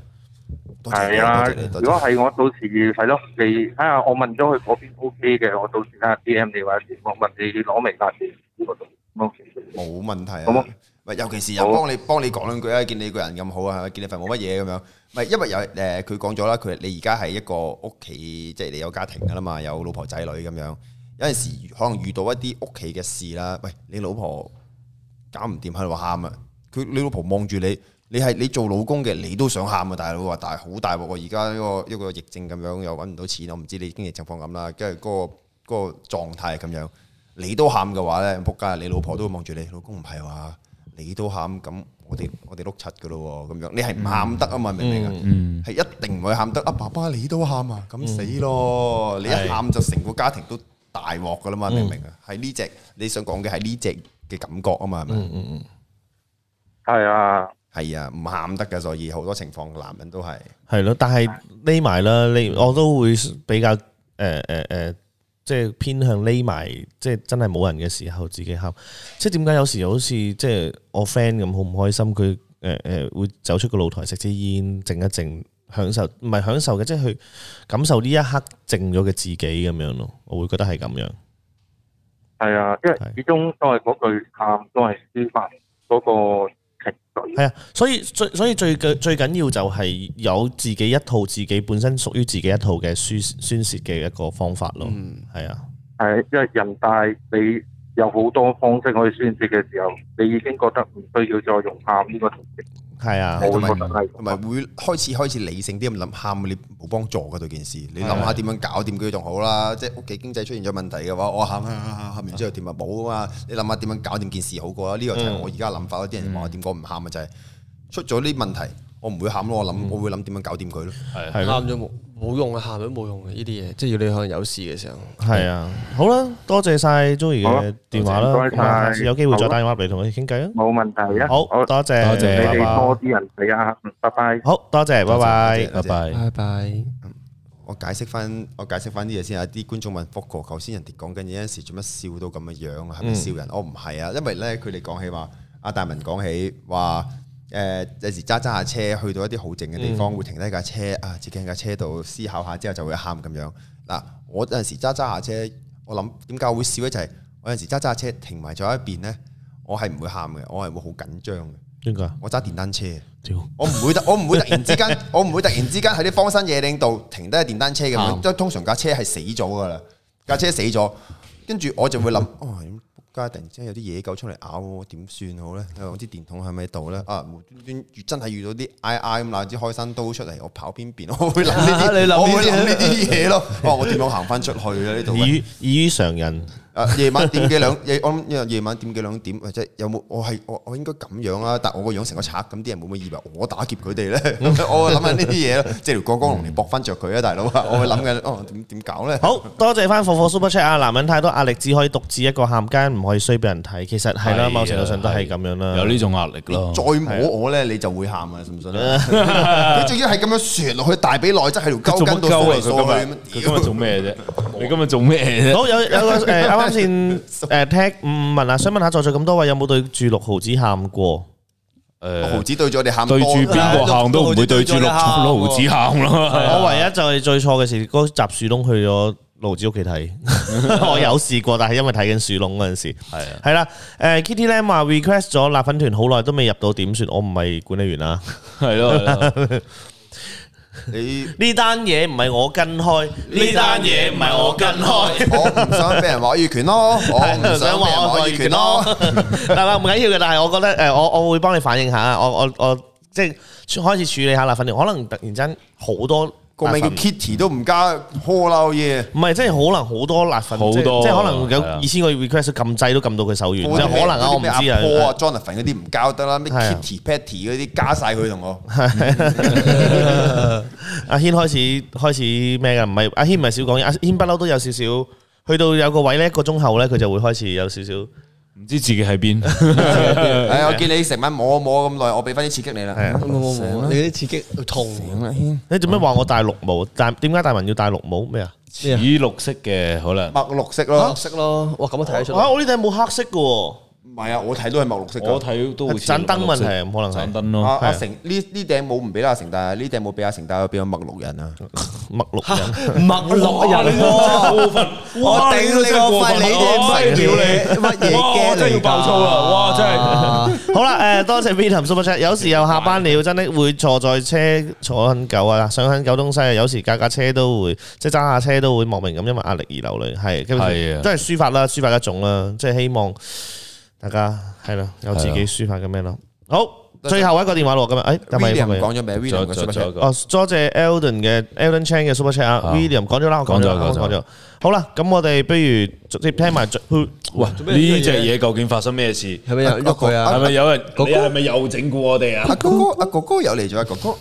Speaker 5: 係啊，
Speaker 2: 多謝你多謝
Speaker 5: 如果係我到時係咯，你睇下我問咗佢嗰邊 O K 嘅，我到時睇下 D M 你或者我問你攞微辣嘅呢個度，O K。
Speaker 2: 冇問題
Speaker 5: 好
Speaker 2: 啊
Speaker 5: 啊。
Speaker 2: 喂，尤其是又幫你幫你講兩句啊，見你個人咁好啊，見你份冇乜嘢咁樣。唔係因為有誒，佢講咗啦，佢你而家係一個屋企，即係你有家庭㗎啦嘛，有老婆仔女咁樣。有陣時可能遇到一啲屋企嘅事啦，喂，你老婆搞唔掂喺度喊啊！佢你老婆望住你，你係你做老公嘅，你都想喊啊！大佬話大好大鑊喎，而家呢個一個疫症咁樣，又揾唔到錢，我唔知你經濟情況咁啦，跟住嗰個嗰個狀態咁樣，你都喊嘅話咧，仆街！你老婆都會望住你，老公唔係話你都喊，咁我哋我哋碌柒嘅咯喎，咁樣你係唔喊得啊嘛，明唔明啊？
Speaker 3: 嗯
Speaker 2: 係一定唔會喊得啊！爸爸你都喊啊，咁死咯！
Speaker 3: 嗯
Speaker 2: 你一喊就成個家庭都大鑊噶啦嘛，明唔明啊？係呢只你想講嘅係呢只嘅感覺啊嘛，係咪？嗯嗯。
Speaker 5: 係啊，
Speaker 2: 係啊，唔喊得噶，所以好多情況男人都係
Speaker 1: 係咯，但係匿埋啦，你我都會比較誒誒誒，即係偏向匿埋，即係真係冇人嘅時候自己喊。即係點解有時好似即係我 friend 咁好唔開心，佢誒誒會走出個露台食支煙，靜一靜，享受唔係享受嘅，即係去感受呢一刻靜咗嘅自己咁樣咯。我會覺得係咁樣。
Speaker 5: 係啊，因為始終都係嗰句喊，都係抒發嗰個情緒。
Speaker 1: 係啊，所以最所以最緊最緊要就係有自己一套自己本身屬於自己一套嘅宣宣泄嘅一個方法咯。係啊。
Speaker 5: 係，因為人大你有好多方式可以宣泄嘅時候，你已經覺得唔需要再用喊呢個途徑。
Speaker 1: 係啊，
Speaker 5: 我
Speaker 2: 同
Speaker 5: 會覺得
Speaker 2: 埋
Speaker 5: 係
Speaker 2: 同埋會開始開始理性啲咁諗，喊你冇幫助噶對件事，你諗
Speaker 5: 啊
Speaker 2: 下點樣搞掂佢仲好啦。即係屋企經濟出現咗問題嘅話，我喊喊喊喊完之後點啊冇啊嘛，你諗下點樣搞掂件事好過啦。呢個就
Speaker 5: 嗯
Speaker 2: 係我而家諗法咯。啲人話我點講唔喊啊，就係出咗啲問題，我唔會喊咯，
Speaker 5: 嗯
Speaker 2: 我諗我會諗點樣搞掂佢咯。
Speaker 4: 喊咗冇冇用啊，喊咗冇用嘅呢啲嘢，即係要你可能有事嘅時候。
Speaker 1: 係啊，好啦，多謝晒 Joey
Speaker 4: 好啊
Speaker 1: 嘅電話啦，
Speaker 4: 多謝
Speaker 1: 咁啊下次
Speaker 4: 晒
Speaker 1: 有機會再
Speaker 4: 好啊
Speaker 1: 打電話入嚟同佢傾偈啊。
Speaker 5: 冇問題啊！
Speaker 1: 好多謝
Speaker 5: 你
Speaker 1: 拜拜
Speaker 5: 哋多啲人睇啊！嗯拜拜。
Speaker 1: 好多謝，拜拜，拜拜，
Speaker 4: 拜拜。
Speaker 2: 嗯我解釋翻，我解釋翻啲嘢先啊！啲觀眾問 f o c u 頭先人哋講緊有陣時做乜笑到咁嘅樣啊？係咪
Speaker 16: 嗯
Speaker 2: 笑人？我唔係啊，因為咧佢哋講起話，阿大文講起話，誒、有時揸揸下車去到一啲好靜嘅地方，
Speaker 16: 嗯
Speaker 2: 會停低架車啊，自己喺架車度思考下之後就會喊咁樣。嗱、我有陣時揸揸下車，我諗點解我會笑咧？就係、我有陣時揸揸下車停埋咗一邊咧，我係唔會喊嘅，我係會好緊張嘅。
Speaker 1: 點解？
Speaker 2: 我揸電單車，我唔會突，我唔會突然之 [laughs] 間，我唔會突然之間喺啲荒山野嶺度停低電單車咁樣，
Speaker 16: 啱
Speaker 2: 即係通常架車係死咗噶啦，架車死咗，跟住我就會諗， [laughs] 哦，家突然之間有啲野狗出嚟咬我，點算好咧？睇下我啲電筒喺咪度咧？啊，無端端遇真係遇到啲 I I 咁嗱支開山刀出嚟，我跑邊邊？我會諗呢 [laughs]
Speaker 1: 啊 [laughs] 你諗
Speaker 2: 啲，
Speaker 1: 呢啲
Speaker 2: 我會諗呢啲嘢咯。 [laughs] 哦，我點樣行翻出去咧？呢度喂
Speaker 1: 異異於常人。
Speaker 2: 啊，夜晚點幾兩夜，我諗夜晚點幾兩點，或者有冇我係我我應該咁樣啦，但我個樣成個賊咁，啲人會唔會以為我打劫佢哋
Speaker 3: [laughs]
Speaker 2: 咧？我會諗緊呢啲嘢咯，即係條過江龍嚟搏翻着佢啊，大
Speaker 3: [laughs]
Speaker 2: 佬啊！我會諗緊哦點點搞咧？
Speaker 1: [laughs] 好多謝翻火火 Super Chat 啊！男人太多壓力，只可以獨自一個喊街，唔可以衰俾人睇。其實係
Speaker 3: 係
Speaker 1: 啦，
Speaker 3: 啊
Speaker 1: 某程度上都係咁樣啦。
Speaker 3: 有呢種壓力咯
Speaker 2: 再摸我咧，你就會喊啊！
Speaker 3: [laughs]
Speaker 2: 信唔信啊？佢仲要係咁樣旋落去大髀內側喺條
Speaker 3: 做
Speaker 2: 鳩
Speaker 3: 乜
Speaker 2: 筋度
Speaker 3: 鳩
Speaker 2: 掃
Speaker 3: 啊
Speaker 2: 嚟掃
Speaker 3: 佢今日佢今日做咩啫？你今日做咩啫？
Speaker 1: 好有有個
Speaker 2: [laughs]
Speaker 1: 誒啱啱先誒聽五五問啊，想問下在座咁多位有冇對住六毫子喊過？
Speaker 2: 誒，毫子對咗你喊
Speaker 3: 對住
Speaker 2: [laughs]
Speaker 3: 邊個喊都唔會對住 [laughs] 六六毫子喊啦。
Speaker 1: 我唯一就係啊最錯嘅事，嗰集樹窿去咗六毫子屋企睇， [laughs] 我有試過，但係因為睇緊樹窿嗰陣時，係啊係啦。誒 Kitty Lam 話 request 咗辣粉團好耐都未入到，點算？我唔係管理員啊，
Speaker 3: 係咯係
Speaker 1: 咯。
Speaker 2: 你
Speaker 1: 呢單嘢唔係我跟開，呢單嘢唔係我跟開。
Speaker 2: 我唔想俾人話我越權咯，我唔想
Speaker 1: 唔想
Speaker 2: 俾人
Speaker 1: 話
Speaker 2: 話
Speaker 1: [laughs] 我
Speaker 2: 我
Speaker 1: 越
Speaker 2: 越權
Speaker 1: 權咯
Speaker 2: 咯。。
Speaker 1: 嗱嗱，唔緊要嘅，但係我覺得誒，我我會幫你反映下，啊我我我即係開始處理下辣粉條，可能突然間好多
Speaker 2: 個名叫 Kitty 都唔加 h 啦嘢，
Speaker 1: 唔係即係可能好多辣粉，
Speaker 2: 好
Speaker 1: 即係
Speaker 2: 多
Speaker 1: 即係可能有
Speaker 2: 係啊
Speaker 1: 二千個 request 撳掣都撳到佢手軟，就可能啊，我唔知
Speaker 2: 咩阿
Speaker 1: 啊。
Speaker 2: Paul 啊、Jonathan 嗰啲
Speaker 1: [laughs]
Speaker 2: 唔交得啦，咩
Speaker 1: 係啊
Speaker 2: Kitty、Patty
Speaker 1: [laughs]
Speaker 2: 嗰啲加晒佢同我。
Speaker 1: 阿軒開始開始咩㗎？唔係阿軒唔係少講嘢，阿軒不嬲都有少少，去到有個位呢，一個鐘後呢，佢就會開始有少少唔
Speaker 3: 知自己
Speaker 2: [laughs]
Speaker 3: 喺邊。
Speaker 2: 唉，我見你成晚摸摸咁耐，我俾翻啲刺激你啦。
Speaker 1: 冇冇冇你
Speaker 2: 啲刺激痛。
Speaker 1: [laughs] 你做咩話我戴綠帽？但點解大文要戴綠帽？咩啊？
Speaker 3: 似綠色嘅可能，
Speaker 2: 墨綠色咯，
Speaker 4: 黑色咯，哇咁樣睇得出。
Speaker 1: 啊！我呢頂冇黑色嘅喎。
Speaker 2: 唔係啊，我睇都係墨綠色㗎。
Speaker 3: 我睇都好似
Speaker 1: 盞燈問題啊可能係
Speaker 3: 盞燈咯。
Speaker 2: 阿阿
Speaker 3: 係啊
Speaker 2: 成呢呢頂帽唔俾阿成戴，呢頂帽俾阿成戴，我變咗墨綠人啊！
Speaker 1: 墨綠人，
Speaker 4: 墨綠人
Speaker 2: [laughs]
Speaker 3: 哇過分！
Speaker 4: 我
Speaker 3: 哇
Speaker 4: 頂你個肺，你
Speaker 3: 真
Speaker 4: 啲
Speaker 3: 係屌
Speaker 4: 乜嘢乜嘢
Speaker 3: 哇我真係要爆粗啦！哇，真係
Speaker 1: 好啦，誒，多謝 Peter Super Chat。有時又下班了，真的會坐在車坐很久啊，想很久東西啊。有時架架車都會，即係揸下車都會莫名咁因為壓力而流淚，係，基本上
Speaker 3: 係啊
Speaker 1: 都係抒發啦，抒發一種啦，即係希望大家係啦，有自己抒發嘅咩咯。好，最後一個電話咯，今日，誒，係咪
Speaker 2: William 講咗未？William 嘅 super chat
Speaker 1: 哦，多謝 Eldon 嘅 Eldon Chan 嘅 Super Chat 啊
Speaker 3: 啊
Speaker 1: ，William 講咗啦，我講咗啦，
Speaker 3: 講
Speaker 1: 我
Speaker 3: 咗
Speaker 1: 講
Speaker 3: 講咗
Speaker 1: 咗。好啦，咁我哋不如直接聽埋最，
Speaker 3: 喂，呢隻嘢究竟發生咩事？
Speaker 4: 係咪有人喐佢啊
Speaker 3: 係咪有人？
Speaker 4: 哥
Speaker 3: 你係咪又整蠱我哋啊？
Speaker 2: 哥哥阿哥哥又嚟咗，阿哥哥。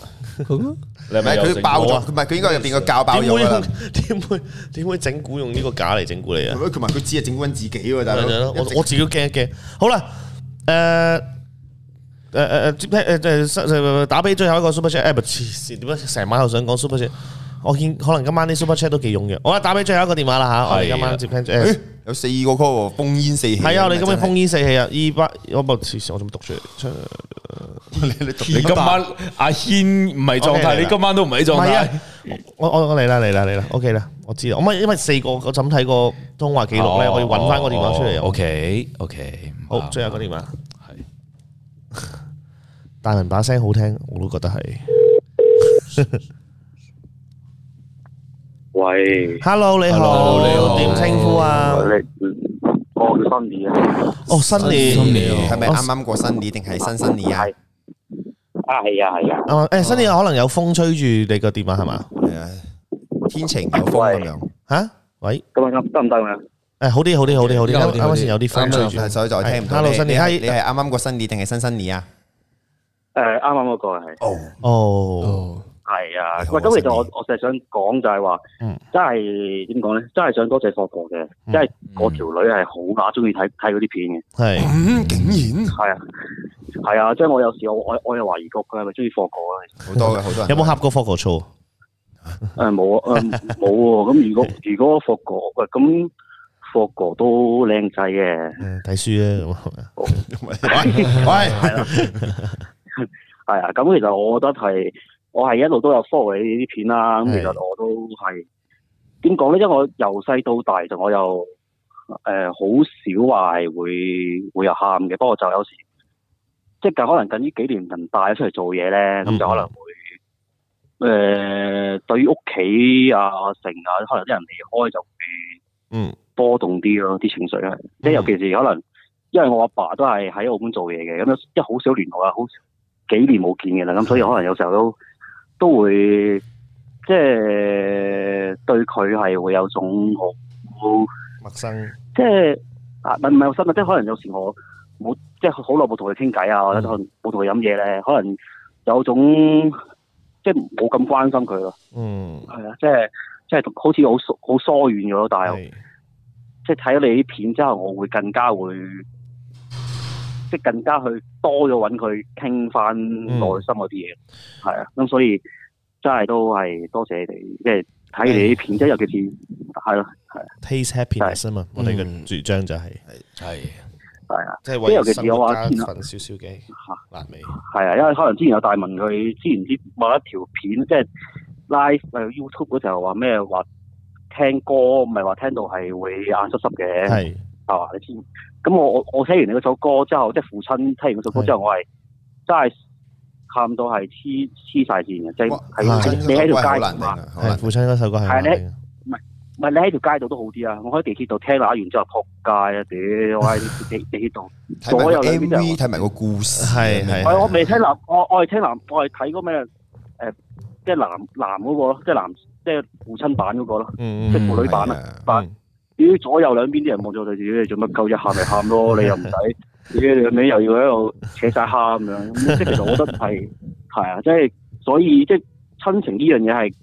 Speaker 3: 你係
Speaker 2: 唔係
Speaker 3: 咪有
Speaker 2: 佢
Speaker 3: 整
Speaker 2: 爆
Speaker 3: 蠱
Speaker 2: 咗，
Speaker 3: 啊
Speaker 2: 唔係佢應該入邊個教爆
Speaker 1: 點會
Speaker 2: 咗啦
Speaker 1: 用。點會點會整蠱用呢個假嚟整蠱你啊？
Speaker 2: 同埋佢只係整蠱緊自己喎，大佬
Speaker 1: 咪就係咯。我
Speaker 2: 一直
Speaker 1: 我自己都驚一驚。好啦，誒誒誒誒接聽誒誒誒打俾最後一個 super chat，誒唔係黐線，點解成晚又想講 super chat？我見可能今晚啲 super chat 都幾踴躍。好啦，打俾最後一個電話啦
Speaker 3: 啊
Speaker 1: 嚇，我啊哋今晚接聽誒
Speaker 2: 誒。有四個 call 喎，烽煙四起。
Speaker 1: 係啊，我哋今日
Speaker 2: 真係
Speaker 1: 烽煙四氣啊！二百，我冇黐線，我仲讀出嚟出嚟。
Speaker 2: 你
Speaker 3: 你今晚阿軒唔係狀
Speaker 1: OK，嚟啦
Speaker 3: 態，你今晚都唔喺
Speaker 1: 唔
Speaker 3: 狀
Speaker 1: 係
Speaker 3: 態
Speaker 1: 啊。，我我我嚟啦嚟啦嚟啦，OK 啦，我知啦。我咪因為四個我就咁睇個通話記錄咧，
Speaker 3: 哦
Speaker 1: 我要揾翻個電話出嚟。
Speaker 3: 哦 OK OK，
Speaker 1: 好最後一個電話係大文把聲好聽，我都覺得係。
Speaker 7: 喂
Speaker 1: Hello，你好
Speaker 7: 哦
Speaker 1: Hello，你好點稱呼啊
Speaker 7: 你我叫新年啊，
Speaker 1: 哦，新年，
Speaker 2: 新年係咪
Speaker 1: 哦
Speaker 2: 啱啱過新年定係新新年啊？
Speaker 7: 啊係啊係啊，
Speaker 1: 啊誒，新年可能有風吹住你個電話係嘛？
Speaker 2: 係啊，天晴有風咁樣。
Speaker 1: 吓？喂，
Speaker 7: 咁啊得唔得啊？
Speaker 1: 誒，好啲好啲好啲好啲，啱啱先有啲風吹
Speaker 2: 啱啱
Speaker 1: 住，
Speaker 2: 所以就聽唔到。
Speaker 1: Hello，
Speaker 2: 你
Speaker 1: 新年
Speaker 2: 你係
Speaker 1: 嗨
Speaker 2: 你係啱啱過新年定係新新年啊？
Speaker 7: 誒啱啱嗰個係
Speaker 1: 哦，
Speaker 7: 係啊，喂咁其實我我成日想講就係話，
Speaker 1: 嗯
Speaker 7: 真係點講咧？真係想多謝霍哥嘅，因
Speaker 2: 嗯
Speaker 7: 為我條女係好乸中意睇睇嗰啲片嘅。
Speaker 1: 係
Speaker 2: 咁嗯竟然
Speaker 7: 係啊係啊，即係我有時我我我又懷疑過佢係咪中意霍哥啊？
Speaker 2: 好多嘅好多人
Speaker 1: 有冇合過 f o c u s
Speaker 7: 诶冇啊，誒冇喎。咁如果如果霍哥喂咁霍哥都靚仔嘅，
Speaker 1: 睇書啦，咁啊 [laughs]
Speaker 7: 喂喂，係啊。咁其實我覺得係我係一路都有 follow 你呢啲片啦。咁其實我都係點講咧？因為我由細到大就我又诶好少話係會會有喊嘅，不過就有時即係可能近呢幾年人大咗出嚟做嘢咧，咁就可能。誒、對於屋企啊、成啊，可能啲人離開就會
Speaker 1: 嗯
Speaker 7: 波動啲咯，啲情緒係，即係尤其是可能，因為我阿爸都係喺澳門做嘢嘅，咁一好少聯絡啊，好幾年冇見嘅啦，咁所以可能有時候都都會即係對佢係會有種好
Speaker 1: 陌生。
Speaker 7: 即係啊，唔係唔係深啊，即係可能有時我冇即係好耐冇同佢傾偈啊，或者可能冇同佢飲嘢咧，可能有種即係冇咁關心佢咯。
Speaker 1: 嗯，
Speaker 7: 係啊，即係即係好似好疏好疏遠咗咯，但係即係睇咗你啲片之後，我會更加會即係更加去多咗揾佢傾翻
Speaker 1: 嗯
Speaker 7: 內心嗰啲嘢，係啊、咁所以真係都係多謝你哋，即係睇你啲片，即係尤其是係咯，係啊。
Speaker 1: ，taste happiness 啊嘛，我哋嘅主張就係
Speaker 3: 系
Speaker 7: 系啊，即
Speaker 1: 即係
Speaker 7: 係
Speaker 1: 為
Speaker 7: 尤其
Speaker 1: 生
Speaker 7: 是我
Speaker 1: 活
Speaker 7: 話
Speaker 1: 加
Speaker 7: 前
Speaker 1: 份少少嘅辣味。
Speaker 7: 係啊，因為可能之前有大問佢，之前啲某一條片即係 live 誒 YouTube 嗰時候話咩話聽歌，唔係話聽到係會眼濕濕嘅，
Speaker 1: 係
Speaker 7: 係嘛？你知咁我我我聽完你嗰首歌之後，即係父親聽完嗰首歌之後，我係真係喊到係黐黐晒線嘅，即係係你喺條街度嘛，
Speaker 1: 係父親嗰首歌啊係
Speaker 7: 係啊
Speaker 1: 難
Speaker 7: 你
Speaker 1: 頂。
Speaker 7: 唔係唔係你喺條街度都好啲啊！我喺地鐵度聽嗱完之後，撲街啊！屌，我喺地地地鐵度
Speaker 2: 睇埋
Speaker 7: 左
Speaker 2: 個
Speaker 7: 右兩邊都係
Speaker 2: MV，睇埋個故事，
Speaker 1: 係係
Speaker 7: 我我
Speaker 1: [laughs]
Speaker 7: 未聽男，我我係聽男，我係睇嗰咩誒，即係男男嗰個咯，即係男即係父親版嗰個咯，
Speaker 1: 嗯
Speaker 7: 即係父女版啊。但屌左右兩邊啲人望住我哋，屌你做乜鳩一喊
Speaker 1: [laughs]
Speaker 7: 咪喊咯，你又唔使，屌你老尾又要喺度扯晒蝦咁
Speaker 1: [laughs]
Speaker 7: 樣。咁即係其實我覺得係係啊，即係所以即係親情呢樣嘢係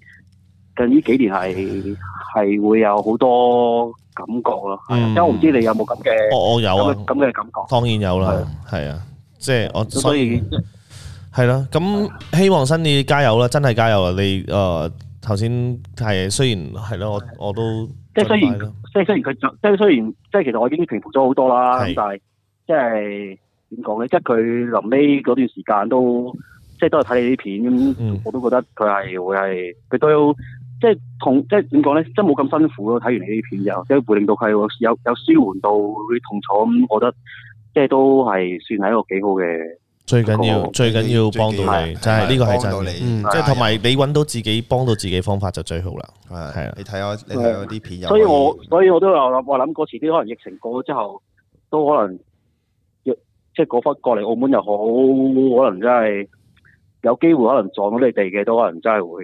Speaker 7: 近呢幾年係係會有好多感覺咯。係啊
Speaker 1: 嗯
Speaker 7: 因為我唔知你有冇咁嘅，
Speaker 1: 我我有啊
Speaker 7: 咁嘅咁嘅感覺。
Speaker 1: 當然有啦，係啊，即係我
Speaker 7: 所以
Speaker 1: 係啦，咁希望新你加油啦，真係加油啦！你誒頭先係雖然係咯，我我都
Speaker 7: 即係雖然
Speaker 1: 盡快啦
Speaker 7: 即係雖然佢就即係雖然即係其實我已經平復咗好多啦，咁但係即係點講咧？即係佢臨尾嗰段時間都即係都係睇你啲片咁，我都覺得佢係會係佢都即係痛，即係點講咧？即係冇咁辛苦咯。睇完你啲片之後，即係會令到佢有有有舒緩到嗰啲痛楚咁，我覺得即係都係算係一個幾好嘅。
Speaker 1: 最緊要
Speaker 7: 個
Speaker 1: 最緊要幫到你，
Speaker 7: 係
Speaker 1: 真係呢個係
Speaker 2: 幫
Speaker 1: 真
Speaker 2: 到
Speaker 1: 嘅
Speaker 2: 你，
Speaker 1: 嗯即係同埋你揾到自己幫到自己方法就最好啦，係啊，
Speaker 2: 你睇我你睇我啲片有
Speaker 7: 所以我所以我都有諗，我諗過遲啲可能疫情過咗之後，都可能若即係嗰忽過嚟澳門又好，可能真係有機會可能撞到你哋嘅，都可能真係會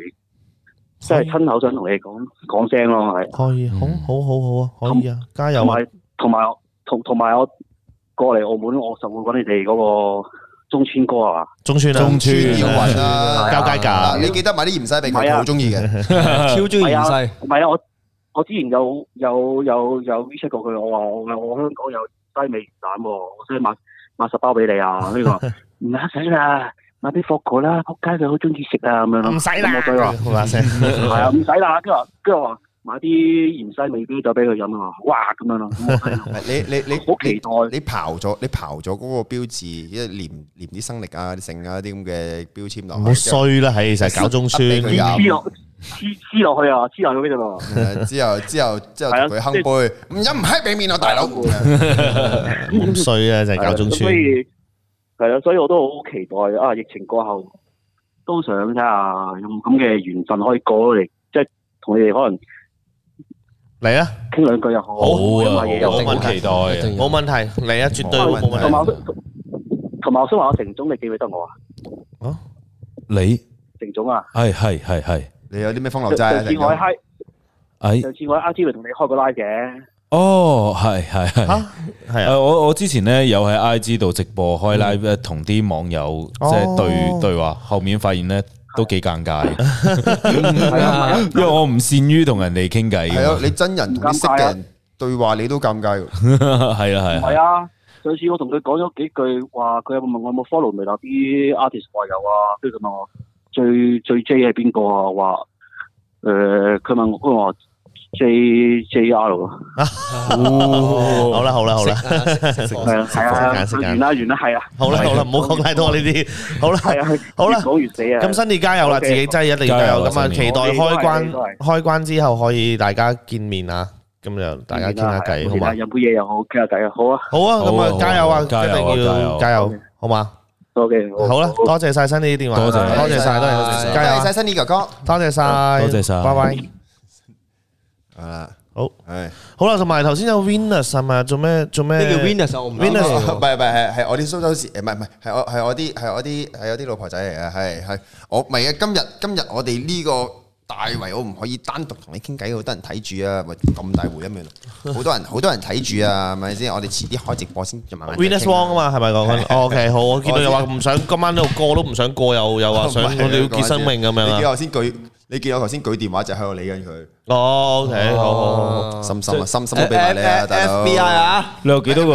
Speaker 7: 即係親口想同你哋講講聲咯，係。
Speaker 1: 可以，好好好好啊，可以啊，加油
Speaker 7: 同
Speaker 1: 啊！
Speaker 7: 埋同埋同同埋我過嚟澳門，我就會揾你哋嗰個中村哥啊。
Speaker 1: 中村啊，啊
Speaker 2: 中村要雲啦，
Speaker 1: 交街價
Speaker 2: 嗱你記得買啲鹽西俾佢，
Speaker 7: 係
Speaker 2: 佢
Speaker 7: 啊
Speaker 2: 好中意嘅，
Speaker 7: 係啊唔係啊，我我之前有有有有 WeChat 過佢，我話我我香港有西味魚蛋喎，我想買買十包俾你啊。呢個唔使啦，買啲霍哥啦，仆街佢好中意食啊咁樣咯。
Speaker 1: 唔使啦
Speaker 7: 咁我對話
Speaker 1: 好嗱聲
Speaker 7: 係啊，唔使啦。跟住話跟住話買啲鹽西味啤酒俾佢飲啊，哇咁樣咯。咁我睇
Speaker 2: 係你你你好期待，你刨咗你刨咗嗰個標誌，一連連啲生力啊、啲性啊啲咁嘅標籤落去，
Speaker 1: 唔好衰啦，係成日搞中村，
Speaker 2: 俾佢
Speaker 7: 黐
Speaker 2: 飲
Speaker 7: 落黐黐落去啊，黐落去嗰度
Speaker 2: 誒之後之後之後
Speaker 7: 係啊
Speaker 2: 同佢
Speaker 7: 即
Speaker 2: 坑
Speaker 7: 係
Speaker 2: 杯，唔飲唔閪俾面我
Speaker 7: [laughs]
Speaker 2: 大佬。
Speaker 1: [laughs] 咁衰啊，就係搞中
Speaker 7: 所
Speaker 1: 村。
Speaker 7: 以係啦，所以我都好期待啊！疫情過後都想睇下有冇咁嘅緣分可以過嚟，即係同你哋可能
Speaker 1: 嚟啊，
Speaker 7: 傾兩句又好，
Speaker 1: 好啊，
Speaker 7: 傾下嘢又好
Speaker 1: 冇問題，冇問題，嚟啊，絕對
Speaker 7: 同
Speaker 1: 冇問題。
Speaker 7: 同埋我想同埋我想話，阿成總你記唔記得我啊？
Speaker 3: 你
Speaker 7: 成總啊，
Speaker 3: 系系系系，
Speaker 2: 你有啲咩風
Speaker 7: 上
Speaker 1: 啊
Speaker 7: 上次我喺 Hi，
Speaker 3: 哎
Speaker 7: 上次我喺 IG 同你開個 live 嘅，
Speaker 3: 哦，係係係，
Speaker 1: 係
Speaker 3: 啊！我我之前咧有喺 I G 度直播開 live 咧，同啲網友即係
Speaker 1: 哦
Speaker 3: 對對話，後面發現咧都幾尷尬，
Speaker 2: 係啊
Speaker 3: 因為我唔善於同人哋傾偈㗎嘛。
Speaker 2: 係啊，你真人同啲識嘅人對話，你都尷尬㗎。
Speaker 3: [laughs] 係啦係
Speaker 7: 係啊。上次我同佢講咗幾句，話佢有冇問我有冇 follow 微辣啲 artist 話有啊，跟住佢問我最最 J 係邊個啊？我話誒，佢問我佢話 J J R 咯，
Speaker 1: 哦好啦好啦好啦，
Speaker 7: 係啊係啊，完啦完啦係啊，
Speaker 1: 好啦好啦，唔好講太多呢啲，好啦好啦，
Speaker 7: 講完死
Speaker 4: Dạ.
Speaker 7: 啊！
Speaker 1: 咁新年加油啦，自己真係一定要加油咁啊！期待開關開關之後可以大家見面啊，咁就大家傾下偈好嘛？
Speaker 7: 飲杯嘢又好，傾下偈又好啊，
Speaker 1: 好啊，咁啊加油啊，一定要加油，啊好嘛？
Speaker 7: 多嘅，
Speaker 1: 好啦，多謝晒新年啲電話，
Speaker 3: 多謝
Speaker 1: 多謝晒，多
Speaker 2: Dạ,
Speaker 1: 謝，加油！
Speaker 2: 晒新年哥哥，
Speaker 1: 多謝晒，
Speaker 3: 多謝晒
Speaker 1: 拜拜。
Speaker 2: 啊，
Speaker 1: 好，係，好啦，同埋頭先有 Venus 係咪啊？做咩做咩？
Speaker 4: 咩叫 Venus 啊我唔
Speaker 1: Venus
Speaker 2: 唔係唔係係係我啲蘇州市，誒唔係唔係係我係我啲係我啲係我啲老婆仔嚟嘅，係係我唔係啊！今日今日我哋呢個大圍，我唔可以單獨同你傾偈，好多人睇住啊！喂，咁大回音
Speaker 1: [laughs]
Speaker 2: 嘅，好多人好多人睇住啊，係咪先？我哋遲啲開直播先，慢慢再傾
Speaker 1: Venus Wong 啊嘛，係咪講緊？哦，OK，好，我見到又話唔想今晚呢度過都唔想過，又又話想我哋要結生命咁樣
Speaker 2: 你見我
Speaker 1: 啊。
Speaker 2: 頭先舉，你見我頭先舉電話就喺度理緊佢。
Speaker 1: 哦，OK，好好好好，
Speaker 2: 深深啊，深深都俾埋你啊，大佬。
Speaker 4: FBI 啊，
Speaker 3: 你有幾多個？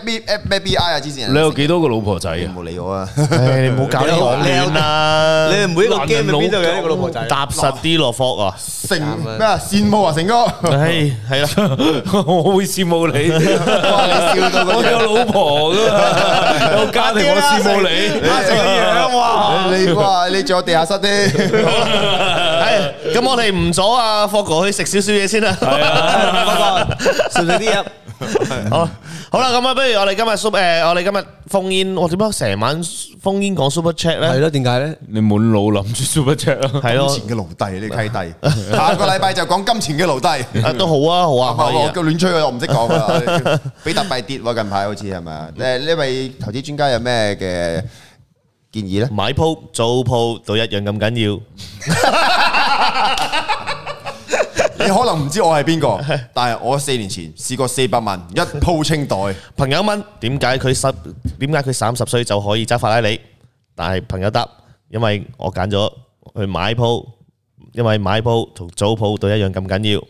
Speaker 2: FBI 啊，之前
Speaker 3: 你有幾多個老婆仔啊？
Speaker 2: 冇理我啊！
Speaker 1: 唉，你唔好搞啲網戀啦。
Speaker 4: 你每一個 game 入邊都有一個老婆仔
Speaker 1: 踏實啲落課啊！
Speaker 2: 成咩啊？羨慕啊，成哥，
Speaker 1: [laughs] 唉，係啦，
Speaker 3: [laughs] 我會羨慕你，
Speaker 2: 哇你笑到咁樣
Speaker 3: 我有老婆噶嘛，有家庭，我羨慕你。
Speaker 2: 你哇，你仲有地下室啲，
Speaker 1: 係咁，我哋唔阻啊，霍哥去食少少嘢先啦。
Speaker 3: 係
Speaker 1: [laughs]
Speaker 3: 啊，
Speaker 4: 食咗啲嘢，
Speaker 1: 好，好啦，咁啊，不如我哋今日 super 誒，我哋今日封煙，我點解成晚封煙講 super chat 咧？
Speaker 4: 係咯？點解咧？
Speaker 3: 你滿腦諗住 super chat 啊？
Speaker 1: 係咯
Speaker 2: 金，錢嘅奴隸，你契弟。下個禮拜就講金錢嘅奴隸。
Speaker 1: [laughs] 啊都好啊，好啊，可以
Speaker 2: 我
Speaker 1: 啊。
Speaker 2: 亂吹啊，我唔識講
Speaker 1: [laughs]
Speaker 2: 啊。比特幣跌喎，近排好似係咪啊？誒，呢位投資專家有咩嘅建議咧？
Speaker 1: 買鋪做鋪都一樣咁緊要。
Speaker 2: [laughs] 你可能唔知我係邊
Speaker 1: [laughs]
Speaker 2: 個，但係我四年前試過四百萬一鋪清袋。
Speaker 1: 朋友問點解佢十點解佢三十歲就可以揸法拉利，但係朋友答：因為我揀咗去買鋪，因為買鋪同租鋪都一樣咁緊要。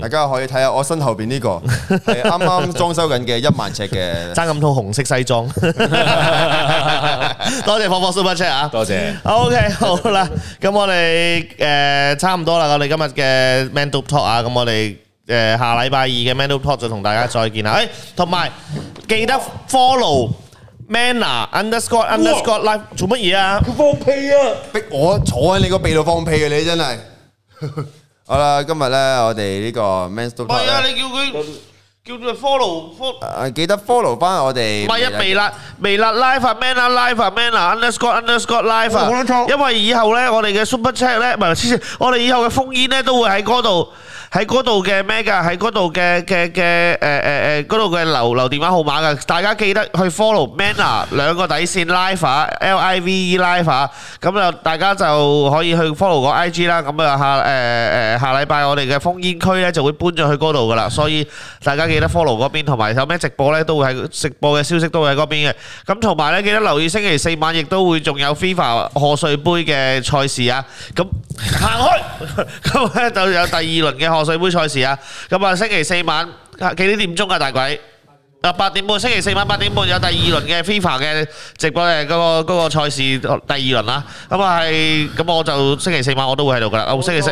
Speaker 2: 大家可以睇下我身後邊呢個係啱啱裝修緊嘅一萬尺嘅。
Speaker 1: 爭咁套紅色西裝， [laughs] 多謝放放 super chat 啊！
Speaker 2: [laughs]
Speaker 3: 多謝。
Speaker 1: OK，好啦，咁我哋誒差唔多啦，我哋今日嘅 Man Dope Talk 啊，咁我哋誒下禮拜二嘅 Man Dope Talk 就同大家再見啦。誒，同埋記得 follow Manner Underscore Underscore Live 做乜嘢啊？
Speaker 3: 放屁啊！
Speaker 2: 逼我坐喺你個鼻度放屁嘅你真係。好啦，今日咧我哋呢個 Men's Talk
Speaker 1: 唔係啊，
Speaker 2: 呢
Speaker 1: 你叫佢叫佢 follow follow。
Speaker 2: 啊記得 follow 翻我哋。
Speaker 1: 唔係啊，微辣微辣 live 啊，man 啊，live 啊，man 啊，underscore underscore live 啊，因為以後咧，我哋嘅 super chat 咧，唔係黐線，我哋以後嘅封煙咧都會喺嗰度，喺嗰度嘅咩㗎，喺嗰度嘅嘅嘅誒誒誒嗰度嘅留留電話號碼㗎，大家記得去 follow man 啊兩個底線 live 啊，L I V E live 啊，咁就大家就可以去 follow 個 IG 啦，咁啊下誒誒下禮拜我哋嘅封煙區咧就會搬咗去嗰度㗎啦，所以大家記得 follow 嗰邊，同埋有咩直播咧都會喺直播嘅消息都會喺嗰邊嘅。咁同埋咧記得留意星期四晚亦都會仲有 FIFA 賀歲杯嘅賽事啊。咁行開， [laughs] 咁咧就有第二輪嘅賀歲杯賽事啊。咁啊星期四晚啊幾點鐘啊大鬼？啊八點半，星期四晚八點半有第二輪嘅 FIFA 嘅直播嘅嗰個嗰個賽事第二輪啦。咁啊係，咁我就星期四晚我都會喺度噶啦。我星期四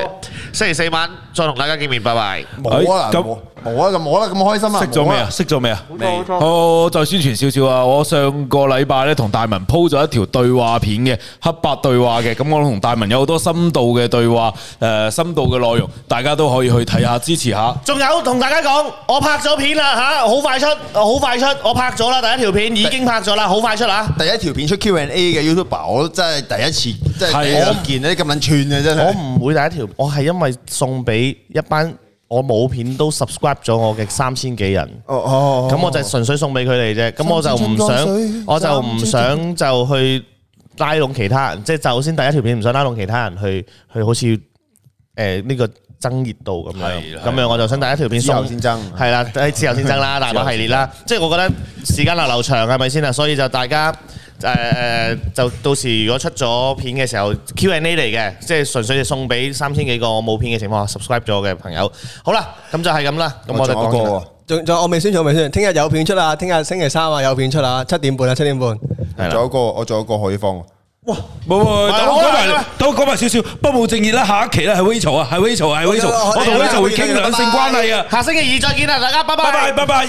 Speaker 1: 星期四晚再同大家見面，拜拜。
Speaker 2: 冇啊，
Speaker 3: 哎咁
Speaker 2: 冇冇啊，咁冇啦，咁開心啊！
Speaker 3: 識咗
Speaker 2: 冇
Speaker 3: 未
Speaker 2: 啊
Speaker 3: 啊？識咗未啊？
Speaker 2: 未
Speaker 3: 我再宣傳少少啊！我上個禮拜咧同大文鋪咗一條對話片嘅黑白對話嘅，咁我同大文有好多深度嘅對話，誒、深度嘅內容，大家都可以去睇下支持下。
Speaker 1: 仲有同大家講，我拍咗片啦吓，好快出，好快出，我拍咗啦，第一條片已經拍咗啦，好快出啦。
Speaker 2: 第一條片出 Q&A 嘅 YouTuber，我真係第一次，即係
Speaker 3: 係啊
Speaker 2: 第一見呢咁撚串嘅真
Speaker 1: 我
Speaker 2: 係。
Speaker 1: 唔會第一條，我係因為送俾一班我冇片都 subscribe 咗我嘅三千幾人，
Speaker 2: 哦哦，
Speaker 1: 咁我就純粹送俾佢哋啫。咁我就唔想，我就唔想就去拉攏其他人，即係就先第一條片唔想拉攏其他人去去好似誒呢個。爭熱度咁
Speaker 3: 係
Speaker 1: 樣，
Speaker 3: 啦
Speaker 1: 咁樣我就想第一條片
Speaker 2: 之後
Speaker 1: 送
Speaker 2: 先爭
Speaker 1: 係啦，喺自由戰爭啦，大把系列啦，即係我覺得時間流流長係咪先啊？所以就大家誒誒，就到時如果出咗片嘅時候 Q&A 嚟嘅，即係純粹係送俾三千幾個我冇片嘅情況下 subscribe 咗嘅朋友。好啦，咁就係咁啦，咁我就
Speaker 2: 仲有
Speaker 1: 講
Speaker 2: 一個
Speaker 1: 完啦
Speaker 2: 喎。
Speaker 4: 仲仲有我未宣傳，我未宣傳。聽日有片出啦，聽日星期三啊有片出啦，七點半啊，七點半。
Speaker 1: 係啦
Speaker 2: 仲有一個，我仲有一個可以放喎。
Speaker 3: 冇冇，等我
Speaker 1: 好
Speaker 3: 講
Speaker 1: 啦
Speaker 3: 埋，等我講埋少少，不務正業啦，下一期啦係 Rachel 啊啊，係 Rachel，係 Rachel，我同 Rachel 會傾兩性關係啊，
Speaker 1: 下星期二再見啦，大家拜拜，
Speaker 3: 拜拜拜。